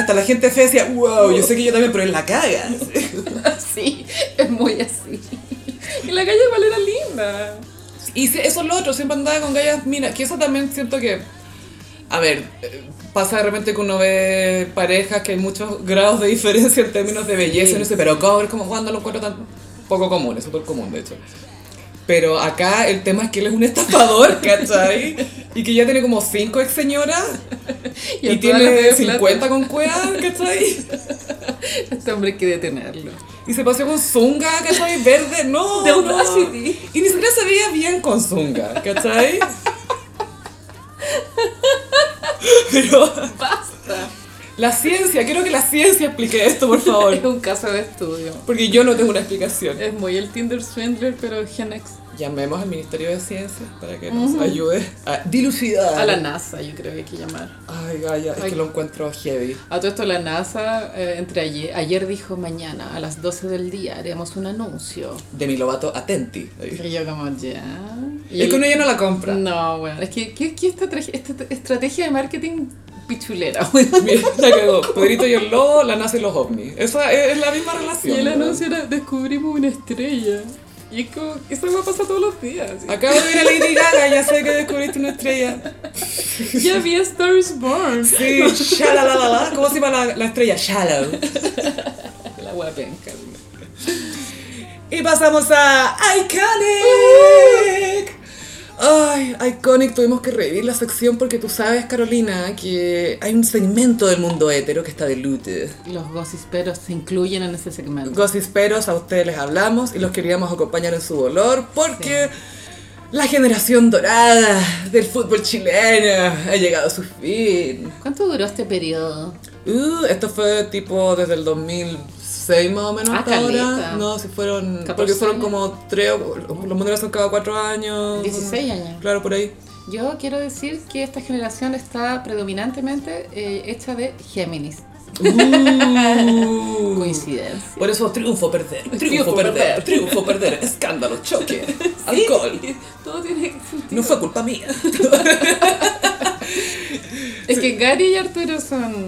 [SPEAKER 1] Hasta la gente fea decía, wow, yo sé que yo también, pero él la caga.
[SPEAKER 2] Sí, es muy así. Y la calle igual era linda.
[SPEAKER 1] Y si- eso es lo otro, siempre andaba con gallas, mira, que eso también siento que, a ver, eh, pasa de repente que uno ve parejas que hay muchos grados de diferencia en términos de belleza, y no sé, pero ¿cómo? como cuando lo encuentro tan poco común, es súper común de hecho. Pero acá el tema es que él es un
[SPEAKER 2] [LAUGHS]
[SPEAKER 1] estafador, ¿cachai? Y que ya tiene como cinco ex señoras y,
[SPEAKER 2] a todas les
[SPEAKER 1] tiene
[SPEAKER 2] debe
[SPEAKER 1] 50
[SPEAKER 2] plata.
[SPEAKER 1] con cueva, ¿cachai?
[SPEAKER 2] Este hombre hay que detenerlo.
[SPEAKER 1] Y se paseó con zunga, ¿cachai? Verde, no.
[SPEAKER 2] [LAUGHS] De
[SPEAKER 1] no.
[SPEAKER 2] Audacity.
[SPEAKER 1] Y ni siquiera se veía bien con zunga,
[SPEAKER 2] [LAUGHS]
[SPEAKER 1] ¿cachai? Pero
[SPEAKER 2] Basta.
[SPEAKER 1] la ciencia, quiero que la ciencia explique esto, por
[SPEAKER 2] [LAUGHS] Es
[SPEAKER 1] favor.
[SPEAKER 2] un caso de estudio.
[SPEAKER 1] Porque yo no tengo una explicación.
[SPEAKER 2] Es muy el Tinder Swindler, pero Gen X.
[SPEAKER 1] Llamemos al Ministerio de Ciencia para que nos ayude a dilucidar.
[SPEAKER 2] A la NASA, yo creo que hay que llamar.
[SPEAKER 1] Ay, Gaya, es
[SPEAKER 2] Ay.
[SPEAKER 1] que lo encuentro heavy.
[SPEAKER 2] A todo esto, la NASA, eh, entre ayer, ayer dijo mañana a las 12 del día haremos un anuncio.
[SPEAKER 1] De mi lobato atenti.
[SPEAKER 2] Y yo, como ya. Y
[SPEAKER 1] Es
[SPEAKER 2] el-
[SPEAKER 1] que uno ya no la compra.
[SPEAKER 2] No, bueno, es que, ¿qué, qué esta, traje- esta t- estrategia de marketing pichulera, [LAUGHS] weón?
[SPEAKER 1] [LAUGHS] Mira, la cagó. Pedrito y el lobo, la nace y los ovnis. Esa es, es la misma
[SPEAKER 2] Y
[SPEAKER 1] relación.
[SPEAKER 2] el
[SPEAKER 1] ¿no?
[SPEAKER 2] anuncio era, descubrimos una estrella. Y es como, eso me pasa todos los días.
[SPEAKER 1] Acabo de ver a Lady Gaga, ya sé que descubriste una estrella.
[SPEAKER 2] [LAUGHS] Ya vi a Star is Born.
[SPEAKER 1] Sí, shalalalala. ¿Cómo se llama la, la estrella? Shallow.
[SPEAKER 2] [LAUGHS] La guapenca. weón.
[SPEAKER 1] Y pasamos a Iconic. Ay, Iconic, tuvimos que revivir la sección porque tú sabes, Carolina, que hay un segmento del mundo hétero que está diluted.
[SPEAKER 2] Los gossiperos se incluyen en ese segmento.
[SPEAKER 1] Gossiperos, a ustedes les hablamos y los queríamos acompañar en su dolor porque la generación dorada del fútbol chileno ha llegado a su fin.
[SPEAKER 2] ¿Cuánto duró este periodo?
[SPEAKER 1] Uh, esto fue tipo desde el 2006 más o menos
[SPEAKER 2] Ah,
[SPEAKER 1] hasta ahora.
[SPEAKER 2] caleta.
[SPEAKER 1] No, si fueron.
[SPEAKER 2] 14
[SPEAKER 1] Porque fueron
[SPEAKER 2] años.
[SPEAKER 1] como tres. o- Los mundiales son cada cuatro años.
[SPEAKER 2] 16 años.
[SPEAKER 1] Claro, por
[SPEAKER 2] [LAUGHS]
[SPEAKER 1] ahí.
[SPEAKER 2] Yo quiero decir que esta generación está predominantemente eh, hecha de Géminis.
[SPEAKER 1] Uh.
[SPEAKER 2] Coincidencia.
[SPEAKER 1] Por eso triunfo perder, triunfo,
[SPEAKER 2] Triunfo,
[SPEAKER 1] perder,
[SPEAKER 2] perder.
[SPEAKER 1] triunfo
[SPEAKER 2] [LAUGHS]
[SPEAKER 1] perder, escándalo, choque, alcohol.
[SPEAKER 2] Todo tiene sentido.
[SPEAKER 1] No fue culpa mía.
[SPEAKER 2] Es que Gary y Arturo son,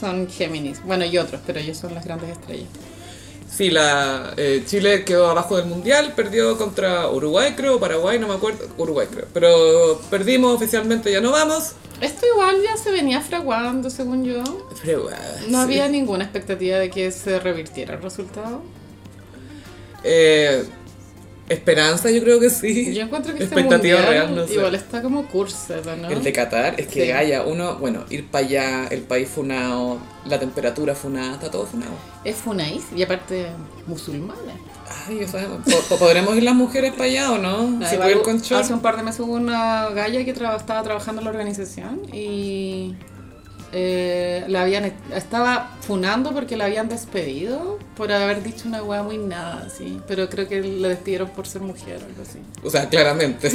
[SPEAKER 2] son Géminis. Bueno, y otros, pero ellos son las grandes estrellas.
[SPEAKER 1] Sí, la eh, Chile quedó abajo del mundial, perdió contra Uruguay, creo, Paraguay, no me acuerdo, Uruguay creo. Pero perdimos oficialmente, ya no vamos.
[SPEAKER 2] Esto igual ya se venía fraguando, según yo.
[SPEAKER 1] Pero, ah,
[SPEAKER 2] No
[SPEAKER 1] sí.
[SPEAKER 2] había ninguna expectativa de que se revirtiera el resultado.
[SPEAKER 1] Eh, esperanza, yo creo que sí.
[SPEAKER 2] Yo encuentro que este
[SPEAKER 1] Expectativa
[SPEAKER 2] mundial
[SPEAKER 1] real, no sé.
[SPEAKER 2] igual está como cursada, ¿no?
[SPEAKER 1] El de Qatar es que
[SPEAKER 2] Sí.
[SPEAKER 1] haya uno, bueno, ir para allá, el país funado, la temperatura funada, está todo funado.
[SPEAKER 2] Es Funais y aparte musulmana.
[SPEAKER 1] Ay, ya sabemos. Po- po- ¿Podremos ir las mujeres para allá o no? Si
[SPEAKER 2] Ahí va,
[SPEAKER 1] puede ir con short.
[SPEAKER 2] Hace un par de meses hubo una galla que traba- estaba trabajando en la organización y eh, la habían estaba funando porque la habían despedido por haber dicho una hueá muy nada así, pero creo que la despidieron por ser mujer o algo así.
[SPEAKER 1] O sea, [LAUGHS] claramente.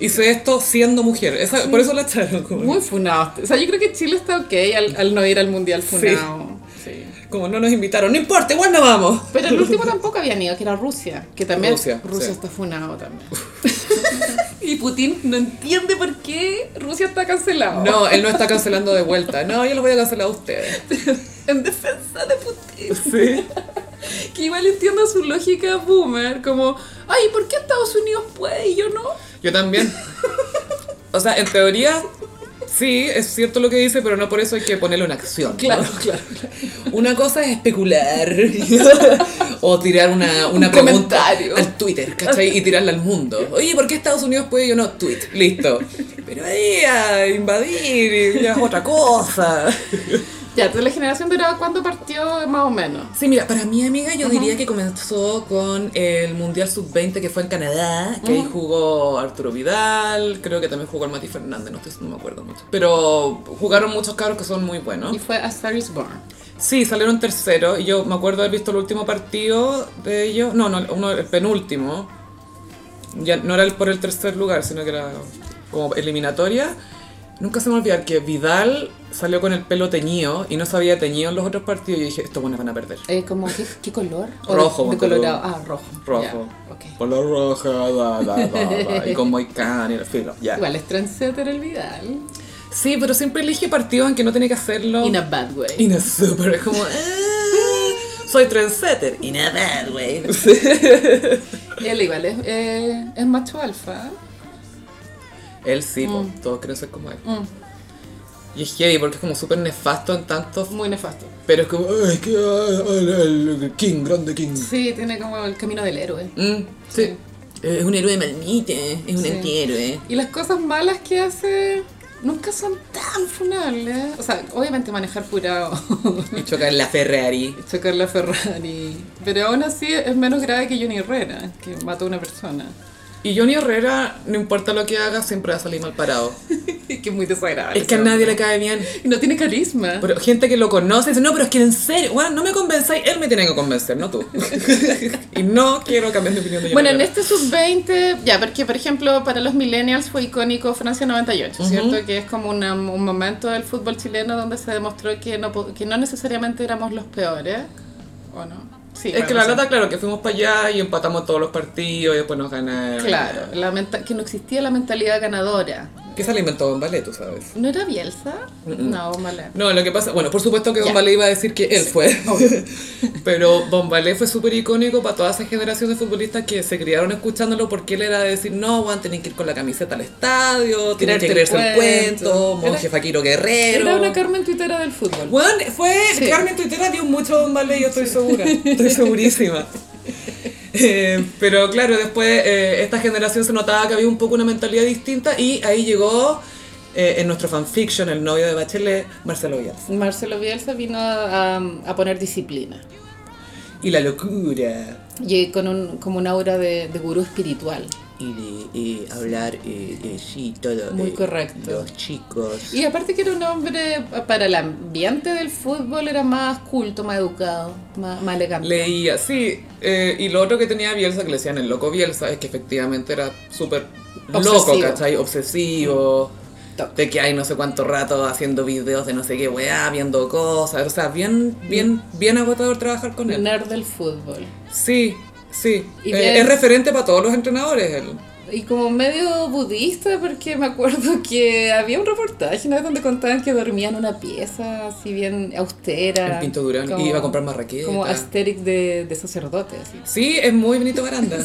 [SPEAKER 1] Hice esto siendo mujer. Esa- Por eso la echaron. Como,
[SPEAKER 2] Muy funado. O sea, yo creo que Chile está ok al, al no ir al mundial
[SPEAKER 1] Sí.
[SPEAKER 2] funado. Sí.
[SPEAKER 1] como no nos invitaron. No importa, igual no vamos.
[SPEAKER 2] Pero el último tampoco habían ido, que era Rusia, que también
[SPEAKER 1] Rusia,
[SPEAKER 2] Rusia,
[SPEAKER 1] sí.
[SPEAKER 2] está funado también. [LAUGHS] y Putin no entiende por qué Rusia está cancelado.
[SPEAKER 1] No, él no está cancelando de vuelta. No, yo los voy a cancelar a ustedes.
[SPEAKER 2] En defensa de Putin.
[SPEAKER 1] Sí.
[SPEAKER 2] Que igual entiendo su lógica boomer, como, ay, ¿por qué Estados Unidos puede y yo no?
[SPEAKER 1] Yo también. O sea, en teoría, sí, es cierto lo que dice, pero no por eso hay que ponerlo en acción. ¿no?
[SPEAKER 2] claro.
[SPEAKER 1] Una cosa es [LAUGHS] especular o tirar una, una
[SPEAKER 2] Un
[SPEAKER 1] pregunta
[SPEAKER 2] comentario.
[SPEAKER 1] al Twitter, ¿cachai? Y tirarla al mundo. Oye, ¿por qué Estados Unidos puede y yo no? Tweet, listo. Pero ahí a invadir y ya es otra cosa.
[SPEAKER 2] Ya, entonces la generación dorada, ¿cuándo partió más o menos?
[SPEAKER 1] Sí, mira, para mi amiga yo diría que comenzó con el Mundial Sub-20 que fue en Canadá, que ahí jugó Arturo Vidal, creo que también jugó el Mati Fernández, no, estoy- no me acuerdo mucho. Pero jugaron muchos cabros que son muy buenos.
[SPEAKER 2] Y fue A Star is Born.
[SPEAKER 1] Sí, salieron terceros y yo me acuerdo haber visto el último partido de ellos, no, no, uno, el penúltimo, ya no era el por el tercer lugar, sino que era como eliminatoria. Nunca se me olvidar que Vidal salió con el pelo teñido y no se había teñido en los otros partidos y yo dije, estos buenos van a perder.
[SPEAKER 2] Eh, como, ¿qué, qué color?
[SPEAKER 1] O de- Rojo, de ponte tú. colorado.
[SPEAKER 2] colorado. Ah, rojo.
[SPEAKER 1] Rojo.
[SPEAKER 2] Ya, ok.
[SPEAKER 1] Por la roja, da, da, da, da, [LAUGHS] y con Moicano y el filo, ya.
[SPEAKER 2] Igual es trendsetter el Vidal.
[SPEAKER 1] Sí, pero siempre elige partidos en que no tiene que hacerlo.
[SPEAKER 2] Oh. In a bad way.
[SPEAKER 1] In a super, es como... "Ah, soy trendsetter. In a bad way.
[SPEAKER 2] Él igual es, eh, es macho alfa.
[SPEAKER 1] Él sí, po, todos quieren ser como él.
[SPEAKER 2] Mm.
[SPEAKER 1] Y es heavy porque es como súper nefasto en tantos.
[SPEAKER 2] Muy nefasto.
[SPEAKER 1] Pero es como, "Ay, es que ah, el, el- el King, grande King.
[SPEAKER 2] Sí, tiene como el camino del héroe.
[SPEAKER 1] Mm, sí.
[SPEAKER 2] Sí.
[SPEAKER 1] Es un héroe malmite, es un
[SPEAKER 2] Sí.
[SPEAKER 1] antihéroe.
[SPEAKER 2] Y las cosas malas que hace nunca son tan funables. O sea, obviamente manejar curado,
[SPEAKER 1] [LAUGHS] Y choca en la Ferrari.
[SPEAKER 2] [LAUGHS] chocar la Ferrari. Pero aún así es menos grave que Johnny Herrera, que mató a una persona. [LAUGHS]
[SPEAKER 1] Y Johnny Herrera, no importa lo que haga, siempre va a salir mal parado.
[SPEAKER 2] que es muy desagradable.
[SPEAKER 1] Es que a
[SPEAKER 2] ese
[SPEAKER 1] nadie le
[SPEAKER 2] hombre.
[SPEAKER 1] cae bien.
[SPEAKER 2] No tiene carisma.
[SPEAKER 1] Pero gente que lo conoce dice, no, pero es que en serio, bueno, no me convenzáis, él me tiene que convencer, no tú. [LAUGHS] y no quiero cambiar de opinión de Johnny
[SPEAKER 2] Bueno, en
[SPEAKER 1] Herrera.
[SPEAKER 2] este sub-20, ya, porque por ejemplo para los millennials fue icónico Francia 98, ¿cierto? Que es como una- un momento del fútbol chileno donde se demostró que no, po- que no necesariamente éramos los peores, ¿o no? Sí,
[SPEAKER 1] es
[SPEAKER 2] bueno,
[SPEAKER 1] que la
[SPEAKER 2] sí.
[SPEAKER 1] verdad, claro, que fuimos para allá y empatamos todos los partidos y después nos ganaron.
[SPEAKER 2] Claro, la menta- que no existía la mentalidad ganadora.
[SPEAKER 1] Que se alimentó Don Ballet, tú sabes.
[SPEAKER 2] ¿No era Bielsa? No, mala.
[SPEAKER 1] No, lo que pasa, bueno, por supuesto que
[SPEAKER 2] Ya.
[SPEAKER 1] Don Ballet iba a decir que él [LAUGHS] fue, pero Don Ballet fue súper icónico para toda esa generación de futbolistas que se criaron escuchándolo porque él era de decir, no, Juan, tenés que ir con la camiseta al estadio, tenés
[SPEAKER 2] Tirarte
[SPEAKER 1] que
[SPEAKER 2] el
[SPEAKER 1] creerse el
[SPEAKER 2] cuento".
[SPEAKER 1] cuento, monje
[SPEAKER 2] Era-
[SPEAKER 1] Faquiro Guerrero.
[SPEAKER 2] Era una Carmen tuitera del fútbol.
[SPEAKER 1] Juan, fue
[SPEAKER 2] Sí. [LAUGHS]
[SPEAKER 1] Carmen Tuitera dio mucho a Don Ballet, yo estoy segura, estoy segurísima. [LAUGHS] Eh, pero claro, después eh, esta generación se notaba que había un poco una mentalidad distinta y ahí llegó eh, en nuestro fanfiction el novio de Bachelet, Marcelo Villas.
[SPEAKER 2] Marcelo Bielsa vino a, a poner disciplina.
[SPEAKER 1] Y la locura.
[SPEAKER 2] Y con un, como una aura de, de gurú espiritual.
[SPEAKER 1] Y, y hablar, eh, eh, sí, todo.
[SPEAKER 2] Muy
[SPEAKER 1] eh,
[SPEAKER 2] correcto.
[SPEAKER 1] Los chicos.
[SPEAKER 2] Y aparte que era un hombre, para el ambiente del fútbol, era más culto, más educado, más, más elegante.
[SPEAKER 1] Leía, sí. eh, y lo otro que tenía Bielsa, que le decían el loco Bielsa, es que efectivamente era súper loco,
[SPEAKER 2] Obsesivo.
[SPEAKER 1] ¿cachai? Obsesivo.
[SPEAKER 2] Toc.
[SPEAKER 1] De que hay no sé cuánto rato haciendo videos de no sé qué weá, viendo cosas. O sea, bien, bien, bien agotador trabajar con él.
[SPEAKER 2] Nerd del fútbol.
[SPEAKER 1] Sí, sí.
[SPEAKER 2] Y
[SPEAKER 1] Eh,
[SPEAKER 2] bien-
[SPEAKER 1] es referente para todos los entrenadores. él.
[SPEAKER 2] Y como medio budista, porque me acuerdo que había un reportaje ¿no? donde contaban que dormía en una pieza así bien austera.
[SPEAKER 1] El Pinto Durán, y
[SPEAKER 2] como-
[SPEAKER 1] iba a comprar más raquetas.
[SPEAKER 2] Como asterix de, de sacerdote,
[SPEAKER 1] [LAUGHS]
[SPEAKER 2] así.
[SPEAKER 1] Sí, es muy Benito
[SPEAKER 2] [LAUGHS]
[SPEAKER 1] Baranda.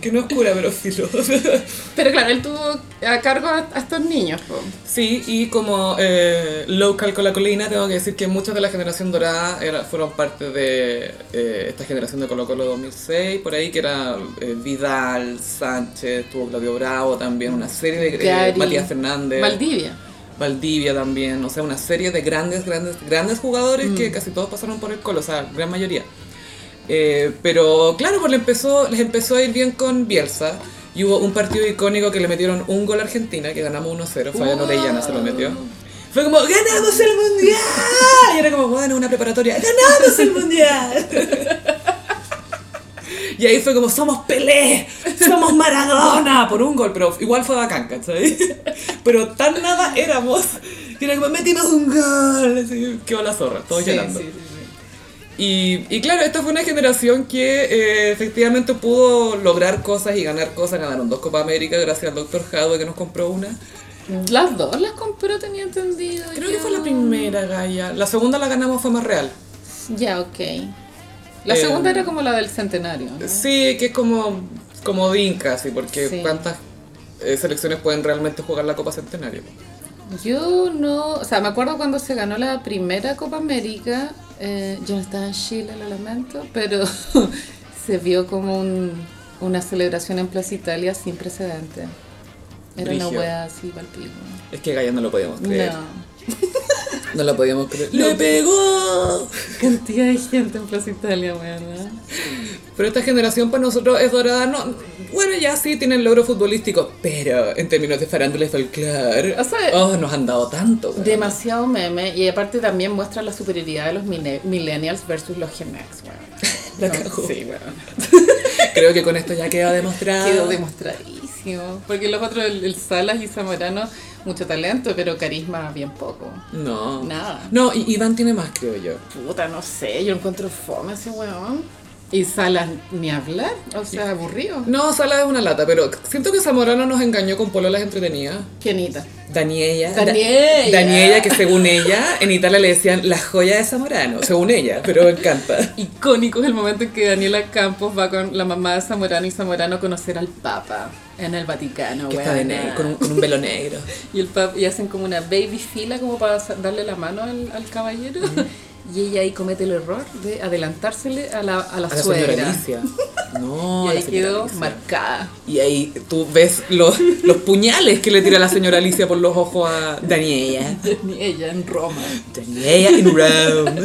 [SPEAKER 1] que no es cura, pero filo. [LAUGHS]
[SPEAKER 2] Pero claro, él tuvo a cargo a, a estos niños. po.
[SPEAKER 1] Sí, y como eh, local con la colina, tengo que decir que muchas de la generación dorada era- fueron parte de eh, esta generación de Colo Colo 2006, por ahí que era eh, Vidal, Sánchez, tuvo Claudio Bravo también, una serie de eh,
[SPEAKER 2] Gary.
[SPEAKER 1] Matías Fernández,
[SPEAKER 2] Valdivia.
[SPEAKER 1] Valdivia también, o sea, una serie de grandes, grandes, grandes jugadores que casi todos pasaron por el Colo, o sea, gran mayoría. Eh, pero claro, pues le empezó, les empezó a ir bien con Bielsa. Y hubo un partido icónico que le metieron un gol a Argentina, que ganamos 1-0. Fabián
[SPEAKER 2] Wow.
[SPEAKER 1] Orellana se lo metió. Fue como, ¡ganamos el mundial! Y era como, bueno, una preparatoria, ¡ganamos Ah, el mundial! Y ahí fue como, somos Pelé, somos Maradona, [LAUGHS] por un gol, pero igual fue bacán, ¿cachai? [LAUGHS] Pero tan nada éramos, que era como, metimos un gol, así, quedó la zorra, todos
[SPEAKER 2] Sí,
[SPEAKER 1] llorando.
[SPEAKER 2] sí, sí, sí.
[SPEAKER 1] Y, y claro, esta fue una generación que eh, efectivamente pudo lograr cosas y ganar cosas. Ganaron dos Copa América gracias al Dr. Jadwe que nos compró una.
[SPEAKER 2] Las dos las compró, tenía entendido.
[SPEAKER 1] Creo que
[SPEAKER 2] yo.
[SPEAKER 1] fue la primera, Gaia. La segunda la ganamos, fue más real.
[SPEAKER 2] Ya, ok. La
[SPEAKER 1] Eh,
[SPEAKER 2] segunda era como la del centenario.
[SPEAKER 1] Ah.
[SPEAKER 2] ¿no?
[SPEAKER 1] Sí, que es como, como Din casi, porque
[SPEAKER 2] Sí.
[SPEAKER 1] cuántas eh, selecciones pueden realmente jugar la Copa Centenario.
[SPEAKER 2] Yo no, o sea, me acuerdo cuando se ganó la primera Copa América, eh, yo no estaba en Chile, lo lamento, pero [LAUGHS] se vio como un- una celebración en Plaza Italia sin precedente. Era una
[SPEAKER 1] Brígido.
[SPEAKER 2] wea así, palpito.
[SPEAKER 1] Es que Gaia no lo podíamos creer.
[SPEAKER 2] No,
[SPEAKER 1] No, lo podíamos creer.
[SPEAKER 2] No.
[SPEAKER 1] ¡Le pegó!
[SPEAKER 2] cantidad de gente en Plaza Italia, weón. ¿no?
[SPEAKER 1] Pero esta generación para nosotros es dorada, no. Bueno, ya sí tienen logros futbolísticos, pero en términos de farándula y folclore,
[SPEAKER 2] O sea,
[SPEAKER 1] oh, nos han dado tanto. weón.
[SPEAKER 2] Demasiado meme, y aparte también muestra la superioridad de los mine- millennials versus los Gen X, [LAUGHS] weón.
[SPEAKER 1] La
[SPEAKER 2] No,
[SPEAKER 1] cagó.
[SPEAKER 2] Sí, weón.
[SPEAKER 1] Creo que con esto ya queda demostrado.
[SPEAKER 2] Quedó demostradísimo. Porque los otros, el, el Salas y Zamorano, mucho talento, pero carisma bien poco.
[SPEAKER 1] no.
[SPEAKER 2] Nada.
[SPEAKER 1] No, y Iván tiene más, creo yo.
[SPEAKER 2] Puta, no sé, yo encuentro fome ese weón. Y Salas ni hablar, o sea, aburrido.
[SPEAKER 1] No, Sala es una lata, pero siento que Zamorano nos engañó con pololas entretenidas.
[SPEAKER 2] Genita.
[SPEAKER 1] Daniela.
[SPEAKER 2] Daniela.
[SPEAKER 1] Da- Daniela, que según ella, en Italia le decían la joya de Zamorano, según ella, pero me encanta.
[SPEAKER 2] Icónico es el momento en que Daniela Campos va con la mamá de Zamorano y Zamorano a conocer al Papa en el Vaticano,
[SPEAKER 1] Que está de
[SPEAKER 2] weón.
[SPEAKER 1] negro, con un, con un velo
[SPEAKER 2] [LAUGHS]
[SPEAKER 1] negro.
[SPEAKER 2] Y, el pap- y hacen como una baby fila como para sa- darle la mano al, al caballero. [LAUGHS] Y ella ahí comete el error de adelantársele a la, a la
[SPEAKER 1] A la
[SPEAKER 2] suegra.
[SPEAKER 1] señora Alicia. No,
[SPEAKER 2] [LAUGHS] y
[SPEAKER 1] a la
[SPEAKER 2] ahí
[SPEAKER 1] señora
[SPEAKER 2] quedó
[SPEAKER 1] Alicia. [LAUGHS]
[SPEAKER 2] marcada.
[SPEAKER 1] Y ahí tú ves los, los puñales que le tira la señora Alicia por los ojos a Daniela.
[SPEAKER 2] Ni ella en Roma.
[SPEAKER 1] Daniela in
[SPEAKER 2] [LAUGHS]
[SPEAKER 1] Rome.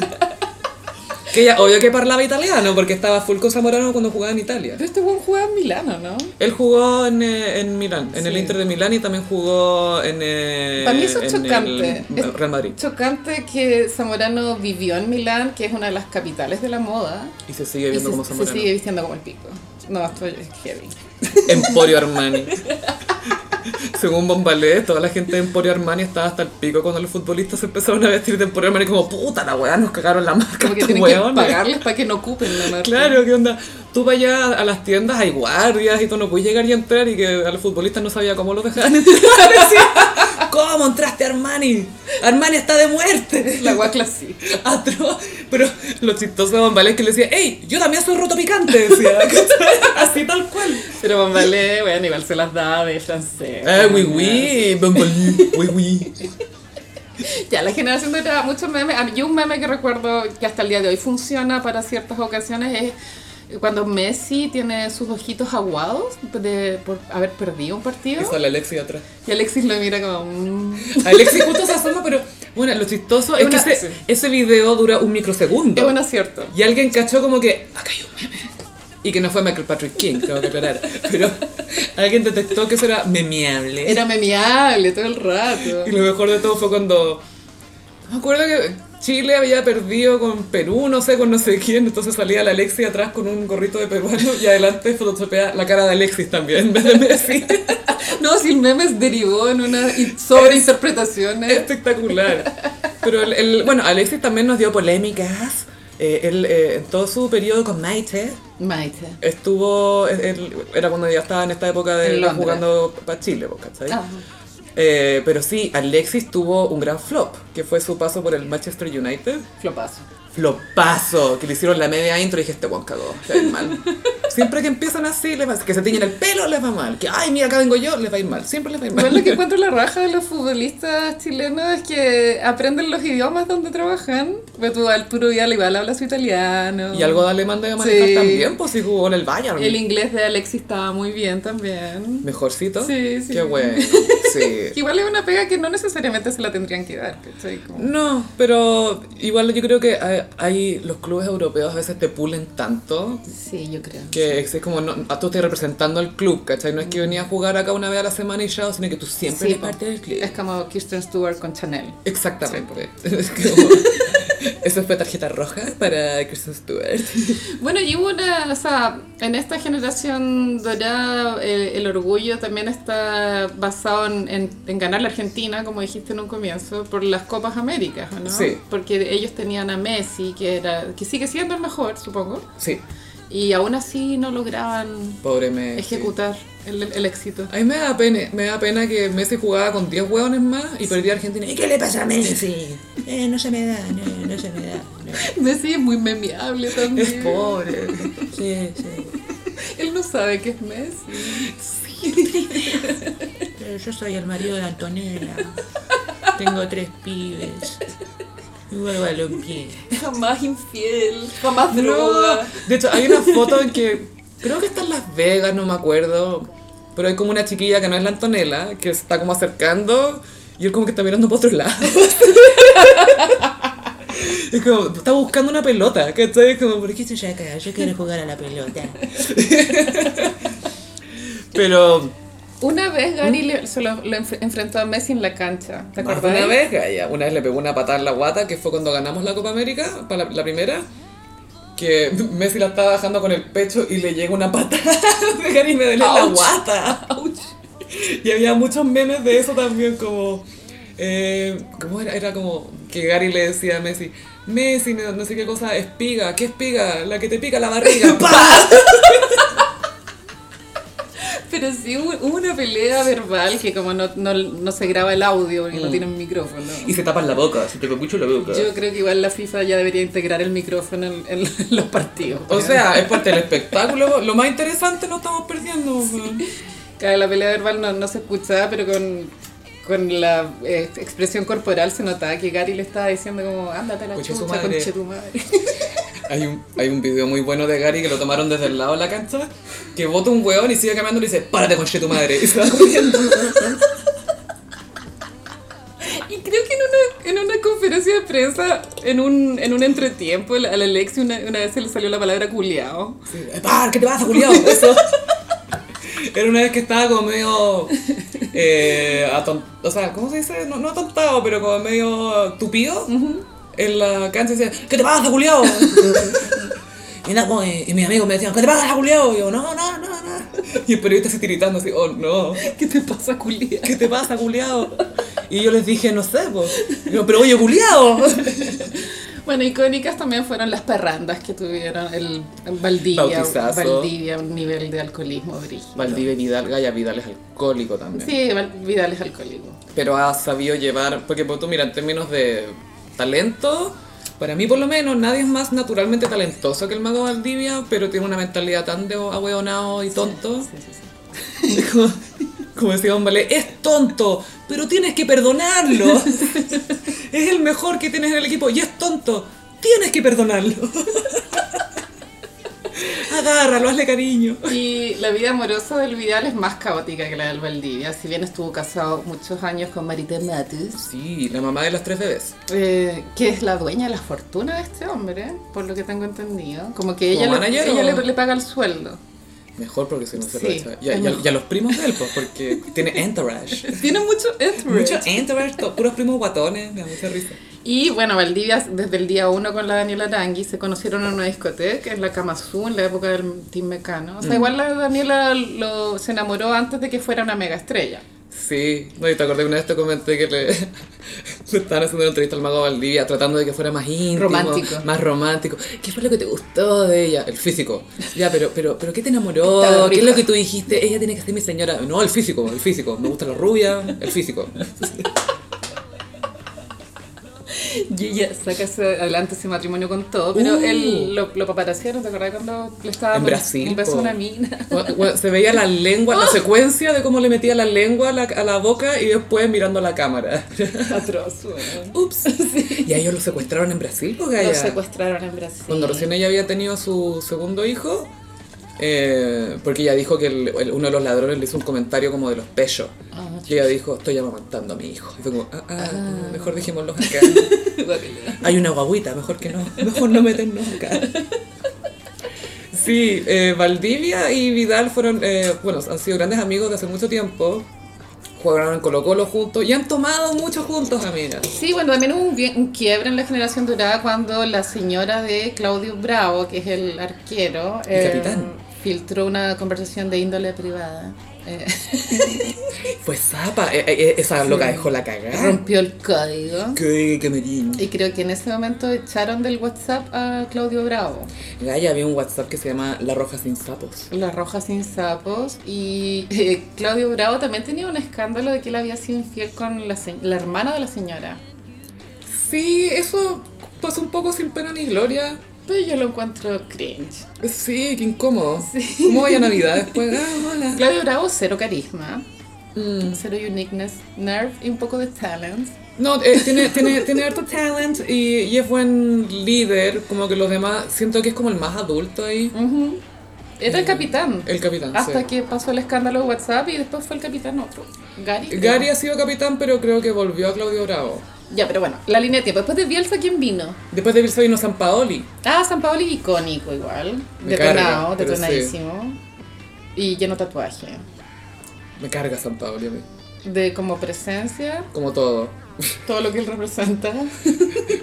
[SPEAKER 1] Que ella, obvio que parlaba italiano, porque estaba full con Zamorano cuando jugaba en Italia.
[SPEAKER 2] Pero este buen juega en Milano, ¿no?
[SPEAKER 1] Él jugó en, eh, en Milán, en el
[SPEAKER 2] Sí.
[SPEAKER 1] Inter de Milán y también jugó en, eh,
[SPEAKER 2] Para mí eso es
[SPEAKER 1] en
[SPEAKER 2] chocante.
[SPEAKER 1] el
[SPEAKER 2] Es-
[SPEAKER 1] Real Madrid.
[SPEAKER 2] Chocante que Zamorano vivió en Milán, que es una de las capitales de la moda.
[SPEAKER 1] Y se sigue
[SPEAKER 2] Y se,
[SPEAKER 1] viendo como
[SPEAKER 2] se
[SPEAKER 1] Zamorano.
[SPEAKER 2] sigue vistiendo como el pico. No, esto es heavy.
[SPEAKER 1] Emporio Armani. Según Bombalé, toda la gente de Emporio Armani estaba hasta el pico cuando los futbolistas se empezaron a vestir de Emporio Armani como puta la weá, nos cagaron la marca.
[SPEAKER 2] Como
[SPEAKER 1] [LAUGHS]
[SPEAKER 2] que
[SPEAKER 1] estos
[SPEAKER 2] tienen que
[SPEAKER 1] weones".
[SPEAKER 2] pagarles para que no ocupen la marca.
[SPEAKER 1] Claro, ¿qué onda? Tú vas allá a las tiendas, hay guardias y tú no puedes llegar y entrar y que a los futbolistas no sabía cómo los dejaban entrar. [LAUGHS] Decía, ¿Cómo entraste Armani? Armani está de muerte.
[SPEAKER 2] [LAUGHS] La guacla sí.
[SPEAKER 1] Atroz. Pero lo chistoso de Bombalé es que le decía, hey, yo también soy roto picante, decía. [LAUGHS] Así tal cual.
[SPEAKER 2] Pero Bombalé, bueno,
[SPEAKER 1] Eh,
[SPEAKER 2] igual se las da de francés.
[SPEAKER 1] Ah, oui, oui, Bombalé, oui, oui.
[SPEAKER 2] Ya, la generación de trabajo, muchos memes. A mí- Yo un meme que recuerdo que hasta el día de hoy funciona para ciertas ocasiones es cuando Messi tiene sus ojitos aguados de, por haber perdido un partido.
[SPEAKER 1] Y sale Alexis [LAUGHS] atrás.
[SPEAKER 2] Y Alexis lo mira como... mm.
[SPEAKER 1] Alexis justo se asoma, pero bueno, lo chistoso es,
[SPEAKER 2] Es una-
[SPEAKER 1] que ese,
[SPEAKER 2] sí.
[SPEAKER 1] ese video dura un microsegundo.
[SPEAKER 2] Es un acierto.
[SPEAKER 1] Y alguien cachó como que, acá hay un meme. Y que no fue Michael Patrick King, tengo que aclarar. [LAUGHS] Pero alguien detectó que eso era memeable.
[SPEAKER 2] Era memeable todo el rato.
[SPEAKER 1] Y lo mejor de todo fue cuando... Me acuerdo que Chile había perdido con Perú, no sé, con no sé quién. Entonces salía la Alexis atrás con un gorrito de peruano y adelante [LAUGHS] fotosopea la cara de Alexis también, en vez de Messi.
[SPEAKER 2] No, si el meme derivó en una i- sobreinterpretación. eh.
[SPEAKER 1] Espectacular. Pero el, el- bueno, Alexis también nos dio polémicas. Eh, él, eh, en todo su periodo con Maite
[SPEAKER 2] Maite.
[SPEAKER 1] estuvo, eh, él- era cuando ya estaba en esta época
[SPEAKER 2] En
[SPEAKER 1] de él
[SPEAKER 2] Londres.
[SPEAKER 1] jugando para Chile, po, ¿cachai?
[SPEAKER 2] Ah.
[SPEAKER 1] Eh, pero sí, Alexis tuvo un gran flop, que fue su paso por el Manchester United.
[SPEAKER 2] Flopazo.
[SPEAKER 1] Flopazo, que le hicieron la media intro y dije, este buen cagó, le va a ir
[SPEAKER 2] [LAUGHS]
[SPEAKER 1] mal. Siempre que empiezan así, les va, que se tiñen el pelo, les va mal. Que, ay, mira, acá vengo yo, les va a ir mal. Siempre les va a ir mal.
[SPEAKER 2] Igual lo que encuentro la raja de los futbolistas chilenos es que aprenden los idiomas donde trabajan. Pero tú, Arturo Vidal igual habla su italiano.
[SPEAKER 1] Y algo de alemán debe manejar
[SPEAKER 2] Sí.
[SPEAKER 1] también, pues si jugó en el Bayern.
[SPEAKER 2] El inglés de Alexis estaba muy bien también.
[SPEAKER 1] Mejorcito.
[SPEAKER 2] Sí, sí.
[SPEAKER 1] Qué bueno. Sí.
[SPEAKER 2] Que Igual es una pega que no necesariamente se la tendrían que dar, ¿cachai?
[SPEAKER 1] [LAUGHS]
[SPEAKER 2] Como-
[SPEAKER 1] No, pero igual yo creo que hay, hay- los clubes europeos a veces te pulen tanto
[SPEAKER 2] Sí, yo creo.
[SPEAKER 1] que es como no, a tú estás representando al club, ¿cachai? No es que venía a jugar acá una vez a la semana y ya, sino que tú siempre
[SPEAKER 2] Sí,
[SPEAKER 1] eres parte del club.
[SPEAKER 2] es como Kirsten Stewart con Chanel.
[SPEAKER 1] Exactamente. [LAUGHS] Es como- Eso fue tarjeta roja para Kristen Stewart.
[SPEAKER 2] Bueno, y hubo una, o sea, en esta generación dorada eh, el, orgullo también está basado en, en- en ganar la Argentina, como dijiste en un comienzo, por las Copas Américas, ¿o ¿no?
[SPEAKER 1] Sí.
[SPEAKER 2] Porque ellos tenían a Messi, que era que sigue siendo el mejor, supongo,
[SPEAKER 1] Sí,
[SPEAKER 2] y aún así no lograban
[SPEAKER 1] pobre Messi.
[SPEAKER 2] ejecutar el, el éxito.
[SPEAKER 1] A mí me da pena, me da pena que Messi jugaba con 10 hueones más y perdía a Argentina. ¿Y qué le pasa a Messi? Eh, no se me da, no, no se me da. no.
[SPEAKER 2] Messi es muy memeable también.
[SPEAKER 1] Es pobre. Sí, sí.
[SPEAKER 2] Él no sabe que es Messi.
[SPEAKER 3] Pero yo soy el marido de Antonella. Tengo tres pibes. Y vuelvo a los pies.
[SPEAKER 2] Jamás infiel, jamás
[SPEAKER 1] No. De hecho, hay una foto en que creo que está en Las Vegas, no me acuerdo. Pero hay como una chiquilla que no es la Antonella, que se está como acercando y él como que está mirando para otro lado. [LAUGHS] Es como, está buscando una pelota, ¿cachai? Es como,
[SPEAKER 3] ¿Por qué estoy acá? Yo quiero jugar a la pelota.
[SPEAKER 1] pero...
[SPEAKER 2] Una vez Gary le- se lo, lo enf- enfrentó a Messi en la cancha, ¿te
[SPEAKER 1] Más
[SPEAKER 2] acordás?
[SPEAKER 1] de una vez, Gaya. Una vez le pegó una patada en la guata, que fue cuando ganamos la Copa América, para la, la primera, que [LAUGHS] Messi la estaba bajando con el pecho y le llega una patada [LAUGHS] de Gary y me duele la
[SPEAKER 2] Ouch.
[SPEAKER 1] guata. Y había muchos memes de eso también, como... eh, ¿Cómo era? Era como que Gary le decía a Messi, Messi, no, no sé qué cosa, espiga, ¿qué espiga? La que te pica la [LAUGHS] barriga. ¡Pah!
[SPEAKER 2] Pero sí hubo hubo una pelea verbal que como no, no, no se graba el audio porque no tienen micrófono.
[SPEAKER 1] Mm. Y se tapan la boca, se te mucho la boca.
[SPEAKER 2] Yo creo que igual la FIFA ya debería integrar el micrófono en, en [LAUGHS] los partidos.
[SPEAKER 1] O sea, es parte del espectáculo. Lo más interesante no estamos perdiendo. weón.
[SPEAKER 2] Claro, la pelea verbal no, no se escuchaba, pero con, con la eh, expresión corporal se notaba que Gary le estaba diciendo como, ándate a la
[SPEAKER 1] Conche tu
[SPEAKER 2] chucha,
[SPEAKER 1] madre".
[SPEAKER 2] conche tu madre.
[SPEAKER 1] Hay un, hay un video muy bueno de Gary que lo tomaron desde el lado de la cancha, que bota un hueón y sigue caminando y le dice, párate con tu madre. [LAUGHS] Y se va corriendo.
[SPEAKER 2] Y creo que en una, en una conferencia de prensa, en un, en un entretiempo, al- al Alexi una, una vez se le salió la palabra culiao.
[SPEAKER 1] Sí, Eh, "Par, ¿Qué te pasa, Julián? Eso. Era una vez que estaba como medio... eh, aton- o sea, ¿cómo se dice? No, no atontado, pero como medio tupido. En la cancha y decía, ¿qué te pasa, Julián? y, nada, como, eh, y mis amigos me decían, ¿qué te pasa, Julián? Y yo, no, no, no, no. Y el periodista se tiritando así, oh, no.
[SPEAKER 2] ¿Qué te pasa, culiao?
[SPEAKER 1] ¿Qué te pasa, culiao? Y yo les dije, no sé, po. Y yo, pero oye, culiao.
[SPEAKER 2] Bueno, icónicas también fueron las parrandas que tuvieron el, el Valdivia.
[SPEAKER 1] Bautizazo.
[SPEAKER 2] Valdivia, un nivel de alcoholismo brígido.
[SPEAKER 1] Valdivia Vidal, Gaya Vidal es alcohólico también.
[SPEAKER 2] Sí, Val- Vidal es alcohólico.
[SPEAKER 1] Pero ha sabido llevar, porque pues, tú mira, en términos de talento, para mí por lo menos nadie es más naturalmente talentoso que el mago Valdivia, pero tiene una mentalidad tan de ahueonado y tonto.
[SPEAKER 2] Sí, sí, sí.
[SPEAKER 1] [LAUGHS] Como, como decía un ballet, es tonto, pero tienes que
[SPEAKER 2] [LAUGHS]
[SPEAKER 1] perdonarlo. es el mejor que tienes en el equipo y es tonto. Tienes que
[SPEAKER 2] [LAUGHS]
[SPEAKER 1] perdonarlo. Agárralo, hazle cariño.
[SPEAKER 2] Y la vida amorosa del Vidal es más caótica que la del Valdivia, si bien estuvo casado muchos años con Marité Matus,
[SPEAKER 1] Sí, la mamá de los tres bebés.
[SPEAKER 2] eh, que es la dueña de la fortuna de este hombre, por lo que tengo entendido. Como que ella,
[SPEAKER 1] ¿Como
[SPEAKER 2] le,
[SPEAKER 1] manager
[SPEAKER 2] ella
[SPEAKER 1] o-
[SPEAKER 2] le, le paga
[SPEAKER 1] [LAUGHS]
[SPEAKER 2] el sueldo.
[SPEAKER 1] Mejor porque si no se
[SPEAKER 2] Sí,
[SPEAKER 1] lo echa. Y, a-
[SPEAKER 2] es
[SPEAKER 1] y a-
[SPEAKER 2] mejor.
[SPEAKER 1] y a los primos de él, pues, porque tiene [LAUGHS] entourage.
[SPEAKER 2] Tiene mucho entourage.
[SPEAKER 1] Mucho entourage, to- puros primos guatones, me da mucha risa.
[SPEAKER 2] Y bueno, Valdivia desde el día uno con la Daniela Arangui se conocieron en una discoteca en la Cama Azul, en la época del Team Mecano.
[SPEAKER 1] Mm.
[SPEAKER 2] O sea, igual la Daniela lo, se enamoró antes de que fuera una mega estrella.
[SPEAKER 1] Sí, no, y te acordé que una vez te comenté que le, [LAUGHS] le estaban haciendo una entrevista al mago Valdivia tratando de que fuera más íntimo,
[SPEAKER 2] Romántico.
[SPEAKER 1] más romántico. ¿Qué fue lo que te gustó de ella? El físico. Ya, pero, pero, pero ¿qué te
[SPEAKER 2] Está
[SPEAKER 1] enamoró?
[SPEAKER 2] bonita.
[SPEAKER 1] ¿Qué es lo que tú dijiste? Ella tiene que ser mi señora. No, el físico, el físico. Me gusta la rubia, el físico. [LAUGHS]
[SPEAKER 2] Y ella saca ese- adelante ese matrimonio con todo, pero
[SPEAKER 1] Uh.
[SPEAKER 2] él lo, lo paparaciaron, ¿te acuerdas cuando le estaba
[SPEAKER 1] En
[SPEAKER 2] dando
[SPEAKER 1] Brasil,
[SPEAKER 2] un beso a
[SPEAKER 1] po.
[SPEAKER 2] una mina? [LAUGHS]
[SPEAKER 1] Gua- gua- Se veía la lengua, la secuencia de cómo le metía la lengua a la, a la boca y después mirando a la cámara.
[SPEAKER 2] Atroz, weón.
[SPEAKER 1] [LAUGHS] Ups. Y a ellos lo secuestraron en Brasil, porque
[SPEAKER 2] Lo secuestraron en Brasil.
[SPEAKER 1] Cuando recién ella había tenido a su segundo hijo, eh, porque ella dijo que el- el- uno de los ladrones le hizo un comentario como de los pechos.
[SPEAKER 2] Ah,
[SPEAKER 1] y ella dijo, estoy amamantando a mi hijo. Y fue como, ah, ah, mejor dejémoslos [LAUGHS] acá. Hay una guaguita, mejor que no. Mejor no meternos acá. Sí, eh, Valdivia y Vidal fueron, eh, bueno, han sido grandes amigos de hace mucho tiempo. Jugaron en Colo Colo juntos y han tomado mucho juntos, amigas.
[SPEAKER 2] Sí, bueno, también hubo un, bien- un quiebre en la generación dorada cuando la señora de Claudio Bravo, que es el arquero, em,
[SPEAKER 1] capitán.
[SPEAKER 2] filtró una conversación de índole privada. eh,
[SPEAKER 1] Pues zapa, eh, eh, esa loca dejó la cagada.
[SPEAKER 2] rompió el código.
[SPEAKER 1] Qué camerín.
[SPEAKER 2] Y creo que en ese momento echaron del WhatsApp a Claudio Bravo.
[SPEAKER 1] Gaya había un WhatsApp que se llama La Roja sin sapos.
[SPEAKER 2] La Roja sin sapos. Y eh, Claudio Bravo también tenía un escándalo de que él había sido infiel con la, se- la hermana de la señora.
[SPEAKER 1] Sí, eso pasó un poco sin pena ni gloria.
[SPEAKER 2] Pero yo lo encuentro cringe.
[SPEAKER 1] Sí, qué incómodo. ¿Cómo vaya Navidad después? Ah, hola.
[SPEAKER 2] Claudio Bravo, cero carisma,
[SPEAKER 1] Mm.
[SPEAKER 2] cero uniqueness, nerve y un poco de talent.
[SPEAKER 1] No, eh, tiene, tiene, tiene harto talent y, y es buen líder. Como que los demás, siento que es como el más adulto ahí.
[SPEAKER 2] Ujú. Era el capitán.
[SPEAKER 1] Eh, El capitán.
[SPEAKER 2] Hasta
[SPEAKER 1] sí.
[SPEAKER 2] que pasó el escándalo de WhatsApp y después fue el capitán otro. Gary. creo.
[SPEAKER 1] Gary ha sido capitán, pero creo que volvió a Claudio Bravo.
[SPEAKER 2] Ya, pero bueno, la línea de tiempo. Después de Bielsa, ¿quién vino?
[SPEAKER 1] Después de Bielsa vino San Paoli.
[SPEAKER 2] Ah, San Paolo icónico igual.
[SPEAKER 1] Me
[SPEAKER 2] Detonado,
[SPEAKER 1] carga, pero
[SPEAKER 2] detonadísimo. Y lleno de tatuaje.
[SPEAKER 1] Me carga San Paoli a mí.
[SPEAKER 2] De como presencia,
[SPEAKER 1] Como todo.
[SPEAKER 2] todo lo que
[SPEAKER 1] [LAUGHS]
[SPEAKER 2] él representa.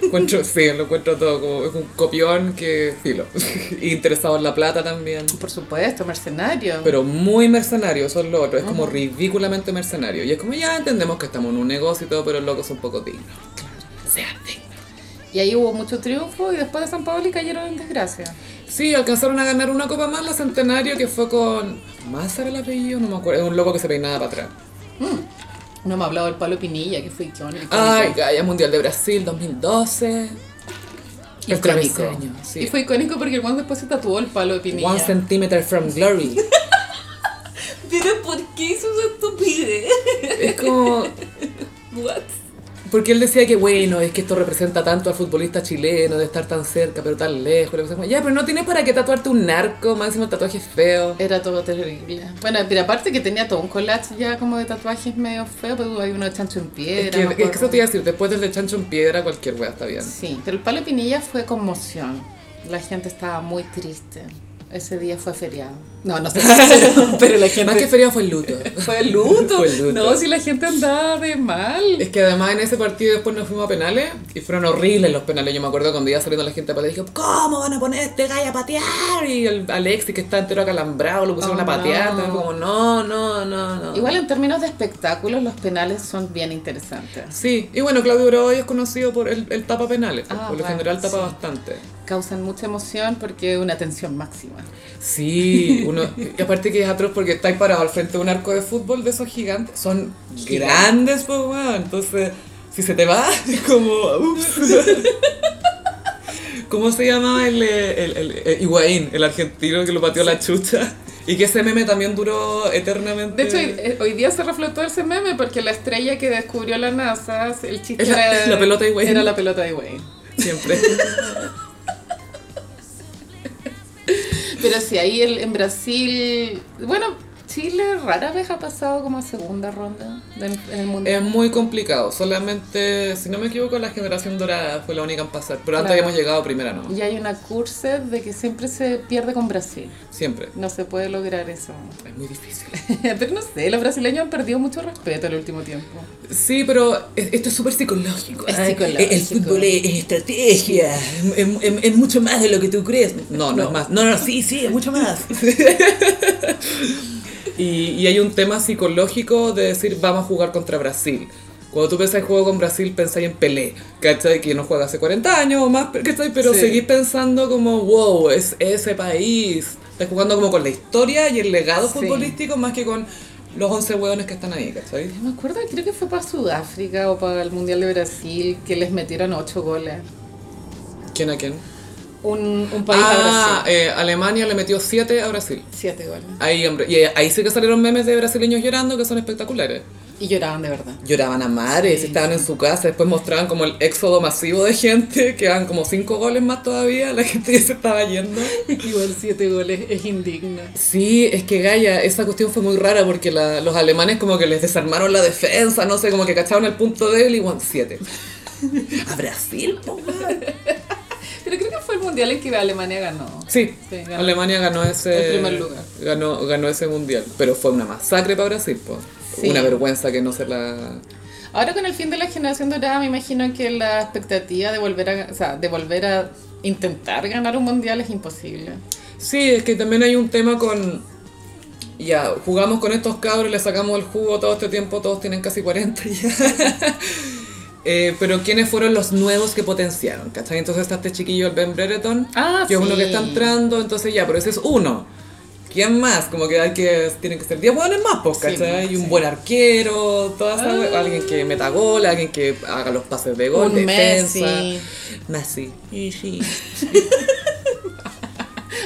[SPEAKER 1] Encuentro, sí, lo encuentro todo. Como es un copión que filo. [LAUGHS] Y Interesado en la plata también.
[SPEAKER 2] Por supuesto, mercenario.
[SPEAKER 1] Pero muy mercenario, eso es lo otro. Es como ridículamente mercenario. Y es como ya entendemos que estamos en un negocio y todo, pero el loco es un poco digno. Sea digno.
[SPEAKER 2] Y ahí hubo mucho triunfo y después de San Paolo cayeron en desgracia.
[SPEAKER 1] Sí, alcanzaron a ganar una copa más la centenario que fue con. ¿Más era el apellido? No me acuerdo. Es un loco que se peinaba para atrás.
[SPEAKER 2] No me ha hablado del Pablo Pinilla, que fue icónico.
[SPEAKER 1] Ay, Gaia Mundial de Brasil 2012. El
[SPEAKER 2] icónico.
[SPEAKER 1] travesaño, sí.
[SPEAKER 2] Y fue icónico porque el Juan después se tatuó el palo de Pinilla.
[SPEAKER 1] One centimeter from glory.
[SPEAKER 2] Pero ¿por qué hizo esa estupidez?
[SPEAKER 1] es como.
[SPEAKER 2] What?
[SPEAKER 1] Porque él decía que, bueno, es que esto representa tanto al futbolista chileno de estar tan cerca, pero tan lejos. y la cosa como, ya, pero no tienes para qué tatuarte un narco, más encima el tatuaje es feo.
[SPEAKER 2] Era todo terrible. Bueno, pero aparte que tenía todo un collage ya como de tatuajes medio feo, pero hay uno de chancho en
[SPEAKER 1] Es
[SPEAKER 2] piedra.
[SPEAKER 1] que,
[SPEAKER 2] me
[SPEAKER 1] es que
[SPEAKER 2] acuerdo.
[SPEAKER 1] eso te iba a decir, después del de chancho en piedra, cualquier wea está bien.
[SPEAKER 2] Sí, pero el palo de Pinilla fue conmoción. La gente estaba muy triste. Ese día fue feriado. No,
[SPEAKER 1] [LAUGHS]
[SPEAKER 2] no sé. [LAUGHS] pero la
[SPEAKER 1] Más que feriado fue el luto.
[SPEAKER 2] fue luto.
[SPEAKER 1] [LAUGHS] Fue luto.
[SPEAKER 2] No, si la gente andaba de mal.
[SPEAKER 1] Es que además en ese partido después nos fuimos a penales y fueron horribles los penales. Yo me acuerdo cuando iba saliendo la gente a patear, dije, ¿cómo van a poner a este gallo a patear? Y el Alexis que está entero acalambrado, lo pusieron
[SPEAKER 2] Oh,
[SPEAKER 1] a patear.
[SPEAKER 2] no.
[SPEAKER 1] también fue como, no, no, no, no.
[SPEAKER 2] Igual en términos de espectáculos, los penales son bien interesantes.
[SPEAKER 1] Sí, y bueno, Claudio Bravo es conocido por el, el tapa penales,
[SPEAKER 2] Ah,
[SPEAKER 1] por lo
[SPEAKER 2] bueno,
[SPEAKER 1] general tapa
[SPEAKER 2] sí.
[SPEAKER 1] bastante.
[SPEAKER 2] Causan mucha emoción porque es una tensión máxima.
[SPEAKER 1] Sí, uno, y aparte que es atroz porque estáis parados al frente de un arco de fútbol de esos gigantes, son grandes, pues, weón, entonces, si se te va, [LAUGHS] es como, ups. [LAUGHS] ¿Cómo se llamaba el, eh, el, el, eh, Higuaín, el argentino que lo pateó la chucha? Y que ese meme también duró eternamente.
[SPEAKER 2] De hecho, hoy- eh, hoy día se reflotó ese meme porque la estrella que descubrió la NASA, el chiste
[SPEAKER 1] Es la-
[SPEAKER 2] era,
[SPEAKER 1] la pelota de Wayne.
[SPEAKER 2] era la pelota de Wayne.
[SPEAKER 1] siempre.
[SPEAKER 2] eh, Pero sí, ahí el- en Brasil, bueno, Chile rara vez ha pasado como a segunda ronda del- en el mundo.
[SPEAKER 1] es muy complicado. Solamente, si no me equivoco, la generación dorada fue la única en pasar. Pero antes
[SPEAKER 2] Claro.
[SPEAKER 1] habíamos llegado primera nomás.
[SPEAKER 2] Y hay una curse de que siempre se pierde con Brasil.
[SPEAKER 1] Siempre.
[SPEAKER 2] No se puede lograr eso. [LAUGHS]
[SPEAKER 1] Es muy difícil.
[SPEAKER 2] Pero no sé, los brasileños han perdido mucho respeto el último tiempo.
[SPEAKER 1] Sí, pero es- esto es súper psicológico.
[SPEAKER 2] Es
[SPEAKER 1] ¿eh?
[SPEAKER 2] psicológico.
[SPEAKER 1] El fútbol es, es estrategia. Es, es- es mucho más de lo que tú crees. No, no, es más. No, no, sí, sí, es mucho [LAUGHS] más. y, y hay un tema psicológico de decir, vamos a jugar contra Brasil. Cuando tú pensás en juego con Brasil, pensáis en Pelé, ¿cachai? Que no juega hace 40 años o más, ¿cachai? Pero
[SPEAKER 2] Sí.
[SPEAKER 1] seguís pensando como, wow, es ese país. Estás jugando como con la historia y el legado
[SPEAKER 2] Sí.
[SPEAKER 1] futbolístico más que con los 11 hueones que están ahí, ¿cachai?
[SPEAKER 2] Me acuerdo, creo que fue para Sudáfrica o para el Mundial de Brasil que les metieron ocho goles.
[SPEAKER 1] ¿Quién a quién?
[SPEAKER 2] Un, un país a
[SPEAKER 1] ah,
[SPEAKER 2] Brasil.
[SPEAKER 1] eh, Alemania le metió 7 a Brasil.
[SPEAKER 2] Siete goles.
[SPEAKER 1] Ahí, hombre, y ahí sí que salieron memes de brasileños llorando que son espectaculares.
[SPEAKER 2] Y lloraban de verdad. [LAUGHS]
[SPEAKER 1] Lloraban a mares,
[SPEAKER 2] Sí.
[SPEAKER 1] estaban en su casa, después mostraban como el éxodo masivo de gente, que eran como 5 goles más todavía, la gente ya se estaba yendo.
[SPEAKER 2] Igual siete goles es indigno.
[SPEAKER 1] Sí, es que Gaia, esa cuestión fue muy rara porque la- los alemanes como que les desarmaron la defensa, no sé, como que cacharon el punto débil y bueno, 7. [LAUGHS] a Brasil, po, weón.
[SPEAKER 2] Pero creo que fue el Mundial en que Alemania ganó.
[SPEAKER 1] Sí,
[SPEAKER 2] Sí, ganó.
[SPEAKER 1] Alemania ganó ese
[SPEAKER 2] El primer lugar.
[SPEAKER 1] Ganó, ganó ese mundial, pero fue una masacre para Brasil, po.
[SPEAKER 2] Sí.
[SPEAKER 1] Una vergüenza que no se la
[SPEAKER 2] Ahora con el fin de la generación dorada me imagino que la expectativa de volver a, o sea, de volver a intentar ganar un Mundial es imposible.
[SPEAKER 1] Sí, es que también hay un tema con ya, jugamos con estos cabros, le sacamos el jugo todo este tiempo, todos tienen casi 40 ya. [LAUGHS] Eh, pero quiénes fueron los nuevos que potenciaron, ¿cachai? Entonces está este chiquillo, el Ben Brereton,
[SPEAKER 2] Ah,
[SPEAKER 1] que es uno
[SPEAKER 2] sí.
[SPEAKER 1] que está entrando, entonces ya, pero ese es uno. ¿Quién más? Como que hay que, tienen que ser 10 hueones más, pues,
[SPEAKER 2] Sí,
[SPEAKER 1] ¿cachai? y un
[SPEAKER 2] sí.
[SPEAKER 1] buen arquero, toda esa
[SPEAKER 2] Ah.
[SPEAKER 1] hue- alguien que meta gol, alguien que haga los pases de gol,
[SPEAKER 2] Un
[SPEAKER 1] defensa.
[SPEAKER 2] Messi.
[SPEAKER 1] Messi.
[SPEAKER 3] Y sí.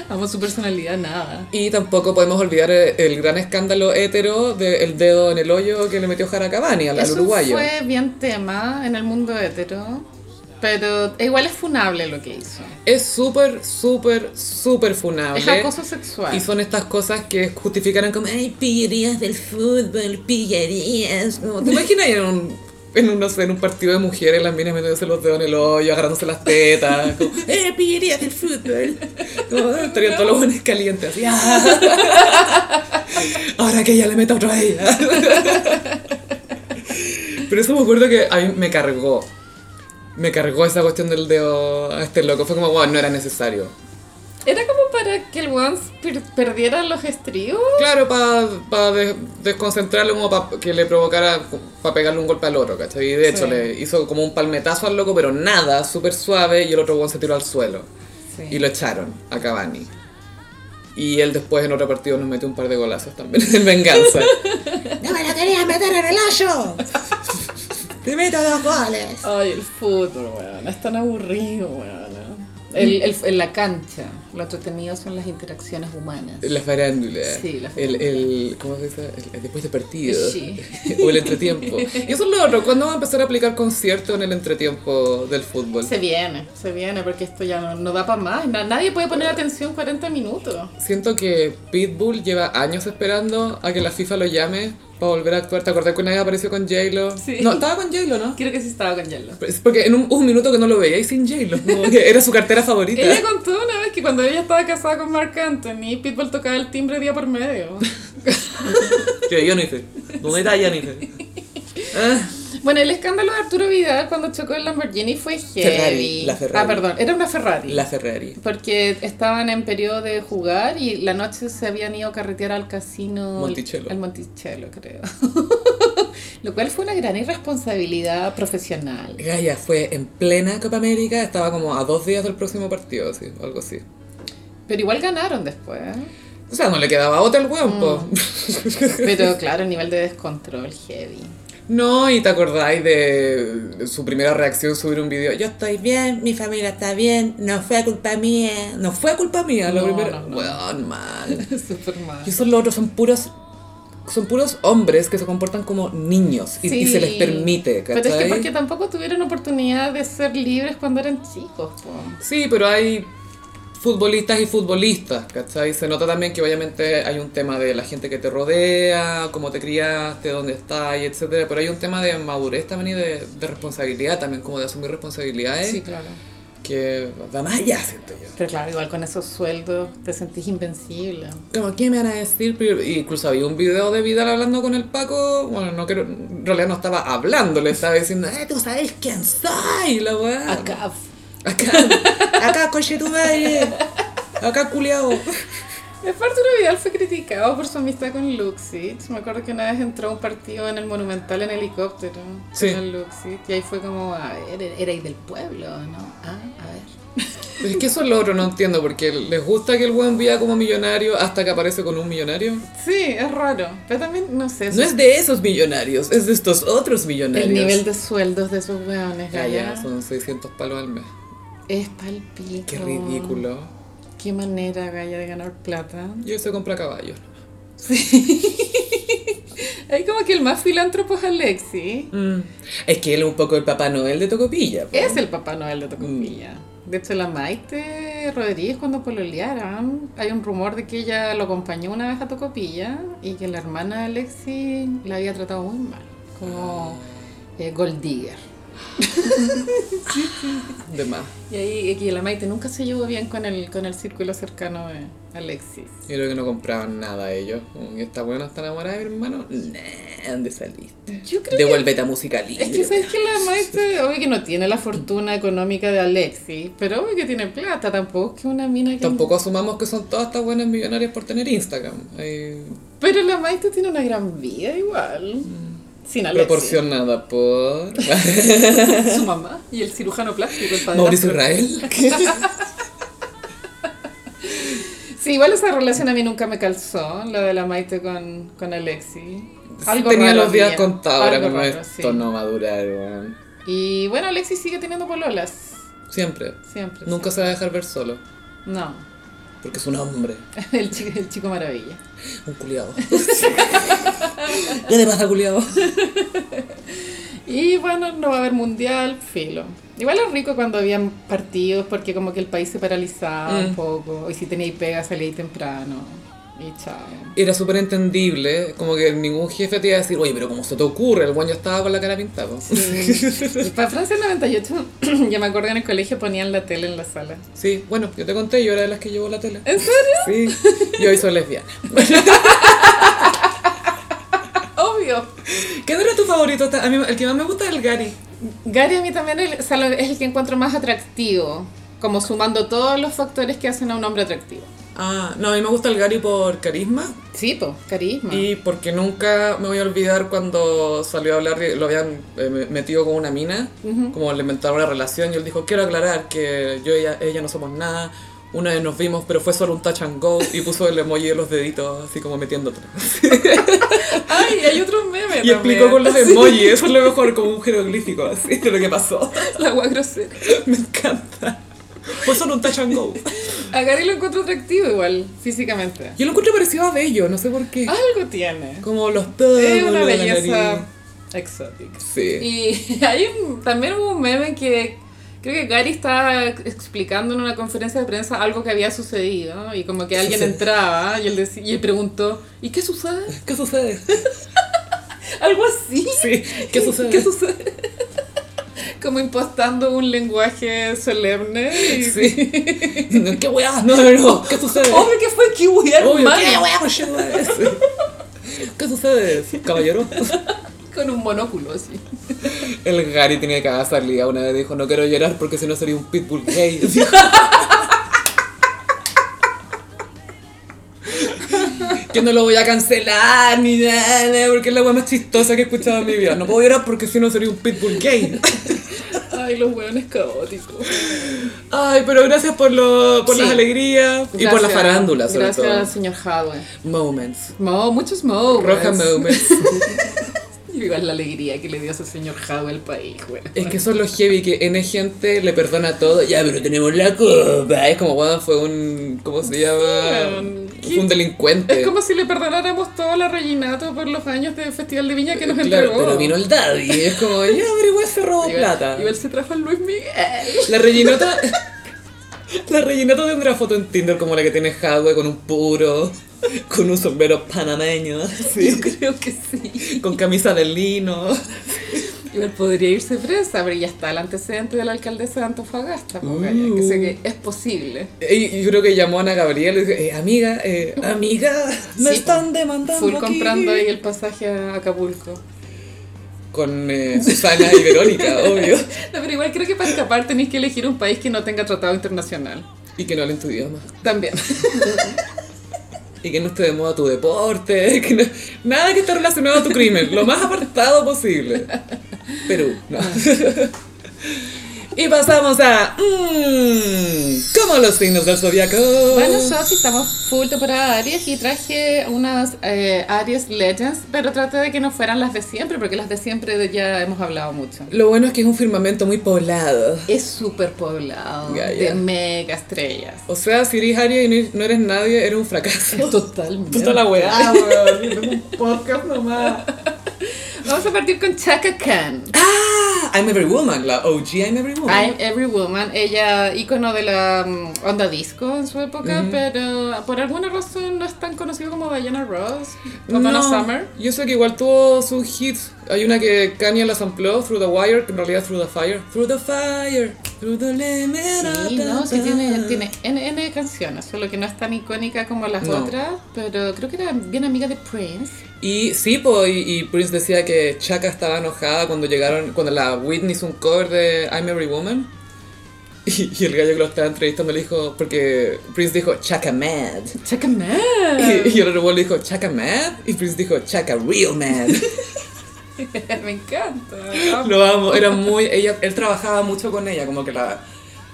[SPEAKER 2] Amo su personalidad, nada.
[SPEAKER 1] Y tampoco podemos olvidar el, el gran escándalo hétero del dedo en el hoyo que le metió Jara Cavani al, al
[SPEAKER 2] Eso
[SPEAKER 1] uruguayo.
[SPEAKER 2] fue bien tema en el mundo hetero, pero igual es funable lo que hizo.
[SPEAKER 1] Es súper, súper, súper funable.
[SPEAKER 2] Es acoso sexual.
[SPEAKER 1] Y son estas cosas que justificaron como, ay, pillerías del fútbol, pillerías. Como, ¿Te imaginas en un, en, un, no sé, en un partido de mujeres las minas metiéndose los dedos en el hoyo, agarrándose las tetas? Como, eh, pillerías del fútbol. Como, ah, estarían todos los buenos calientes. Así, "Ah". Ahora que ella le meta otra a ella. Pero eso me acuerdo que a mí me cargó. Me cargó esa cuestión del dedo a este loco. Fue como, wow, no era necesario.
[SPEAKER 2] Era como para que el weón per- perdiera los estribos.
[SPEAKER 1] Claro, para desconcentrarlo, como para que le provocara, para pegarle un golpe al otro, ¿cachai? Y de hecho
[SPEAKER 2] Sí.
[SPEAKER 1] le hizo como un palmetazo al loco, pero nada, súper suave, y el otro weón se tiró al suelo.
[SPEAKER 2] Sí.
[SPEAKER 1] Y lo echaron a Cavani. Y él después en otro partido nos metió un par de golazos también, [LAUGHS] en venganza.
[SPEAKER 3] No me lo querías meter en el hoyo. Te meto dos goles.
[SPEAKER 2] Ay, el fútbol, weón. Es tan aburrido, weón. ¿eh? El, el- en la cancha, lo entretenido son las interacciones humanas.
[SPEAKER 1] La farándula.
[SPEAKER 2] Sí, la
[SPEAKER 1] el, el, ¿Cómo se dice? El- el después de partido.
[SPEAKER 2] Sí.
[SPEAKER 1] [LAUGHS] o el entretiempo. Y eso es lo otro. ¿Cuándo va a empezar a aplicar conciertos en el entretiempo del fútbol?
[SPEAKER 2] Se viene, se viene, porque esto ya no, no da para más. Na- nadie puede poner atención 40 minutos.
[SPEAKER 1] Siento que Pitbull lleva años esperando a que la FIFA lo llame para volver a actuar. ¿Te acordás que una vez apareció con J-Lo?
[SPEAKER 2] Sí.
[SPEAKER 1] No, estaba con J-Lo, ¿no?
[SPEAKER 2] Quiero que sí estaba con Yello.
[SPEAKER 1] Es Porque en un, hubo un minuto que no lo veía y sin J-Lo. como que Era su cartera favorita.
[SPEAKER 2] Ella contó una vez que cuando ella estaba casada con Mark Anthony, Pitbull tocaba el timbre día por [LAUGHS] medio.
[SPEAKER 1] Que Jennifer. ¿Dónde está Jennifer? Ah,
[SPEAKER 2] Bueno, el escándalo de Arturo Vidal cuando chocó el Lamborghini fue heavy.
[SPEAKER 1] Ferrari, la Ferrari.
[SPEAKER 2] Ah, perdón, era una Ferrari.
[SPEAKER 1] la Ferrari.
[SPEAKER 2] Porque estaban en periodo de jugar y la noche se habían ido a carretear al casino.
[SPEAKER 1] Monticello.
[SPEAKER 2] Al Monticello, creo. [LAUGHS] Lo cual fue una gran irresponsabilidad profesional.
[SPEAKER 1] Gaia fue en plena Copa América, estaba como a dos días del próximo partido, así, algo así.
[SPEAKER 2] Pero igual ganaron después. ¿eh?
[SPEAKER 1] O sea, no le quedaba otra al hueón, po.
[SPEAKER 2] Mm.
[SPEAKER 1] [LAUGHS]
[SPEAKER 2] Pero claro, el nivel de descontrol heavy. [LAUGHS]
[SPEAKER 1] No, y te acordáis de su primera reacción subir un video. Yo estoy bien, mi familia está bien, no fue culpa mía. No fue culpa mía, lo
[SPEAKER 2] No,
[SPEAKER 1] primero.
[SPEAKER 2] no, no.
[SPEAKER 1] Weón, mal.
[SPEAKER 2] Súper mal.
[SPEAKER 1] Y esos los otros son puros son puros hombres que se comportan como niños y, y se les
[SPEAKER 2] Sí.
[SPEAKER 1] permite, ¿cachai?
[SPEAKER 2] Pero es que porque tampoco tuvieron oportunidad de ser libres cuando eran chicos, po.
[SPEAKER 1] Sí, pero hay futbolistas y futbolistas, ¿cachai? Se nota también que obviamente hay un tema de la gente que te rodea, cómo te criaste, dónde estás, y etcétera, pero hay un tema de madurez también y de, de responsabilidad también, como de asumir responsabilidades
[SPEAKER 2] Sí, claro.
[SPEAKER 1] que va más allá, siento yo.
[SPEAKER 2] Pero claro, igual con esos sueldos te sentís invencible.
[SPEAKER 1] Como, ¿qué me van a decir? Pero- Incluso había un video de Vidal hablando con el Paco. Bueno, no quiero. En realidad no estaba hablando, le estaba diciendo, ¡eh, tú sabes quién soy! La weá.
[SPEAKER 2] Acá.
[SPEAKER 1] Acá, [LAUGHS] acá, coche tu madre. Acá, culiao.
[SPEAKER 2] Eh, Arturo Vidal fue criticado por su amistad con Luxich. Me acuerdo que una vez entró a un partido en el Monumental en helicóptero
[SPEAKER 1] Sí.
[SPEAKER 2] con el Luxich. Y ahí fue como, a ver, e-, erais del pueblo, ¿no? Ah, a ver. [LAUGHS]
[SPEAKER 1] Es que eso es lo otro, no entiendo, porque les gusta que el buen viva como millonario hasta que aparece con un millonario.
[SPEAKER 2] Sí, es raro. Pero también, no sé,
[SPEAKER 1] No es de esos millonarios, es de estos otros millonarios. Ah,
[SPEAKER 2] el nivel de sueldos de esos weones,
[SPEAKER 1] Ya,
[SPEAKER 2] Gaya,
[SPEAKER 1] ya, son 600 palos al mes.
[SPEAKER 2] es palpito.
[SPEAKER 1] Qué ridículo.
[SPEAKER 2] Qué manera, Gaya, de ganar plata.
[SPEAKER 1] Yo se compra caballos.
[SPEAKER 2] Hay como que el más filántropo es Alexi.
[SPEAKER 1] Es que él es un poco el Papá Noel de Tocopilla. po.
[SPEAKER 2] Es el Papá Noel de Tocopilla. De hecho, la Maite Rodríguez, cuando pololearon, hay un rumor de que ella lo acompañó una vez a Tocopilla y que la hermana de Alexi la había tratado muy mal, como eh, Gold Digger.
[SPEAKER 1] De más.
[SPEAKER 2] Y ahí y que la Maite nunca se llevó bien con el, con el círculo cercano de Alexis.
[SPEAKER 1] Yo creo que no compraban nada ellos. Como, ¿Y esta buena está enamorada de mi hermano? Nah, ¿dónde saliste?
[SPEAKER 2] Yo creo
[SPEAKER 1] Devuélvete a música libre.
[SPEAKER 2] Es que sabes que la Maite, obvio que no tiene la fortuna económica de Alexi, pero obvio que tiene plata, tampoco es que una mina que...
[SPEAKER 1] Tampoco asumamos que son todas estas buenas millonarias por tener Instagram. Hay
[SPEAKER 2] Pero la Maite tiene una gran vida igual. Sin Alexi.
[SPEAKER 1] proporcionada por
[SPEAKER 2] Su mamá y el cirujano plástico, el padrastro.
[SPEAKER 1] Mauricio
[SPEAKER 2] [LAUGHS]
[SPEAKER 1] Israel.
[SPEAKER 2] Sí, igual esa relación a mí nunca me calzó, la de la Maite con, con Alexi.
[SPEAKER 1] [LAUGHS] Tenía
[SPEAKER 2] raro
[SPEAKER 1] los días
[SPEAKER 2] había,
[SPEAKER 1] contados, ahora
[SPEAKER 2] algo
[SPEAKER 1] mismo
[SPEAKER 2] raro,
[SPEAKER 1] esto
[SPEAKER 2] sí.
[SPEAKER 1] no va a durar. weón.
[SPEAKER 2] Y bueno, Alexi sigue teniendo pololas,
[SPEAKER 1] Siempre.
[SPEAKER 2] siempre.
[SPEAKER 1] Nunca se va a dejar ver solo.
[SPEAKER 2] siempre. No, [LAUGHS]
[SPEAKER 1] Porque es un hombre.
[SPEAKER 2] el chico, el chico maravilla.
[SPEAKER 1] Un
[SPEAKER 2] [LAUGHS]
[SPEAKER 1] culiado. ¿Qué te pasa, culiado?
[SPEAKER 2] Y bueno, no va a haber mundial, filo. Igual es rico cuando habían partidos porque como que el país se paralizaba un
[SPEAKER 1] Mm.
[SPEAKER 2] poco. Y si teníais pega salíais temprano. Y chao.
[SPEAKER 1] Era súper entendible, como que ningún jefe te iba a decir, oye, pero ¿cómo se te ocurre? El guaño estaba con la cara pintada. po".
[SPEAKER 2] Y Eh, para Francia 98, [CLEARS THROAT] ya me acuerdo en el colegio ponían la tele en la sala.
[SPEAKER 1] Sí, bueno, yo te conté, yo era de las que llevó la tele.
[SPEAKER 2] ¿En serio?
[SPEAKER 1] Sí, yo hoy soy lesbiana.
[SPEAKER 2] Ah, Obvio.
[SPEAKER 1] ¿Qué era tu favorito? A mí el que más me gusta es el Gary.
[SPEAKER 2] Gary a mí también el- o sea, lo- es el que encuentro más atractivo. Como sumando todos los factores que hacen a un hombre atractivo.
[SPEAKER 1] Ah, no, a mí me gusta el Gary por carisma
[SPEAKER 2] Sí, po, carisma.
[SPEAKER 1] y porque nunca me voy a olvidar cuando salió a hablar, de- lo habían eh, me- metido con una mina, como le inventaron una relación y él dijo, quiero aclarar que yo y ella, ella no somos nada. Una vez nos vimos, pero fue solo un touch and go y puso el emoji de los deditos así como
[SPEAKER 2] [LAUGHS]
[SPEAKER 1] metiéndote.
[SPEAKER 2] Ay, hay otro meme [LAUGHS]
[SPEAKER 1] Y explicó con los emojis, eso es lo mejor, como un jeroglífico así de lo que pasó. [LAUGHS]
[SPEAKER 2] la agua grosera.
[SPEAKER 1] Me encanta. Fue solo un touch and go.
[SPEAKER 2] A Gary lo encuentro atractivo igual, físicamente.
[SPEAKER 1] Yo lo encuentro parecido a Bello, no sé por qué.
[SPEAKER 2] Algo tiene.
[SPEAKER 1] Como los pedos.
[SPEAKER 2] Ah. Es una
[SPEAKER 1] lo de la nariz.
[SPEAKER 2] belleza exótica.
[SPEAKER 1] Sí.
[SPEAKER 2] Y [LAUGHS] hay un- también hubo un meme que creo que Gary estaba explicando en una conferencia de prensa algo que había sucedido y como que alguien entraba ¿eh? y él, decí- y él preguntó, ¿y qué sucede? [LAUGHS]
[SPEAKER 1] ¿Qué sucede?
[SPEAKER 2] Algo así.
[SPEAKER 1] Sí, ¿qué sucede?
[SPEAKER 2] [LAUGHS] ¿Qué sucede? Como impostando un lenguaje solemne. Y...
[SPEAKER 1] Sí. [LAUGHS] ¿Qué weá? No, no, no. ¿Qué sucede?
[SPEAKER 2] [LAUGHS] Obvio que fue Kiwi,
[SPEAKER 1] Obvio,
[SPEAKER 2] hermano.
[SPEAKER 1] ¿Qué weá? Oye, weá. Sí. ¿Qué sucede, caballero?
[SPEAKER 2] Con un monóculo, así.
[SPEAKER 1] El Gary tenía cada salida. Una vez dijo, no quiero llorar porque si no sería un pitbull gay. [LAUGHS] Yo no lo voy a cancelar ni nada, porque es la weá más chistosa que he escuchado en mi vida. No puedo llorar porque si no sería un pitbull gay.
[SPEAKER 2] Ay, los hueones caóticos.
[SPEAKER 1] Ay, pero gracias por, lo, por
[SPEAKER 2] Sí.
[SPEAKER 1] las alegrías y por la
[SPEAKER 2] Gracias.
[SPEAKER 1] farándula, sobre
[SPEAKER 2] Gracias,
[SPEAKER 1] todo.
[SPEAKER 2] señor Hadwe.
[SPEAKER 1] Moments.
[SPEAKER 2] Mo, pues. muchos Mo.
[SPEAKER 1] Roja Moments.
[SPEAKER 2] Y Viva la alegría que le dio ese señor Howe al país, güey.
[SPEAKER 1] Es que son los heavy que N gente le perdona todo. Ya, pero tenemos la copa. Es como cuando fue un. ¿Cómo se llama?
[SPEAKER 2] weón.
[SPEAKER 1] Fue un delincuente.
[SPEAKER 2] Es como si le perdonáramos todo la Reginato por los años de Festival de Viña que nos
[SPEAKER 1] eh, Claro,
[SPEAKER 2] entregó.
[SPEAKER 1] pero vino el daddy. Es como, ya, pero igual se robó
[SPEAKER 2] Igual-
[SPEAKER 1] plata.
[SPEAKER 2] Igual se trajo a Luis Miguel.
[SPEAKER 1] La rellenota. La rellenota tendrá foto en Tinder como la que tiene Hadwe con un puro, con un sombrero panameño, así,
[SPEAKER 2] Yo creo que sí.
[SPEAKER 1] con camisa de lino.
[SPEAKER 2] Igual podría irse presa, pero ya está el antecedente de la alcaldesa de Antofagasta, po, calla, que sé que
[SPEAKER 1] Uh.
[SPEAKER 2] es posible.
[SPEAKER 1] Y yo creo que llamó a Ana Gabriel y dijo, eh, amiga, eh, amiga, me
[SPEAKER 2] Sí,
[SPEAKER 1] están demandando.
[SPEAKER 2] Full
[SPEAKER 1] aquí".
[SPEAKER 2] comprando ahí el pasaje a Acapulco.
[SPEAKER 1] Con
[SPEAKER 2] [LAUGHS]
[SPEAKER 1] eh, Susana y Verónica, obvio.
[SPEAKER 2] No, pero igual creo que para escapar tenéis que elegir un país que no tenga tratado internacional.
[SPEAKER 1] Y que no hablen tu idioma.
[SPEAKER 2] También.
[SPEAKER 1] Y que no esté de moda tu deporte. [LAUGHS] Que no- nada que esté relacionado a tu crimen. Lo más apartado posible. Perú. no.
[SPEAKER 2] Ah.
[SPEAKER 1] [LAUGHS] Y pasamos a. Mmm, ¿Cómo los signos del zodiaco?
[SPEAKER 2] Bueno,
[SPEAKER 1] Oh.
[SPEAKER 2] yo sí estamos full temporada Aries y traje unas eh, Aries Legends, pero traté de que no fueran las de siempre, porque las de siempre de- ya hemos hablado mucho.
[SPEAKER 1] Lo bueno es que es un firmamento muy poblado.
[SPEAKER 2] Es súper poblado,
[SPEAKER 1] Ya, ya.
[SPEAKER 2] de
[SPEAKER 1] [LAUGHS]
[SPEAKER 2] mega estrellas.
[SPEAKER 1] O sea, si eres Aries y no- no eres nadie, eres un fracaso. [LAUGHS]
[SPEAKER 2] Totalmente.
[SPEAKER 1] Puta la
[SPEAKER 2] Ah,
[SPEAKER 1] weá, weón. Un podcast nomás.
[SPEAKER 2] Vamos a partir con Chaka Khan.
[SPEAKER 1] Ah, I'm Every Woman, la OG I'm Every Woman.
[SPEAKER 2] I'm Every Woman, ella ícono de la mm, onda disco en su época, pero por alguna razón no es tan conocido como Diana Ross o Donna Summer.
[SPEAKER 1] Yo sé que igual tuvo sus hits. Hay una que Kanye la sampló, Through the Wire, que en realidad es Through the Fire. Through the Fire, Through the Limit.
[SPEAKER 2] Sí, no, sí tiene, tiene N, N canciones, solo que no es tan icónica como las
[SPEAKER 1] No.
[SPEAKER 2] otras, pero creo que era bien amiga de Prince.
[SPEAKER 1] Y sí, po, y, y Prince decía que Chaka estaba enojada cuando llegaron, cuando la Whitney hizo un cover de I'm Every Woman. [LAUGHS] Y, y el gallo que lo estaba entrevistando le dijo, porque Prince dijo Chaka Mad.
[SPEAKER 2] Check it
[SPEAKER 1] [LAUGHS] Y, y el otro weón le dijo Chaka Mad. Y Prince dijo Chaka Real Mad.
[SPEAKER 2] [LAUGHS]
[SPEAKER 1] [LAUGHS]
[SPEAKER 2] Me encanta.
[SPEAKER 1] Lo amo, era muy. Ella, él trabajaba mucho con ella, como que la,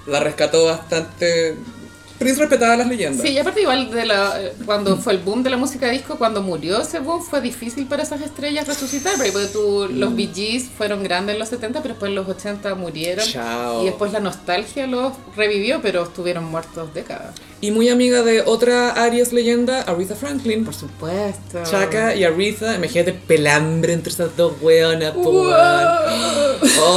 [SPEAKER 1] la rescató bastante. Prince respetaba las leyendas.
[SPEAKER 2] Sí, y aparte igual de la, cuando fue el boom de la música disco, cuando murió ese boom fue difícil para esas estrellas resucitar, porque ponte tú, los Bee Gees fueron grandes en los 70, pero después en los 80 murieron
[SPEAKER 1] Chao.
[SPEAKER 2] y después la nostalgia los revivió, pero estuvieron muertos décadas.
[SPEAKER 1] Y muy amiga de otra Aries leyenda, Aretha Franklin.
[SPEAKER 2] Por supuesto.
[SPEAKER 1] Chaka y Aretha, imagínate el pelambre entre esas dos weonas. po,
[SPEAKER 2] Wow.
[SPEAKER 1] weón.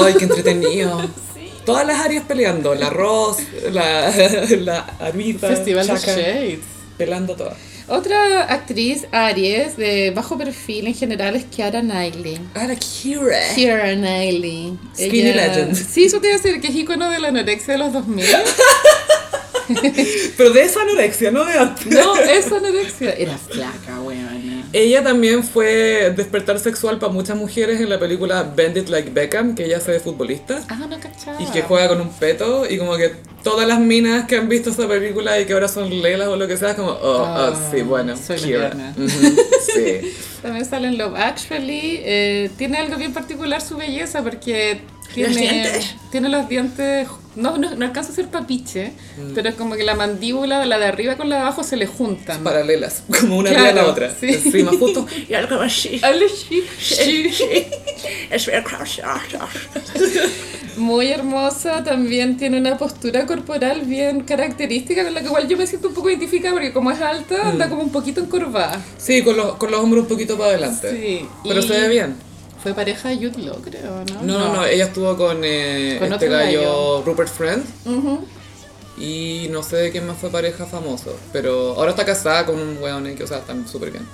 [SPEAKER 1] ¡Ay, qué entretenido!
[SPEAKER 2] [LAUGHS]
[SPEAKER 1] Todas las Aries peleando, la Rose, la, [LAUGHS] la Aretha,
[SPEAKER 2] Festival de
[SPEAKER 1] Chaka,
[SPEAKER 2] Shades.
[SPEAKER 1] pelando todas.
[SPEAKER 2] Otra actriz Aries de bajo perfil en general es Kiara Knightley.
[SPEAKER 1] Ah, la Kira.
[SPEAKER 2] Kiara Knightley.
[SPEAKER 1] Skinny legend.
[SPEAKER 2] Sí, eso te iba a decir que es icono de la anorexia de los 2000.
[SPEAKER 1] Pero de esa anorexia, no de antes. [LAUGHS]
[SPEAKER 2] No, es anorexia. Era flaca, weón.
[SPEAKER 1] Ella también fue despertar sexual para muchas mujeres en la película Bend It Like Beckham, que ella hace de futbolista
[SPEAKER 2] Ah, no cachaba.
[SPEAKER 1] y que juega con un peto y como que todas las minas que han visto esa película y que ahora son lelas o lo que sea, es como, oh, oh,
[SPEAKER 2] Ah,
[SPEAKER 1] sí, bueno,
[SPEAKER 2] soy
[SPEAKER 1] Kira.
[SPEAKER 2] lesbiana. [LAUGHS]
[SPEAKER 1] Ujú, sí.
[SPEAKER 2] También sale en Love Actually. Eh, tiene algo bien particular su belleza porque tiene
[SPEAKER 1] dientes.
[SPEAKER 2] tiene los dientes. No, no, no alcanza a ser papiche,
[SPEAKER 1] Mm.
[SPEAKER 2] pero es como que la mandíbula, la de arriba con la de abajo, se le juntan.
[SPEAKER 1] Paralelas, como una
[SPEAKER 2] Claro,
[SPEAKER 1] arriba de la otra.
[SPEAKER 2] sí.
[SPEAKER 1] Sí, más justo.
[SPEAKER 3] Y algo así.
[SPEAKER 1] [LAUGHS]
[SPEAKER 2] Hazle shi- shi-
[SPEAKER 3] Es ver crush, crush, crush.
[SPEAKER 2] Muy hermosa, también tiene una postura corporal bien característica, con la que igual yo me siento un poco identificada, porque como es alta, anda como un poquito encorvada.
[SPEAKER 1] Sí, con los, con los hombros un poquito para adelante.
[SPEAKER 2] Sí.
[SPEAKER 1] Pero
[SPEAKER 2] y
[SPEAKER 1] se ve bien.
[SPEAKER 2] Fue pareja de Jude Law, creo, ¿no?
[SPEAKER 1] No, no, no, ella estuvo con, eh,
[SPEAKER 2] Con
[SPEAKER 1] este
[SPEAKER 2] otro
[SPEAKER 1] gallo,
[SPEAKER 2] gallo.
[SPEAKER 1] Rupert Friend.
[SPEAKER 2] Ujú.
[SPEAKER 1] Y no sé de quién más fue pareja famoso, pero ahora está casada con un weón eh, que, o sea, están súper bien.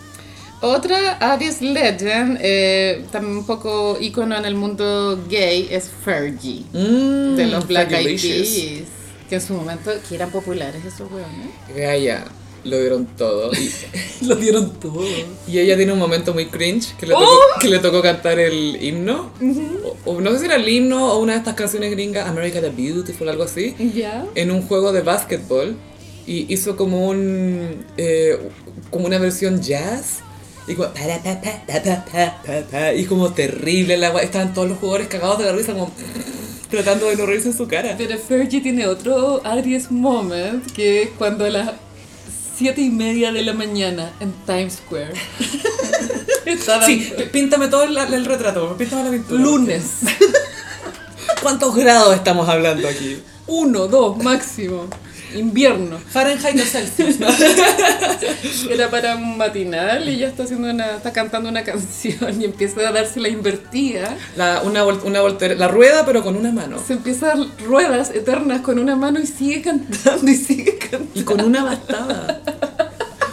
[SPEAKER 2] Otra Aries Legend, eh, también un poco ícono en el mundo gay, es Fergie, de los Black Eyed
[SPEAKER 1] Fergalicious.
[SPEAKER 2] Peas, que en su momento que eran populares esos hueones.
[SPEAKER 1] Gaia, lo dieron
[SPEAKER 2] [LAUGHS]
[SPEAKER 1] todo. Y,
[SPEAKER 2] Lo dieron todo.
[SPEAKER 1] y ella tiene un momento muy cringe que le tocó,
[SPEAKER 2] ¡Oh!
[SPEAKER 1] que le tocó cantar el himno. o, o no sé si era el himno o una de estas canciones gringas, America the Beautiful, algo así,
[SPEAKER 2] ¿Ya?
[SPEAKER 1] en un juego de básquetbol. Y hizo como un. eh, como una versión jazz. Y como, para, pa, pa, pa, pa, pa, pa, pa, y como terrible la wea. Estaban todos los jugadores cagados de la risa, como [LAUGHS] tratando de no reírse en su cara.
[SPEAKER 2] Pero Fergie tiene otro Aries moment, que es cuando a las siete y media de la mañana en Times Square Está
[SPEAKER 1] Sí,
[SPEAKER 2] dando-
[SPEAKER 1] p- píntame todo el, el retrato, píntame la pintura.
[SPEAKER 2] Lunes.
[SPEAKER 1] ¿Cuántos grados estamos hablando aquí?
[SPEAKER 2] Uno, dos, máximo. Invierno.
[SPEAKER 1] Fahrenheit o Celsius. ¿no?
[SPEAKER 2] Era para un matinal y ella está haciendo una, está cantando una [LAUGHS] canción y empieza a darse la invertida.
[SPEAKER 1] [LAUGHS] La, una vol- una voltere- la rueda, pero con una mano.
[SPEAKER 2] Se empieza a dar ruedas eternas con una mano y sigue cantando y sigue cantando.
[SPEAKER 1] Y con una bastada.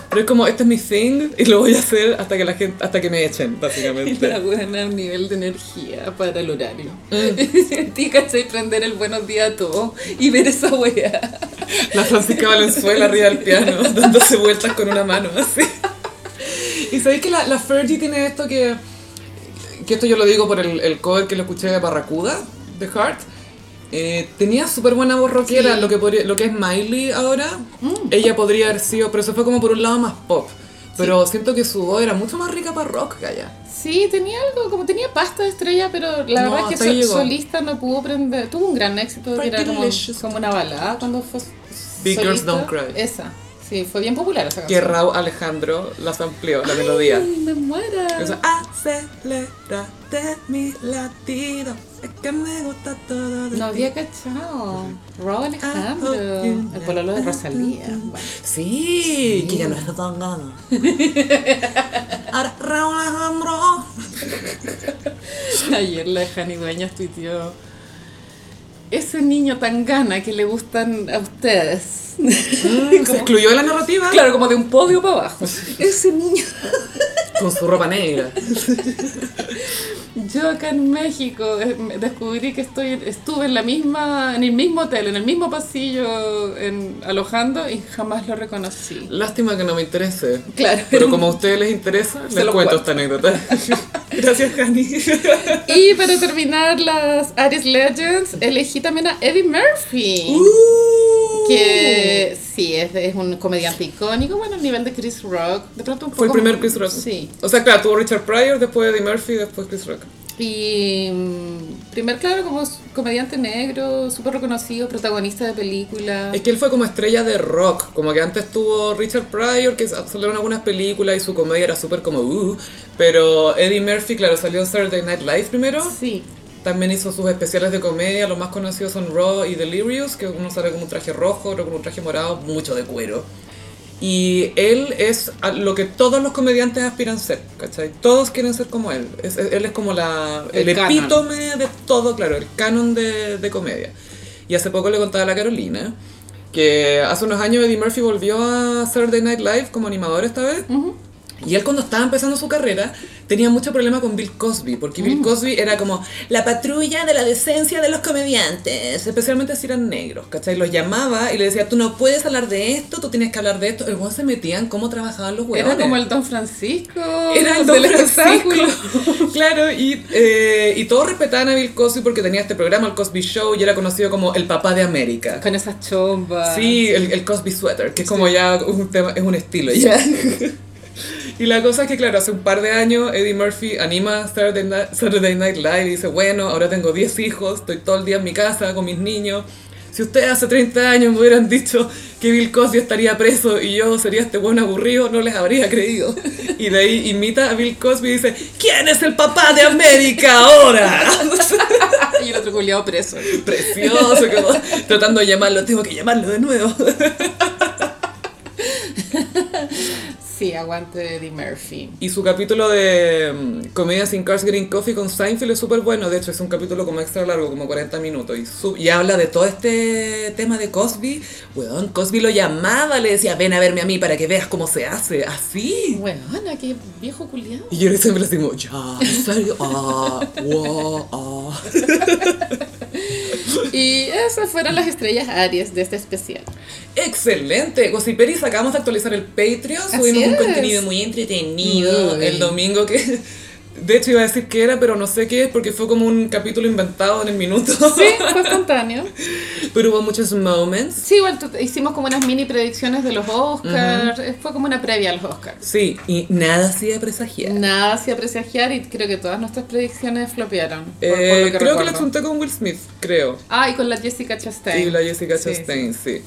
[SPEAKER 1] Pero es como, este es mi thing y lo voy a hacer hasta que la gente, hasta que me echen,
[SPEAKER 2] Y la
[SPEAKER 1] básicamente.
[SPEAKER 2] buena a un nivel de energía para el horario. [LAUGHS] Sentí, ¿cachai? Prender el buenos días a todos y ver esa wea.
[SPEAKER 1] La Francisca Valenzuela arriba del [LAUGHS] piano, dándose vueltas con una mano, así. Y sabéis que la, la Fergie tiene esto que. Que esto yo lo digo por el, el cover que lo escuché de Barracuda, de Heart. Eh, tenía súper buena voz rockera,
[SPEAKER 2] Sí.
[SPEAKER 1] lo, que podría- lo que es Miley ahora. Ella podría haber sido, pero eso fue como por un lado más pop. Pero siento que su voz era mucho más rica para rock, Gaya.
[SPEAKER 2] Sí, tenía algo, como tenía pasta de estrella, pero la
[SPEAKER 1] No,
[SPEAKER 2] verdad es
[SPEAKER 1] hasta
[SPEAKER 2] que
[SPEAKER 1] ahí
[SPEAKER 2] sol-
[SPEAKER 1] llegó.
[SPEAKER 2] solista no pudo prender. Tuvo un gran éxito que era como,
[SPEAKER 1] Delicious.
[SPEAKER 2] como una balada cuando fue. s-
[SPEAKER 1] Big Girls
[SPEAKER 2] solista.
[SPEAKER 1] Don't Cry.
[SPEAKER 2] Esa. Sí, fue bien popular esa
[SPEAKER 1] que
[SPEAKER 2] canción.
[SPEAKER 1] Raúl Alejandro las amplió, la melodía.
[SPEAKER 2] Ay, me muera.
[SPEAKER 1] Eso, acelérate ah, mi latido, es que me gusta todo de
[SPEAKER 2] No
[SPEAKER 1] ti".
[SPEAKER 2] había cachado. Rob Alejandro.
[SPEAKER 1] Ah, oh,
[SPEAKER 2] El pololo de Rosalía. Bueno.
[SPEAKER 1] Sí, que ya no está tan gana. [LAUGHS] Ahora Raúl Alejandro.
[SPEAKER 2] [LAUGHS] Ayer la Jani Dueñas tuiteó Ese niño tan gana que le gustan a ustedes [LAUGHS]
[SPEAKER 1] Mm, Se excluyó de la narrativa
[SPEAKER 2] Claro, como de un podio para abajo Ese niño
[SPEAKER 1] con su ropa negra.
[SPEAKER 2] Yo acá en México eh, me- descubrí que estoy estuve en la misma en el mismo hotel, en el mismo pasillo en, alojando y jamás lo reconocí
[SPEAKER 1] Lástima que no me interese.
[SPEAKER 2] Claro,
[SPEAKER 1] Pero como a ustedes les interesa, les
[SPEAKER 2] lo
[SPEAKER 1] cuento
[SPEAKER 2] cuento.
[SPEAKER 1] esta anécdota. [LAUGHS] Gracias, Jani.
[SPEAKER 2] [LAUGHS] Y para terminar las Aries Legends, elegí también a Eddie Murphy
[SPEAKER 1] ¡Uh!
[SPEAKER 2] Que sí, es, es un comediante icónico, bueno, al nivel de Chris Rock. De pronto un poco
[SPEAKER 1] Fue el primer Chris Rock.
[SPEAKER 2] Sí.
[SPEAKER 1] O sea, claro, tuvo Richard Pryor, después Eddie Murphy, después Chris Rock.
[SPEAKER 2] Y mm, primer, claro, como s- comediante negro, súper reconocido, protagonista de películas.
[SPEAKER 1] Es que él fue como estrella de rock, como que antes tuvo Richard Pryor, que salieron algunas películas y su comedia era súper como uh, pero Eddie Murphy, claro, salió en Saturday Night Live primero,
[SPEAKER 2] Sí.
[SPEAKER 1] también hizo sus especiales de comedia, los más conocidos son Raw y Delirious, que uno sale con un traje rojo, otro con un traje morado, mucho de cuero. Y él es a lo que todos los comediantes aspiran a ser, ¿cachai? Todos quieren ser como él. Es- es- él es como la, el,
[SPEAKER 2] El canon.
[SPEAKER 1] epítome de todo, claro, el canon de, de comedia. Y hace poco le contaba a la Carolina que hace unos años Eddie Murphy volvió a Saturday Night Live como animador esta vez. Y él cuando estaba empezando su carrera tenía mucho problema con Bill Cosby, porque Bill
[SPEAKER 2] Mm.
[SPEAKER 1] Cosby era como la patrulla de la decencia de los comediantes, especialmente si eran negros, ¿cachai? Los llamaba y le decía, tú no puedes hablar de esto, tú tienes que hablar de esto. El weón se metía en cómo trabajaban los huevones.
[SPEAKER 2] Era como el Don Francisco.
[SPEAKER 1] [LAUGHS] Era el
[SPEAKER 2] del
[SPEAKER 1] Don
[SPEAKER 2] espectáculo.
[SPEAKER 1] Francisco. [LAUGHS] Claro, y, eh, y todos respetaban a Bill Cosby porque tenía este programa, el Cosby Show, y era conocido como el papá de América.
[SPEAKER 2] Con esas chombas.
[SPEAKER 1] Sí, el, el Cosby Sweater, que es como ya un tema, es un estilo ya. [LAUGHS] Y la cosa es que, claro, hace un par de años Eddie Murphy anima Saturday Night, Saturday Night Live y dice, bueno, ahora tengo 10 hijos, estoy todo el día en mi casa con mis niños. Si ustedes hace 30 años me hubieran dicho que Bill Cosby estaría preso y yo sería este buen aburrido, no les habría creído. Y de ahí imita a Bill Cosby y dice, ¿quién es el papá de América ahora?
[SPEAKER 2] [LAUGHS]
[SPEAKER 1] [LAUGHS]
[SPEAKER 2] y el otro culiado preso.
[SPEAKER 1] Precioso, como tratando de llamarlo, tengo que llamarlo de nuevo.
[SPEAKER 2] Sí, aguante Eddie Murphy.
[SPEAKER 1] Y su capítulo de mm, Comedia sin Cars Green Coffee con Seinfeld es súper bueno. De hecho, es un capítulo como extra largo, como 40 minutos. Y, su- y habla de todo este tema de Cosby. Weón, Cosby lo llamaba, le decía, ven a verme a mí para que veas cómo se hace. Así.
[SPEAKER 2] Bueno, Ana, qué viejo culiado.
[SPEAKER 1] Y yo siempre le digo, ya, en serio, ah, wow, ah.
[SPEAKER 2] Y esas fueron las estrellas Aries de este especial.
[SPEAKER 1] Excelente, Gossiperi, acabamos de actualizar el Patreon,
[SPEAKER 2] Así
[SPEAKER 1] subimos un
[SPEAKER 2] es.
[SPEAKER 1] contenido muy entretenido
[SPEAKER 2] Muy.
[SPEAKER 1] el domingo que... De hecho iba a decir que era, pero no sé qué es porque fue como un capítulo inventado en el minuto. [LAUGHS]
[SPEAKER 2] Sí, fue espontáneo.
[SPEAKER 1] Pero hubo muchos moments.
[SPEAKER 2] Sí, igual tu- hicimos como unas mini predicciones de los Oscars. eh, Fue como una previa a los Oscars.
[SPEAKER 1] Sí, y nada hacía presagiar.
[SPEAKER 2] Nada hacía presagiar y creo que todas nuestras predicciones flopearon. por- por lo
[SPEAKER 1] Eh, creo que
[SPEAKER 2] recuerdo.
[SPEAKER 1] la junté con Will Smith, creo.
[SPEAKER 2] Ah, y con la Jessica Chastain.
[SPEAKER 1] Y la Jessica
[SPEAKER 2] Sí,
[SPEAKER 1] Chastain, sí.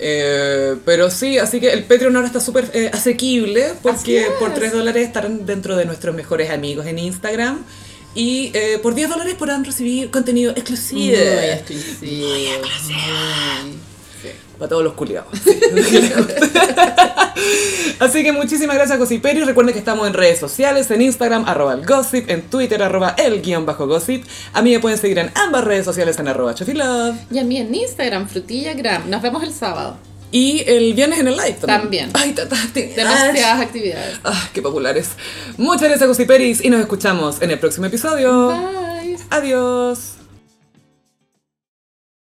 [SPEAKER 1] Eh, pero sí, así que el Patreon ahora está súper eh, asequible
[SPEAKER 2] Así
[SPEAKER 1] porque
[SPEAKER 2] es.
[SPEAKER 1] por 3 dólares estarán dentro de nuestros mejores amigos en Instagram y eh, por 10 dólares podrán recibir contenido
[SPEAKER 2] Muy
[SPEAKER 1] exclusivo
[SPEAKER 2] exclusivo. muy- sí.
[SPEAKER 1] para todos los culiados. [LAUGHS] Así que muchísimas gracias Gossiperi. Recuerden que estamos en redes sociales, en Instagram, arroba el gossip, en Twitter, arroba el guión bajo gossip. A mí me pueden seguir en ambas redes sociales en arroba chofilove.
[SPEAKER 2] Y a mí en Instagram, frutillagram. Nos vemos el sábado.
[SPEAKER 1] Y el viernes en el live también.
[SPEAKER 2] También.
[SPEAKER 1] Ay, tataste.
[SPEAKER 2] Demasiadas actividades.
[SPEAKER 1] Ah, qué populares. Oh. Muchas gracias, Gusiperis, y nos escuchamos en el próximo episodio.
[SPEAKER 2] Bye.
[SPEAKER 1] Adiós.